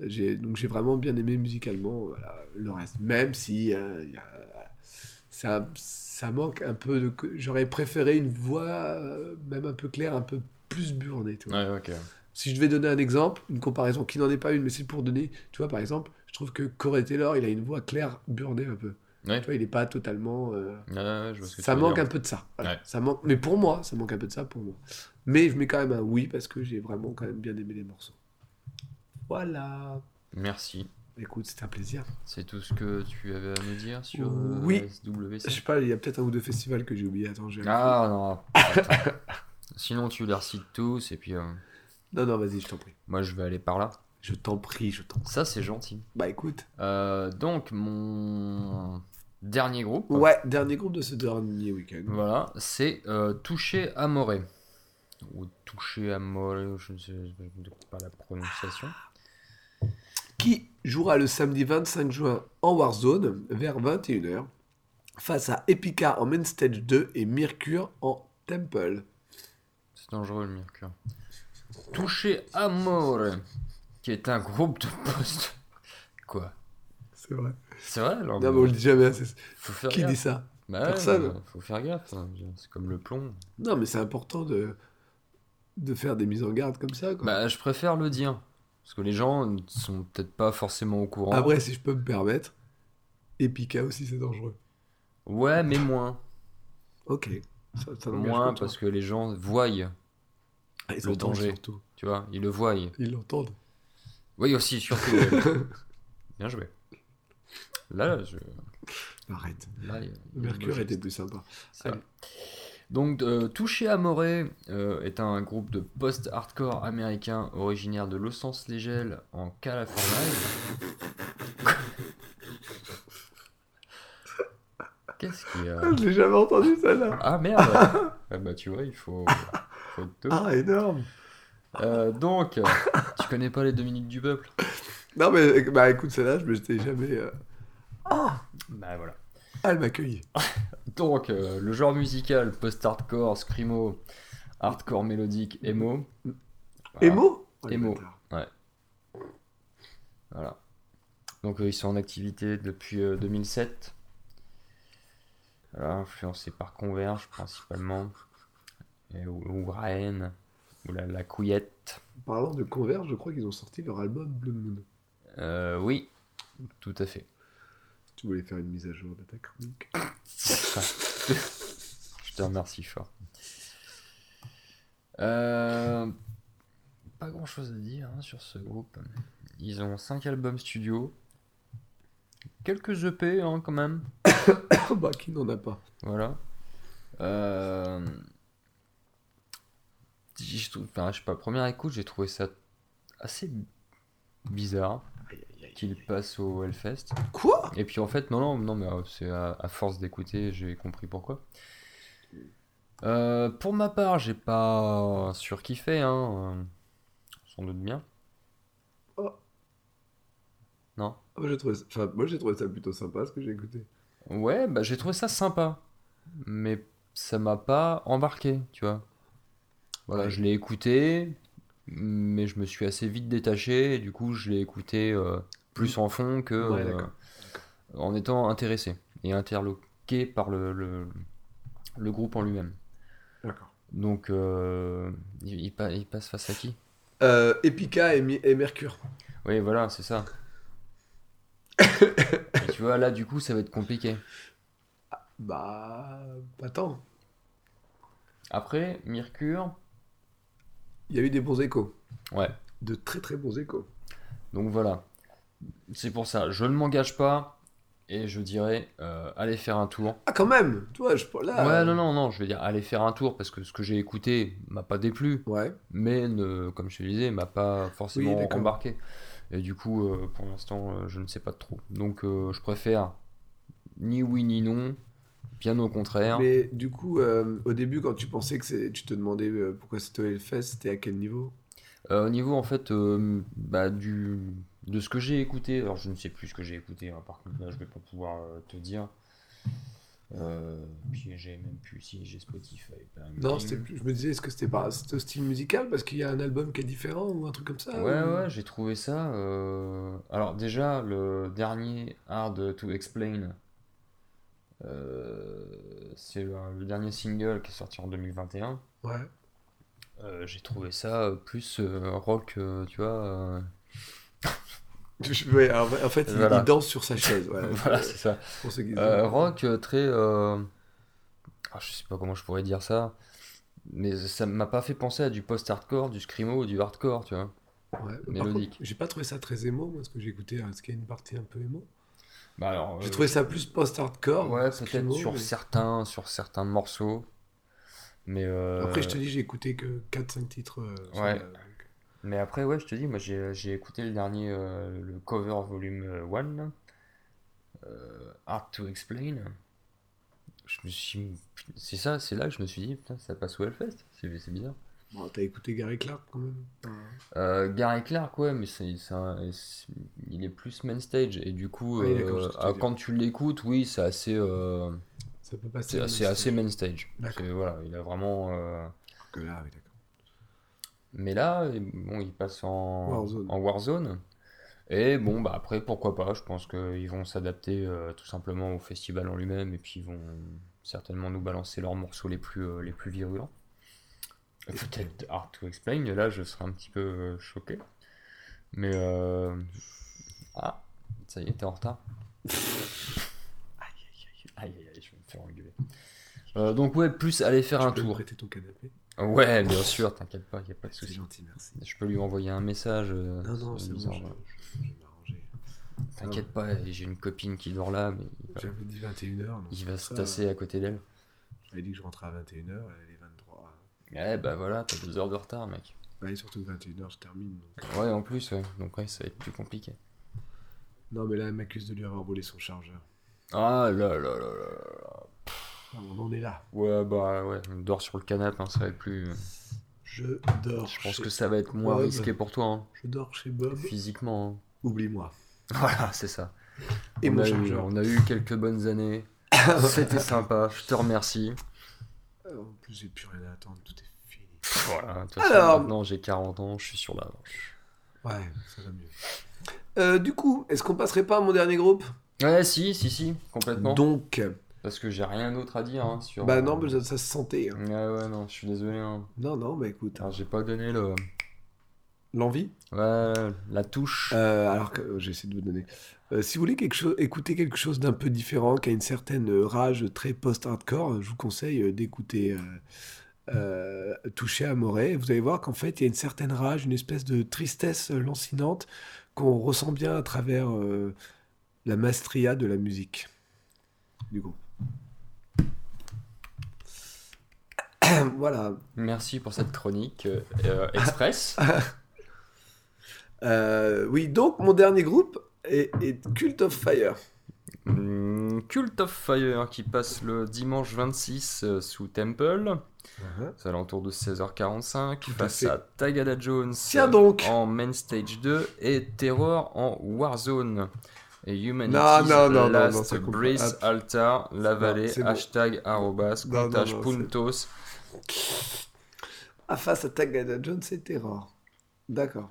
[SPEAKER 2] J'ai, donc j'ai vraiment bien aimé musicalement voilà, le reste. Même si euh, y a- ça, ça manque un peu de. co- J'aurais préféré une voix euh, même un peu claire, un peu plus burnée. tu vois.
[SPEAKER 1] Ouais, ok.
[SPEAKER 2] Si je devais donner un exemple, une comparaison qui n'en est pas une, mais c'est pour donner. Tu vois, par exemple, je trouve que Corey Taylor, il a une voix claire, burnée un peu.
[SPEAKER 1] Ouais.
[SPEAKER 2] Tu vois, il n'est pas totalement. euh,
[SPEAKER 1] Ouais, ouais, je vois ce que
[SPEAKER 2] ça
[SPEAKER 1] tu veux
[SPEAKER 2] manque
[SPEAKER 1] dire.
[SPEAKER 2] un peu de ça. Voilà.
[SPEAKER 1] Ouais.
[SPEAKER 2] Ça manque, mais pour moi, ça manque un peu de ça pour moi. Mais je mets quand même un oui parce que j'ai vraiment quand même bien aimé les morceaux. Voilà.
[SPEAKER 1] Merci.
[SPEAKER 2] Écoute, c'était un plaisir.
[SPEAKER 1] C'est tout ce que tu avais à nous dire sur euh,
[SPEAKER 2] Oui.
[SPEAKER 1] la SWC
[SPEAKER 2] Je sais pas, il y a peut-être un ou deux festivals que j'ai oublié. Attends, j'ai.
[SPEAKER 1] Ah non. attends. Sinon, tu les recites tous et puis euh,
[SPEAKER 2] Non, non, vas-y, je t'en prie.
[SPEAKER 1] moi je vais aller par là.
[SPEAKER 2] Je t'en prie, je t'en prie.
[SPEAKER 1] Ça, c'est gentil.
[SPEAKER 2] Bah écoute.
[SPEAKER 1] Euh, donc, mon dernier groupe,
[SPEAKER 2] Ouais, dernier groupe de ce dernier week-end.
[SPEAKER 1] voilà, c'est euh, Touché Amoré. Ou Touché Amoré, je ne sais je ne sais pas la prononciation.
[SPEAKER 2] Qui jouera le samedi 25 juin en Warzone vers 21h face à Epica en Main Stage 2 et Mercure en Temple.
[SPEAKER 1] C'est dangereux le mercure. Touché Amore, qui est un groupe de post. Quoi
[SPEAKER 2] C'est c'est vrai.
[SPEAKER 1] C'est vrai, alors.
[SPEAKER 2] Non, mais on le dit jamais assez.
[SPEAKER 1] Faut faire
[SPEAKER 2] Qui
[SPEAKER 1] gaffe.
[SPEAKER 2] dit ça
[SPEAKER 1] Bah ouais,
[SPEAKER 2] Personne.
[SPEAKER 1] bah, faut faire gaffe. hein. C'est comme le plomb.
[SPEAKER 2] Non, mais c'est important de... de faire des mises en garde comme ça. Quoi.
[SPEAKER 1] Bah, je préfère le dire. Parce que les gens ne sont peut-être pas forcément au courant.
[SPEAKER 2] Après, si je peux me permettre, Epica aussi, c'est dangereux.
[SPEAKER 1] Ouais, mais moins.
[SPEAKER 2] Ok. Ça, ça n'engage
[SPEAKER 1] Mm. Moins
[SPEAKER 2] que Ah toi.
[SPEAKER 1] parce que les gens voient,
[SPEAKER 2] Ah, ils
[SPEAKER 1] le
[SPEAKER 2] l'entendent
[SPEAKER 1] danger.
[SPEAKER 2] surtout.
[SPEAKER 1] tu vois, ils le voient.
[SPEAKER 2] Ils l'entendent.
[SPEAKER 1] Oui, aussi, surtout. euh, Bien joué. Là, là, je...
[SPEAKER 2] Arrête.
[SPEAKER 1] là, il y a- il y a
[SPEAKER 2] Mercure
[SPEAKER 1] une
[SPEAKER 2] était plus sympa.
[SPEAKER 1] C'est vrai. Donc, euh, Touché Amore euh, est un groupe de post-hardcore américain originaire de Los Angeles en Californie. Qu'est-ce qu'il y a
[SPEAKER 2] Je l'ai Ah, jamais entendu celle-là.
[SPEAKER 1] Ah merde Ah bah tu vois, il faut, faut être deux.
[SPEAKER 2] Ah, énorme.
[SPEAKER 1] Euh, donc, euh, tu connais pas les deux minutes du peuple
[SPEAKER 2] Non, mais bah, écoute, celle-là, je m'étais jamais. euh,
[SPEAKER 1] Bah voilà.
[SPEAKER 2] Ah, elle m'accueille.
[SPEAKER 1] Donc, euh, le genre musical post-hardcore, screamo, hardcore mélodique, emo. Voilà.
[SPEAKER 2] Emo Oh, le
[SPEAKER 1] Emo.
[SPEAKER 2] bâtard.
[SPEAKER 1] Voilà. Donc euh, ils sont en activité depuis euh, 2007. Voilà, influencés par Converge principalement. Et, ou, ou Raen. Ou la, la couillette.
[SPEAKER 2] Parlant de Converge, je crois qu'ils ont sorti leur album Blue Moon.
[SPEAKER 1] Euh, oui, tout à fait.
[SPEAKER 2] Tu voulais faire une mise à jour de ta chronique
[SPEAKER 1] Je te remercie fort. Euh, pas grand chose à dire hein, sur ce groupe. Ils ont 5 albums studio. Quelques EP hein, quand même.
[SPEAKER 2] Oh, bah, qui n'en a pas
[SPEAKER 1] Voilà. Euh... j'ai trou- enfin, je sais pas, première écoute, j'ai trouvé ça assez bizarre
[SPEAKER 2] Aïe, aïe, aïe.
[SPEAKER 1] qu'il passe au Hellfest.
[SPEAKER 2] Quoi
[SPEAKER 1] Et puis en fait, non, non, non, mais euh, c'est à, à force d'écouter, j'ai compris pourquoi. Euh, pour ma part, j'ai pas surkiffé, hein. euh, Sans doute bien.
[SPEAKER 2] Ah, moi, j'ai trouvé ça... enfin, moi, j'ai trouvé ça plutôt sympa ce que j'ai écouté.
[SPEAKER 1] Ouais, bah j'ai trouvé ça sympa, mais ça m'a pas embarqué, tu vois. Voilà,
[SPEAKER 2] Ouais.
[SPEAKER 1] je l'ai écouté, mais je me suis assez vite détaché, et du coup je l'ai écouté euh, plus en fond que
[SPEAKER 2] Ouais,
[SPEAKER 1] euh,
[SPEAKER 2] d'accord.
[SPEAKER 1] en étant intéressé et interloqué par le, le, le groupe en lui-même.
[SPEAKER 2] D'accord.
[SPEAKER 1] Donc, euh, il, il pa- il passe face à qui?
[SPEAKER 2] Euh, Epica et, Mi- et Mercure.
[SPEAKER 1] Oui, voilà, c'est ça. Et tu vois, là, du coup, ça va être compliqué.
[SPEAKER 2] Bah, attends.
[SPEAKER 1] Après, Mercure,
[SPEAKER 2] Il y a eu des bons échos.
[SPEAKER 1] ouais.
[SPEAKER 2] De très très bons échos.
[SPEAKER 1] Donc voilà. C'est pour ça, je ne m'engage pas et je dirais euh, allez faire un tour.
[SPEAKER 2] Ah, quand même Tu vois, je... là.
[SPEAKER 1] Ouais, non, non, non, je vais dire allez faire un tour parce que ce que j'ai écouté m'a pas déplu,
[SPEAKER 2] euh, Ouais.
[SPEAKER 1] mais ne, comme je te disais, m'a pas forcément
[SPEAKER 2] Oui, d'accord.
[SPEAKER 1] embarqué. Et du coup, euh, pour l'instant, euh, je ne sais pas trop. Donc euh, je préfère ni oui ni non, bien au contraire.
[SPEAKER 2] Mais du coup, euh, au début, quand tu pensais que c'est, tu te demandais euh, pourquoi c'était au Hellfest, c'était à quel niveau
[SPEAKER 1] Euh, au niveau en fait euh, bah, du de ce que j'ai écouté, alors je ne sais plus ce que j'ai écouté, hein, par contre là je vais pas pouvoir euh, te dire. Euh, puis j'ai même plus si j'ai Spotify. ben,
[SPEAKER 2] Non,
[SPEAKER 1] Bing.
[SPEAKER 2] c'était plus- je me disais, est-ce que c'était pas c'était au style musical Parce qu'il y a un album qui est différent ou un truc comme ça
[SPEAKER 1] Ouais
[SPEAKER 2] ou-
[SPEAKER 1] ouais j'ai trouvé ça. euh, Alors déjà le dernier Hard to Explain, euh, c'est le, le dernier single qui est sorti en 2021.
[SPEAKER 2] Ouais.
[SPEAKER 1] Euh, j'ai trouvé ça euh, plus euh, rock, euh, tu vois. euh,
[SPEAKER 2] Je- ouais, alors, en fait, il,
[SPEAKER 1] Voilà.
[SPEAKER 2] il danse sur sa chaise. ouais.
[SPEAKER 1] euh, voilà c'est ça.
[SPEAKER 2] Pour ceux qui-
[SPEAKER 1] Euh, rock euh, très. euh, ah, je sais pas comment je pourrais dire ça. Mais ça m'a pas fait penser à du post-hardcore, du screamo ou du hardcore, tu vois.
[SPEAKER 2] Ouais. Par
[SPEAKER 1] mélodique.
[SPEAKER 2] contre, j'ai pas trouvé ça très émo, moi, ce que j'ai écouté. Est-ce qu'il y a une partie un peu émo
[SPEAKER 1] Bah alors.
[SPEAKER 2] J'ai
[SPEAKER 1] euh,
[SPEAKER 2] trouvé ça plus post-hardcore.
[SPEAKER 1] Ouais,
[SPEAKER 2] screamo,
[SPEAKER 1] peut-être sur
[SPEAKER 2] mais-
[SPEAKER 1] certains, sur certains morceaux. Mais euh,
[SPEAKER 2] Après, je te dis, j'ai écouté que 4-5 titres. euh, sur
[SPEAKER 1] Ouais.
[SPEAKER 2] la- donc,
[SPEAKER 1] mais après, ouais, je te dis, moi j'ai j'ai écouté le dernier, euh, le cover volume 1, Hard to Explain. Je me suis, c'est ça, c'est là que je me suis dit, putain, ça passe au Hellfest, c'est c'est bizarre.
[SPEAKER 2] Bon, t'as écouté Gary Clark quand même
[SPEAKER 1] Euh, Gary Clark, ouais, mais c'est, c'est un- c'est- il est plus main stage. Et du coup,
[SPEAKER 2] Oui, d'accord,
[SPEAKER 1] euh,
[SPEAKER 2] je te dis.
[SPEAKER 1] quand tu l'écoutes, oui, c'est assez, euh,
[SPEAKER 2] Ça peut passer.
[SPEAKER 1] c'est
[SPEAKER 2] dans
[SPEAKER 1] assez,
[SPEAKER 2] le
[SPEAKER 1] assez
[SPEAKER 2] style.
[SPEAKER 1] main stage.
[SPEAKER 2] D'accord.
[SPEAKER 1] C'est- voilà, il a vraiment. euh,
[SPEAKER 2] Que là, oui, d'accord.
[SPEAKER 1] Mais là, bon, il passe en
[SPEAKER 2] Warzone.
[SPEAKER 1] en Warzone. Et bon, bah après, pourquoi pas, je pense qu'ils vont s'adapter euh, tout simplement au festival en lui-même et puis ils vont certainement nous balancer leurs morceaux les plus, euh, les plus virulents. Et Peut-être Hard to Explain, là je serais un petit peu euh, choqué. Mais. euh, Ah, ça y est, t'es en retard. aïe, aïe, aïe, aïe, aïe, je vais me faire engueuler. Euh, donc, ouais, plus aller faire
[SPEAKER 2] Tu
[SPEAKER 1] un
[SPEAKER 2] peux
[SPEAKER 1] tour.
[SPEAKER 2] prêter ton canapé
[SPEAKER 1] Ouais, bien sûr, t'inquiète pas, y a pas de
[SPEAKER 2] C'est
[SPEAKER 1] souci.
[SPEAKER 2] gentil, merci.
[SPEAKER 1] Je peux lui envoyer un message. euh,
[SPEAKER 2] Non, non,
[SPEAKER 1] c'est
[SPEAKER 2] c'est bon,
[SPEAKER 1] bizarre,
[SPEAKER 2] je,
[SPEAKER 1] ouais.
[SPEAKER 2] je- je vais m'arranger.
[SPEAKER 1] T'inquiète pas, j'ai une copine qui dort là, mais il va,
[SPEAKER 2] J'avais dit 21h.
[SPEAKER 1] il va se tasser à côté d'elle.
[SPEAKER 2] euh, J'avais dit que je rentrais à 21h, elle est 23h.
[SPEAKER 1] Ouais, bah voilà, t'as deux heures de retard, mec.
[SPEAKER 2] euh, Ouais, et surtout que 21h, je termine. donc.
[SPEAKER 1] Ouais, en plus, ouais. donc ouais, ça va être plus compliqué.
[SPEAKER 2] Non, mais là, elle m'accuse de lui avoir volé son chargeur.
[SPEAKER 1] Ah là là là là là.
[SPEAKER 2] Ah, on en est là.
[SPEAKER 1] Ouais, bah ouais, on dort sur le canapé, hein, ça va être plus.
[SPEAKER 2] Je dors.
[SPEAKER 1] Je pense
[SPEAKER 2] chez-
[SPEAKER 1] que ça va être moins
[SPEAKER 2] Oh, Ouais,
[SPEAKER 1] risqué
[SPEAKER 2] bah. Ah
[SPEAKER 1] pour toi, hein,
[SPEAKER 2] Je dors chez Bob.
[SPEAKER 1] physiquement. hein.
[SPEAKER 2] Oublie-moi.
[SPEAKER 1] Voilà, c'est ça.
[SPEAKER 2] Ah. Et
[SPEAKER 1] on,
[SPEAKER 2] mon
[SPEAKER 1] a eu,
[SPEAKER 2] chargeur. Ah
[SPEAKER 1] on a eu quelques bonnes années. C'était sympa, je te remercie.
[SPEAKER 2] Euh, En plus, j'ai plus rien à attendre, tout est fini.
[SPEAKER 1] Voilà, de toute façon,
[SPEAKER 2] Alors-
[SPEAKER 1] maintenant j'ai 40 ans, je suis sur la marche.
[SPEAKER 2] Ouais, ça va mieux. Euh, du coup, est-ce qu'on passerait pas à mon dernier groupe
[SPEAKER 1] Ouais, si, si, si, complètement.
[SPEAKER 2] Donc,
[SPEAKER 1] Parce que j'ai rien d'autre à dire hein, sur.
[SPEAKER 2] bah non, mais ça, ça se sentait. hein.
[SPEAKER 1] Ouais, ouais, non, je suis désolé. hein.
[SPEAKER 2] Non, non, bah écoute,
[SPEAKER 1] Putain, J'ai pas donné le.
[SPEAKER 2] l'envie.
[SPEAKER 1] Ouais, la touche.
[SPEAKER 2] Euh, alors que euh, j'essaie de vous donner. Euh, si vous voulez quelque chose, écouter quelque chose d'un peu différent, qui a une certaine euh, rage très post-hardcore, euh, je vous conseille euh, d'écouter euh, euh, Touché à Moret. Vous allez voir qu'en fait, il y a une certaine rage, une espèce de tristesse euh, lancinante qu'on ressent bien à travers euh, la maestria de la musique du groupe. voilà.
[SPEAKER 1] Merci pour cette chronique euh, euh, express.
[SPEAKER 2] Euh, oui, donc mon dernier groupe est, est Cult of Fire.
[SPEAKER 1] Hmm, Cult of Fire qui passe le dimanche 26 euh, sous Temple. C'est à l'entour de 16h45.
[SPEAKER 2] Tout à
[SPEAKER 1] face
[SPEAKER 2] fait.
[SPEAKER 1] à, Tagada Jones.
[SPEAKER 2] Tiens
[SPEAKER 1] euh,
[SPEAKER 2] donc.
[SPEAKER 1] En Main Stage 2 et Terror en Warzone. Et Humanity's
[SPEAKER 2] Non, non, non, non,
[SPEAKER 1] Last
[SPEAKER 2] non, ça comprend-
[SPEAKER 1] Breath
[SPEAKER 2] Hop.
[SPEAKER 1] Altar, La Vallée,
[SPEAKER 2] c'est bon.
[SPEAKER 1] hashtag arrobas,
[SPEAKER 2] Non, non, non,
[SPEAKER 1] comptage
[SPEAKER 2] c'est-
[SPEAKER 1] puntos.
[SPEAKER 2] Ah, face à Tagada Jones, c'est Terror. D'accord.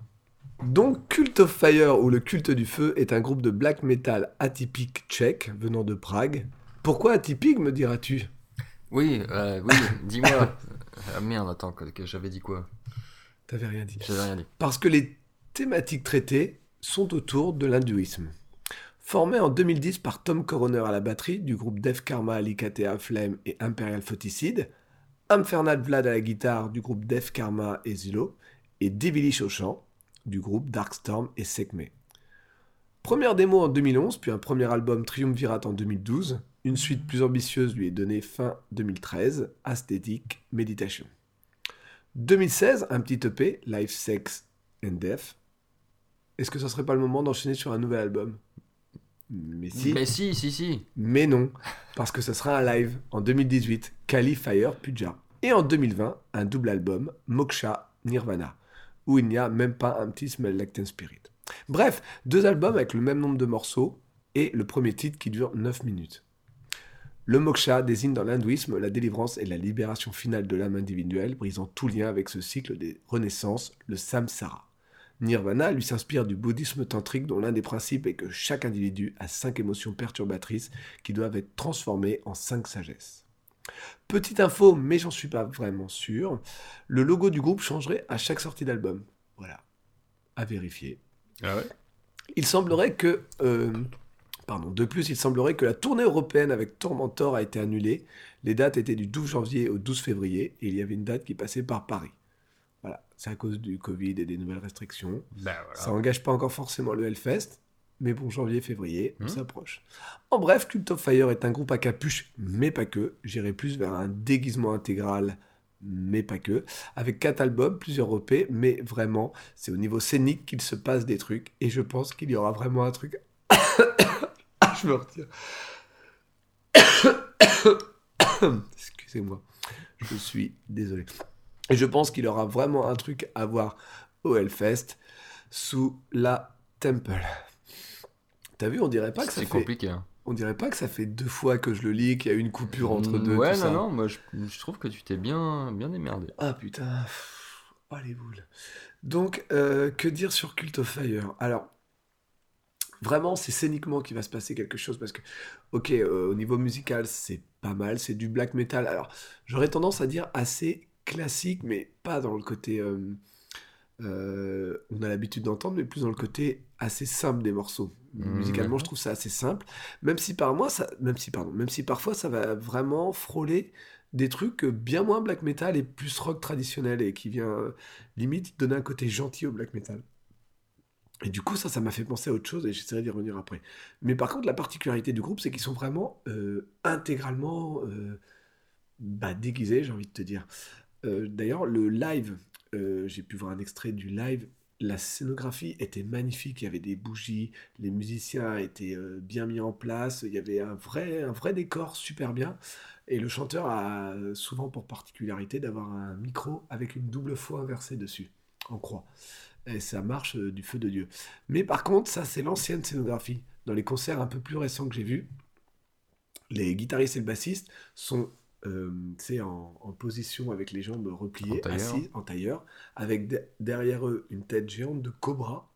[SPEAKER 2] Donc, Cult of Fire ou le culte du feu est un groupe de black metal atypique tchèque venant de Prague. Pourquoi atypique, me diras-tu
[SPEAKER 1] Oui, euh, oui, dis-moi. Ah merde, attends, que- que j'avais dit quoi
[SPEAKER 2] T'avais rien dit.
[SPEAKER 1] J'avais rien dit.
[SPEAKER 2] Parce que les thématiques traitées sont autour de l'hindouisme. Formé en 2010 par Tom Coroner à la batterie du groupe Def Karma, Alicatea Flame et Imperial Photicide, Infernal Vlad à la guitare du groupe Def Karma et Zillow, et Devilish au chant du groupe Darkstorm et Sekme. Première démo en 2011, puis un premier album Triumvirat en 2012, une suite plus ambitieuse lui est donnée fin 2013, Asthétique Méditation. 2016, un petit EP, Life, Sex and Death. Est-ce que ça serait pas le moment d'enchaîner sur un nouvel album Mais si,
[SPEAKER 1] Mais si, si, si.
[SPEAKER 2] mais non, parce que ce sera un live en 2018, Kali Fire Puja. Et en 2020, un double album, Moksha Nirvana, où il n'y a même pas un petit Smell Like Teen Spirit. Bref, deux albums avec le même nombre de morceaux et le premier titre qui dure 9 minutes. Le moksha désigne dans l'hindouisme la délivrance et la libération finale de l'âme individuelle, brisant tout lien avec ce cycle des renaissances, le samsara. Nirvana lui s'inspire du bouddhisme tantrique dont l'un des principes est que chaque individu a cinq émotions perturbatrices qui doivent être transformées en cinq sagesses. Petite info, mais j'en suis pas vraiment sûr, le logo du groupe changerait à chaque sortie d'album. Voilà, à vérifier.
[SPEAKER 1] Ah ouais
[SPEAKER 2] Il semblerait que. euh, pardon, de plus, il semblerait que la tournée européenne avec Tormentor a été annulée. Les dates étaient du 12 janvier au 12 février et il y avait une date qui passait par Paris. Voilà, c'est à cause du Covid et des nouvelles restrictions.
[SPEAKER 1] Bah
[SPEAKER 2] Ça n'engage pas encore forcément le Hellfest, mais bon, janvier-février, on
[SPEAKER 1] Hmm.
[SPEAKER 2] s'approche. En bref, Cult of Fire est un groupe à capuche, mais pas que. J'irai plus vers un déguisement intégral, mais pas que. Avec quatre albums, plusieurs EP, mais vraiment, c'est au niveau scénique qu'il se passe des trucs, et je pense qu'il y aura vraiment un truc. Ah, je me retire. Excusez-moi, je suis désolé. Et je pense qu'il y aura vraiment un truc à voir au Hellfest sous la Temple. T'as vu, on dirait pas que ça
[SPEAKER 1] C'est
[SPEAKER 2] fait,
[SPEAKER 1] compliqué. hein.
[SPEAKER 2] on dirait pas que ça fait deux fois que je le lis, qu'il y a eu une coupure entre
[SPEAKER 1] Mm,
[SPEAKER 2] deux.
[SPEAKER 1] Ouais,
[SPEAKER 2] tout
[SPEAKER 1] non,
[SPEAKER 2] ça.
[SPEAKER 1] non, moi je, je trouve que tu t'es bien, bien démerdé.
[SPEAKER 2] Ah putain, pff, oh les boules. Donc, euh, que dire sur Cult of Fire Alors, vraiment, c'est scéniquement qu'il va se passer quelque chose parce que, ok, euh, au niveau musical, c'est pas mal, c'est du black metal. Alors, j'aurais tendance à dire assez classique, mais pas dans le côté. euh, euh, on a l'habitude d'entendre, mais plus dans le côté assez simple des morceaux.
[SPEAKER 1] Mhm.
[SPEAKER 2] Musicalement, je trouve ça assez simple, même si par moi, ça, même si pardon, même si parfois ça va vraiment frôler des trucs bien moins black metal et plus rock traditionnel et qui vient euh, limite donner un côté gentil au black metal. Et du coup, ça, ça m'a fait penser à autre chose et j'essaierai d'y revenir après. Mais par contre, la particularité du groupe, c'est qu'ils sont vraiment euh, intégralement euh, bah, déguisés, j'ai envie de te dire. Euh, D'ailleurs, le live, euh, j'ai pu voir un extrait du live. La scénographie était magnifique, il y avait des bougies, les musiciens étaient euh, bien mis en place, il y avait un vrai, un vrai décor super bien. Et le chanteur a euh, souvent pour particularité d'avoir un micro avec une double fois inversée dessus, en croix. Et ça marche euh, du feu de Dieu. Mais par contre, ça, c'est l'ancienne scénographie. Dans les concerts un peu plus récents que j'ai vus, les guitaristes et le bassiste sont euh, tu sais, en, en position avec les jambes repliées,
[SPEAKER 1] En tailleur.
[SPEAKER 2] assis en tailleur, avec de- derrière eux une tête géante de cobra.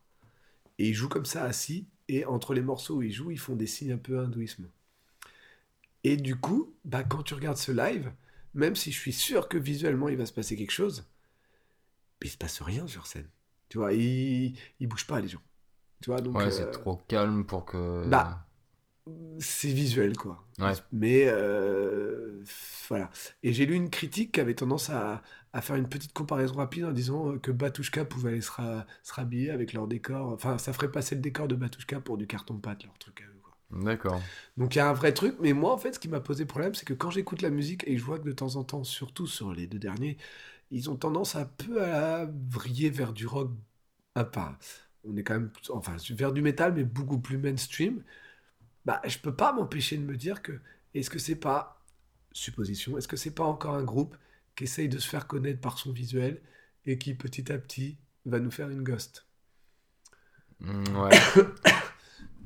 [SPEAKER 2] Et ils jouent comme ça assis. Et entre les morceaux où ils jouent, ils font des signes un peu hindouisme. Et du coup, bah, quand tu regardes ce live, même si je suis sûr que visuellement il va se passer quelque chose, mais il se passe rien sur scène. Tu vois, ils, ils bougent pas les gens. Tu vois, donc
[SPEAKER 1] Ouais,
[SPEAKER 2] euh,
[SPEAKER 1] c'est trop calme pour que.
[SPEAKER 2] bah. c'est visuel quoi.
[SPEAKER 1] Ouais.
[SPEAKER 2] Mais euh, voilà. Et j'ai lu une critique qui avait tendance à, à faire une petite comparaison rapide en disant euh, que Batushka pouvait aller se, ra- se rhabiller avec leur décor. Enfin, ça ferait passer le décor de Batushka pour du carton-pâte, leur truc à eux quoi.
[SPEAKER 1] D'accord.
[SPEAKER 2] Donc il y a un vrai truc, mais moi en fait ce qui m'a posé problème c'est que quand j'écoute la musique et je vois que de temps en temps, surtout sur les deux derniers, ils ont tendance un peu à vriller vers du rock, ah, pas, on est quand même, enfin vers du métal mais beaucoup plus mainstream, bah je peux pas m'empêcher de me dire que est-ce que c'est pas, supposition, est-ce que c'est pas encore un groupe qui essaye de se faire connaître par son visuel et qui petit à petit va nous faire une ghost
[SPEAKER 1] Mm, Ouais.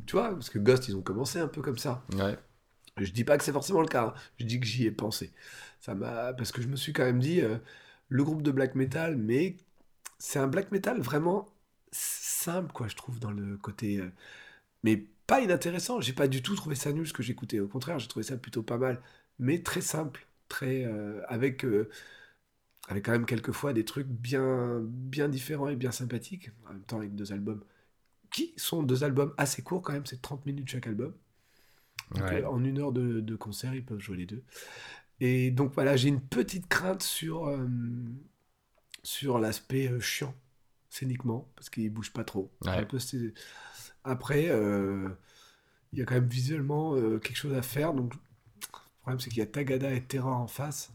[SPEAKER 2] Tu vois, parce que Ghost ils ont commencé un peu comme ça.
[SPEAKER 1] ouais.
[SPEAKER 2] Je dis pas que c'est forcément le cas, hein. je dis que j'y ai pensé. Ça m'a parce que je me suis quand même dit euh, le groupe de black metal mais c'est un black metal vraiment simple quoi, je trouve dans le côté euh, mais pas inintéressant, j'ai pas du tout trouvé ça nul ce que j'écoutais, au contraire, j'ai trouvé ça plutôt pas mal, mais très simple, très euh, avec euh, avec quand même quelquefois des trucs bien bien différents et bien sympathiques en même temps avec deux albums qui sont deux albums assez courts quand même, c'est 30 minutes chaque album. Donc,
[SPEAKER 1] Ouais.
[SPEAKER 2] euh, En une heure de, de concert, ils peuvent jouer les deux. Et donc voilà, j'ai une petite crainte sur, euh, sur l'aspect euh, chiant, scéniquement, parce qu'ils bougent pas trop.
[SPEAKER 1] Ouais.
[SPEAKER 2] Un peu stylé. Après, euh, il y a quand même visuellement euh, quelque chose à faire. Donc, le problème, c'est qu'il y a Tagada et Terra en face.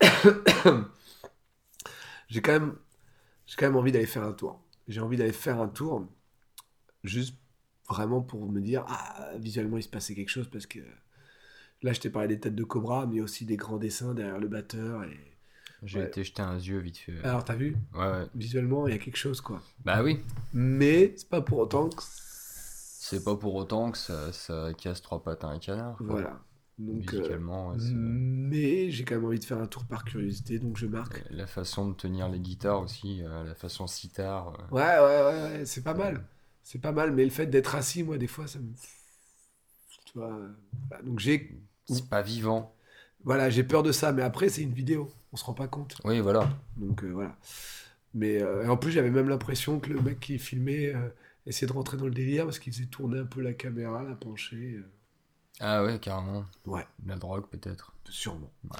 [SPEAKER 2] j'ai quand même j'ai quand même envie d'aller faire un tour. J'ai envie d'aller faire un tour, juste vraiment pour me dire, ah, visuellement, il se passait quelque chose, parce que là, je t'ai parlé des têtes de cobra, mais aussi des grands dessins derrière le batteur. Et...
[SPEAKER 1] J'ai
[SPEAKER 2] Ouais. Ah.
[SPEAKER 1] été jeter un yeux vite fait.
[SPEAKER 2] Alors, t'as vu
[SPEAKER 1] Ouais, ouais.
[SPEAKER 2] Visuellement, il y a quelque chose, quoi.
[SPEAKER 1] Bah oui.
[SPEAKER 2] Mais c'est pas pour autant que...
[SPEAKER 1] C'est pas pour autant que ça, ça casse trois pattes à un canard. quoi.
[SPEAKER 2] Voilà. Donc, euh,
[SPEAKER 1] Musicalement, ouais, c'est-
[SPEAKER 2] mais j'ai quand même envie de faire un tour par curiosité, donc je marque.
[SPEAKER 1] la façon de tenir les guitares aussi, euh, la façon sitar. euh,
[SPEAKER 2] Ouais, ouais, ouais, ouais, c'est pas mal. C'est pas mal, mais le fait d'être assis, moi, des fois, ça me... Tu vois, euh, voilà. donc j'ai
[SPEAKER 1] C'est pas vivant.
[SPEAKER 2] Voilà, j'ai peur de ça, mais après, c'est une vidéo. On se rend pas compte.
[SPEAKER 1] Oui, voilà.
[SPEAKER 2] Donc euh, voilà. Mais euh, et en plus, j'avais même l'impression que le mec qui filmait euh, essayait de rentrer dans le délire parce qu'il faisait tourner un peu la caméra, la pencher. euh,
[SPEAKER 1] Ah ouais, carrément.
[SPEAKER 2] Ouais.
[SPEAKER 1] La drogue peut-être.
[SPEAKER 2] sûrement.
[SPEAKER 1] Ouais.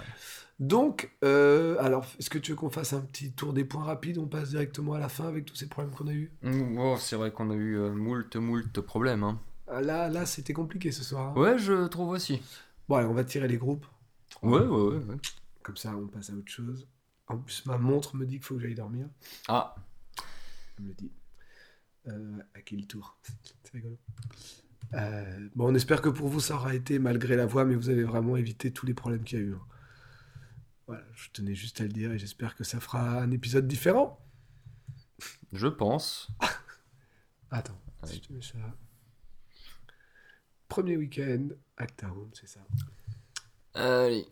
[SPEAKER 2] Donc, euh, alors, est-ce que tu veux qu'on fasse un petit tour des points rapides On passe directement à la fin avec tous ces problèmes qu'on a eus
[SPEAKER 1] Mm, wow, c'est vrai qu'on a eu euh, moult, moult problèmes. hein.
[SPEAKER 2] Ah, Là, là c'était compliqué ce soir. hein.
[SPEAKER 1] Ouais, je trouve aussi.
[SPEAKER 2] Bon, allez, on va tirer les groupes.
[SPEAKER 1] Ouais, ouais, ouais. ouais.
[SPEAKER 2] Comme ça, on passe à autre chose. En plus, ma montre me dit qu'il faut que j'aille dormir.
[SPEAKER 1] Ah,
[SPEAKER 2] Elle me le dit. Euh, à qui le tour C'est rigolo. Euh, bon, on espère que pour vous, ça aura été malgré la voix, mais vous avez vraiment évité tous les problèmes qu'il y a eu. hein. Voilà, je tenais juste à le dire et j'espère que ça fera un épisode différent.
[SPEAKER 1] je pense.
[SPEAKER 2] Attends,
[SPEAKER 1] Ouais.
[SPEAKER 2] si je te mets ça. Premier week-end, Acta Home, c'est ça.
[SPEAKER 1] Allez,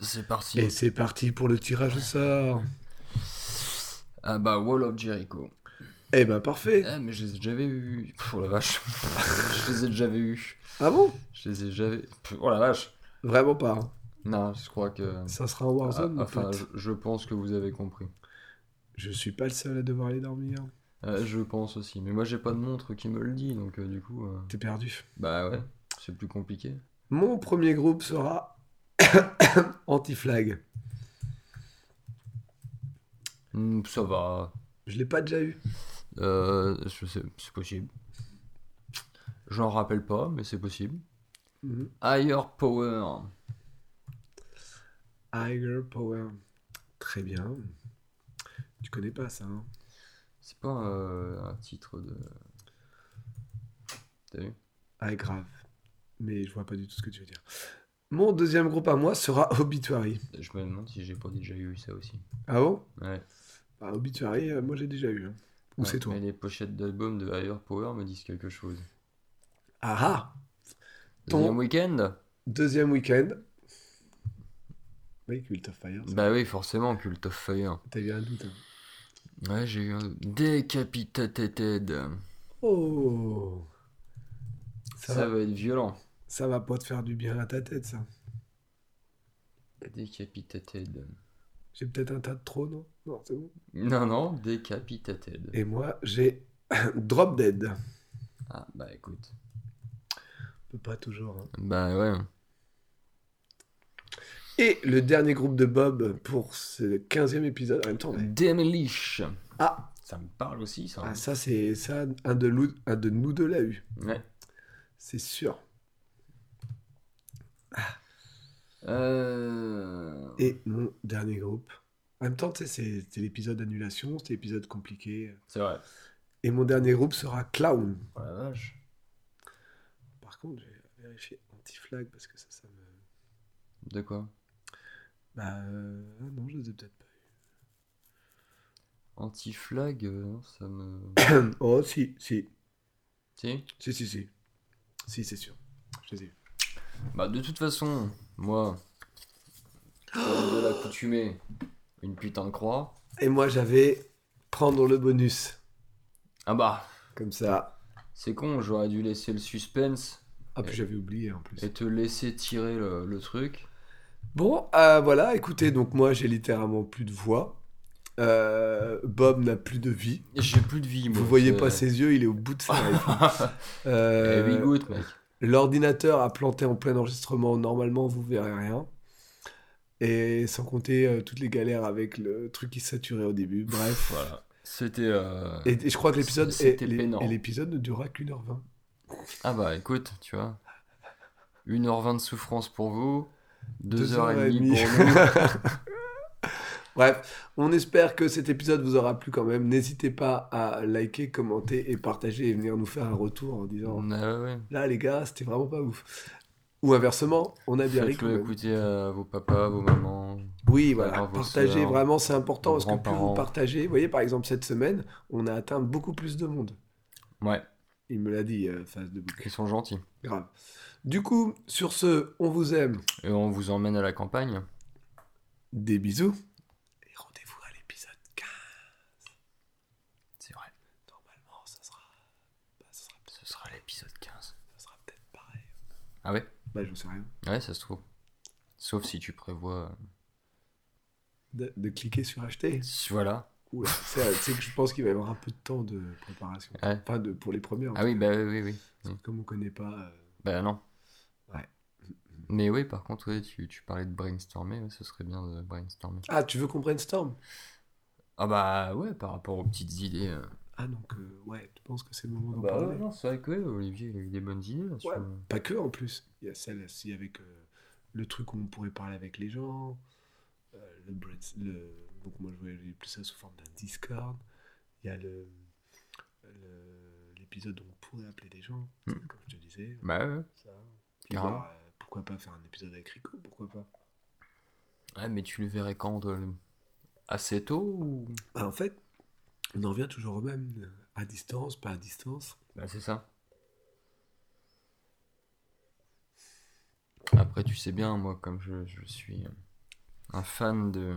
[SPEAKER 1] c'est parti.
[SPEAKER 2] Et c'est parti pour le tirage au sort.
[SPEAKER 1] Ah bah, Wall of Jericho.
[SPEAKER 2] Eh ben parfait.
[SPEAKER 1] Ah, mais je les ai déjà eu. Pff, Oh la vache. je les ai déjà eu.
[SPEAKER 2] Ah bon
[SPEAKER 1] Je les ai jamais. Pff, Oh la vache.
[SPEAKER 2] Vraiment pas. hein.
[SPEAKER 1] Non, je crois que.
[SPEAKER 2] Ça sera en Warzone,
[SPEAKER 1] Ah,
[SPEAKER 2] mon
[SPEAKER 1] enfin,
[SPEAKER 2] pote.
[SPEAKER 1] je, je pense que vous avez compris.
[SPEAKER 2] Je suis pas le seul à devoir aller dormir.
[SPEAKER 1] Euh, je pense aussi. Mais moi, j'ai pas de montre qui me le dit, donc euh, du coup. euh,
[SPEAKER 2] T'es perdu.
[SPEAKER 1] Bah ouais, c'est plus compliqué.
[SPEAKER 2] Mon premier groupe sera Anti-Flag.
[SPEAKER 1] Hmm, ça va.
[SPEAKER 2] Je l'ai pas déjà eu.
[SPEAKER 1] Euh, je sais- c'est possible. J'en rappelle pas, mais c'est possible.
[SPEAKER 2] Mhm.
[SPEAKER 1] Higher Power.
[SPEAKER 2] Higher Power. Très bien. Tu connais pas ça, hein
[SPEAKER 1] C'est pas euh, un titre de. T'as vu
[SPEAKER 2] Ah, grave. Mais je vois pas du tout ce que tu veux dire. Mon deuxième groupe à moi sera Obituary.
[SPEAKER 1] Je me demande si j'ai pas déjà eu ça aussi.
[SPEAKER 2] Ah bon
[SPEAKER 1] Ouais.
[SPEAKER 2] Bah, Obituary, euh, moi j'ai déjà eu. hein. Ou
[SPEAKER 1] Ouais,
[SPEAKER 2] c'est toi
[SPEAKER 1] Mais les pochettes d'albums de Higher Power me disent quelque chose.
[SPEAKER 2] Ah ah Ton-
[SPEAKER 1] Deuxième week-end
[SPEAKER 2] Deuxième week-end. Oui, Cult of Fire. ça.
[SPEAKER 1] Bah oui, forcément, Cult of Fire.
[SPEAKER 2] hein. T'as eu un doute. hein.
[SPEAKER 1] Ouais, j'ai eu un. Decapitated.
[SPEAKER 2] Oh ça,
[SPEAKER 1] Ça,
[SPEAKER 2] va,
[SPEAKER 1] va être violent.
[SPEAKER 2] ça va pas te faire du bien à ta tête, ça.
[SPEAKER 1] Decapitated.
[SPEAKER 2] J'ai peut-être un tas de trop, non Non, c'est bon.
[SPEAKER 1] Non, non, Decapitated.
[SPEAKER 2] Et moi, j'ai Drop Dead.
[SPEAKER 1] Ah, bah écoute.
[SPEAKER 2] On peut Pas toujours. hein.
[SPEAKER 1] Bah ouais.
[SPEAKER 2] Et le dernier groupe de Bob pour ce 15e épisode. En même temps, mais-
[SPEAKER 1] Demolish.
[SPEAKER 2] Ah.
[SPEAKER 1] Ça me parle aussi, ça.
[SPEAKER 2] Ah, ça, c'est ça. Un de, lou- un de nous deux l'a eu.
[SPEAKER 1] Ouais.
[SPEAKER 2] C'est sûr.
[SPEAKER 1] Euh...
[SPEAKER 2] Et mon dernier groupe. En même temps, tu sais, c'est- c'était l'épisode annulation, c'était l'épisode compliqué.
[SPEAKER 1] C'est vrai.
[SPEAKER 2] Et mon dernier groupe sera Clown.
[SPEAKER 1] Oh la vache.
[SPEAKER 2] Par contre, j'ai vérifié anti-flag parce que ça, ça me.
[SPEAKER 1] De quoi
[SPEAKER 2] Bah, euh, ah non, je les ai peut-être pas
[SPEAKER 1] Anti-flag, euh, non, ça me.
[SPEAKER 2] eu. oh, si, si,
[SPEAKER 1] si
[SPEAKER 2] si, si, si. Si, c'est sûr. Je les ai eu.
[SPEAKER 1] Bah de toute façon, moi. Comme de l'accoutumée, une putain de croix.
[SPEAKER 2] Et moi, j'avais prendre le bonus.
[SPEAKER 1] Ah bah,
[SPEAKER 2] Comme ça.
[SPEAKER 1] c'est con, j'aurais dû laisser le suspense
[SPEAKER 2] Ah, puis j'avais oublié en plus.
[SPEAKER 1] et te laisser tirer le, le truc.
[SPEAKER 2] Bon, euh, voilà, écoutez, donc moi, j'ai littéralement plus de voix. Euh, Bob n'a plus de vie.
[SPEAKER 1] J'ai plus de vie, moi.
[SPEAKER 2] Vous voyez
[SPEAKER 1] c'est-
[SPEAKER 2] pas ses yeux, il est au bout de sa life.
[SPEAKER 1] Eh,
[SPEAKER 2] Euh,
[SPEAKER 1] oui, gouttes, mec.
[SPEAKER 2] L'ordinateur a planté en plein enregistrement. Normalement, vous verrez rien. Et sans compter euh, toutes les galères avec le truc qui saturait au début. Bref.
[SPEAKER 1] Voilà. C'était. euh,
[SPEAKER 2] Et, et je crois que l'épisode est-
[SPEAKER 1] C'était
[SPEAKER 2] l'é-
[SPEAKER 1] peinant.
[SPEAKER 2] et l'épisode ne durera qu'une heure vingt.
[SPEAKER 1] Ah bah écoute, tu vois. 1h20 de souffrance pour vous,
[SPEAKER 2] Deux
[SPEAKER 1] 2h30
[SPEAKER 2] heures et
[SPEAKER 1] pour nous.
[SPEAKER 2] Bref, on espère que cet épisode vous aura plu quand même. N'hésitez pas à liker, commenter et partager et venir nous faire un retour en disant
[SPEAKER 1] On a- ouais.
[SPEAKER 2] là les gars, c'était vraiment pas ouf. Ou inversement, on a bien ri. quand
[SPEAKER 1] Faites-le
[SPEAKER 2] même.
[SPEAKER 1] écouter à vos papas, vos mamans.
[SPEAKER 2] Oui, voilà,
[SPEAKER 1] Faire vos
[SPEAKER 2] partagez
[SPEAKER 1] sœurs,
[SPEAKER 2] vraiment, c'est important
[SPEAKER 1] vos
[SPEAKER 2] parce que plus vous
[SPEAKER 1] hein. grands-parents.
[SPEAKER 2] partagez, vous voyez par exemple cette semaine, on a atteint beaucoup plus de monde.
[SPEAKER 1] Ouais,
[SPEAKER 2] Il me l'a dit, euh, face de bouc.
[SPEAKER 1] ils sont gentils.
[SPEAKER 2] Grave. Du coup, sur ce, on vous aime.
[SPEAKER 1] Et on vous emmène à la campagne.
[SPEAKER 2] Des bisous. Et rendez-vous à l'épisode 15.
[SPEAKER 1] C'est vrai,
[SPEAKER 2] Normalement, ça sera, bah, ça sera,
[SPEAKER 1] ce sera l'épisode 15.
[SPEAKER 2] ça sera peut-être pareil.
[SPEAKER 1] Ah ouais
[SPEAKER 2] Bah, je sais rien.
[SPEAKER 1] Ouais, ça se trouve. Sauf si tu prévois.
[SPEAKER 2] De, de cliquer sur acheter.
[SPEAKER 1] Voilà.
[SPEAKER 2] Oula, c'est tu sais que je pense qu'il va y avoir un peu de temps de préparation.
[SPEAKER 1] Ouais.
[SPEAKER 2] Enfin, de, pour les premières.
[SPEAKER 1] Ah oui, bah oui, oui. oui.
[SPEAKER 2] Comme on connaît pas. euh,
[SPEAKER 1] Bah non.
[SPEAKER 2] Ouais.
[SPEAKER 1] Mais oui, par contre, ouais, tu, tu parlais de brainstormer, ouais, ce serait bien de brainstormer.
[SPEAKER 2] Ah, tu veux qu'on brainstorm
[SPEAKER 1] Ah bah ouais, par rapport aux petites idées. euh.
[SPEAKER 2] Ah, donc, euh, ouais, tu penses que c'est le moment d'en
[SPEAKER 1] Bah
[SPEAKER 2] parler
[SPEAKER 1] ouais, non, c'est vrai que ouais, Olivier, il a eu des bonnes idées. là, sur
[SPEAKER 2] Ouais.
[SPEAKER 1] le-
[SPEAKER 2] Pas que en plus. Il y a celle ci avec euh, le truc où on pourrait parler avec les gens. euh, le, brains- le- donc moi je voyais plus ça sous forme d'un Discord. Il y a le le- l'épisode où on pourrait appeler les gens,
[SPEAKER 1] Mm.
[SPEAKER 2] comme je te disais.
[SPEAKER 1] Bah ouais, ouais.
[SPEAKER 2] Ça. Puis
[SPEAKER 1] Carrément.
[SPEAKER 2] voir, euh, pourquoi pas faire un épisode avec Rico Pourquoi pas
[SPEAKER 1] Ouais, mais tu le verrais quand de- Assez tôt ou...
[SPEAKER 2] Bah, En fait, on en revient toujours au même. À distance, pas à distance.
[SPEAKER 1] Bah c'est ça. Après, tu sais bien, moi, comme je, je suis un fan de...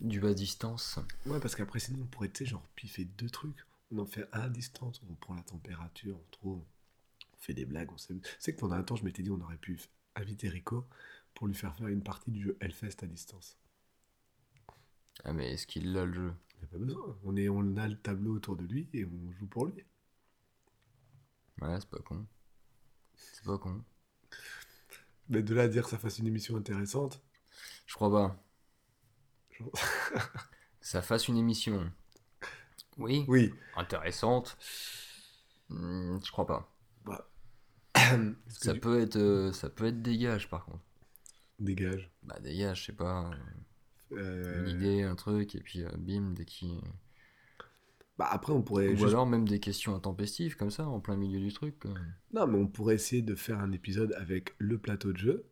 [SPEAKER 1] Du bas distance.
[SPEAKER 2] Ouais, parce qu'après, sinon, on pourrait, tu sais, genre, piffer deux trucs. On en fait un à distance, on prend la température, on trouve, on fait des blagues, on s'amuse. Tu sais que pendant un temps, je m'étais dit, on aurait pu inviter Rico pour lui faire faire une partie du jeu Hellfest à distance.
[SPEAKER 1] Ah, mais est-ce qu'il a le jeu
[SPEAKER 2] Il n'y a pas besoin. On, est, on a le tableau autour de lui et on joue pour lui.
[SPEAKER 1] Ouais, c'est pas con. C'est pas con.
[SPEAKER 2] Mais de là à dire que ça fasse une émission intéressante,
[SPEAKER 1] Je crois pas.
[SPEAKER 2] Genre-
[SPEAKER 1] Que ça fasse une émission. Oui,
[SPEAKER 2] oui.
[SPEAKER 1] intéressante. Hmm, je crois pas.
[SPEAKER 2] Parce que
[SPEAKER 1] Ça
[SPEAKER 2] du-
[SPEAKER 1] peut être, euh, ça peut être dégage par contre.
[SPEAKER 2] Dégage.
[SPEAKER 1] Bah dégage, je sais pas. euh,
[SPEAKER 2] Euh,
[SPEAKER 1] Une idée, un truc, et puis euh, bim, dès qu'il.
[SPEAKER 2] Bah après, on pourrait.
[SPEAKER 1] Ou
[SPEAKER 2] juste-
[SPEAKER 1] alors même des questions intempestives comme ça, en plein milieu du truc. quoi.
[SPEAKER 2] Non, mais on pourrait essayer de faire un épisode avec le plateau de jeu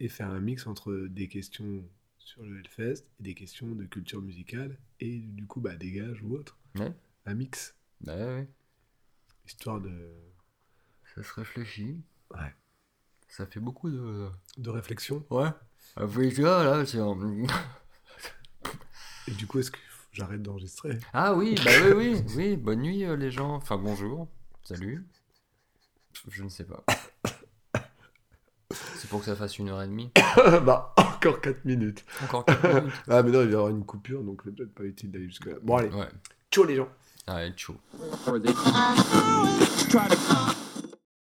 [SPEAKER 2] et faire un mix entre des questions sur le Hellfest et des questions de culture musicale et du coup, bah, dégage ou autre.
[SPEAKER 1] Ouais.
[SPEAKER 2] Un mix,
[SPEAKER 1] Bah ouais, ouais.
[SPEAKER 2] histoire de,
[SPEAKER 1] ça se réfléchit.
[SPEAKER 2] Ouais.
[SPEAKER 1] Ça fait beaucoup de.
[SPEAKER 2] de réflexion.
[SPEAKER 1] Ouais. Ah, puis tu vois, là, c'est un-
[SPEAKER 2] Et du coup, est-ce que j'arrête d'enregistrer
[SPEAKER 1] Ah oui, bah oui, oui, oui, bonne nuit euh, les gens. Enfin bonjour, salut. Je ne sais pas. C'est pour que ça fasse une heure et demie.
[SPEAKER 2] Bah, encore 4 minutes.
[SPEAKER 1] Encore quelques minutes.
[SPEAKER 2] Ah, mais non, il va y avoir une coupure, donc c'est peut-être pas utile d'aller jusque-là. Bon, allez,
[SPEAKER 1] Ouais.
[SPEAKER 2] ciao les gens
[SPEAKER 1] Allez, ciao.
[SPEAKER 4] for the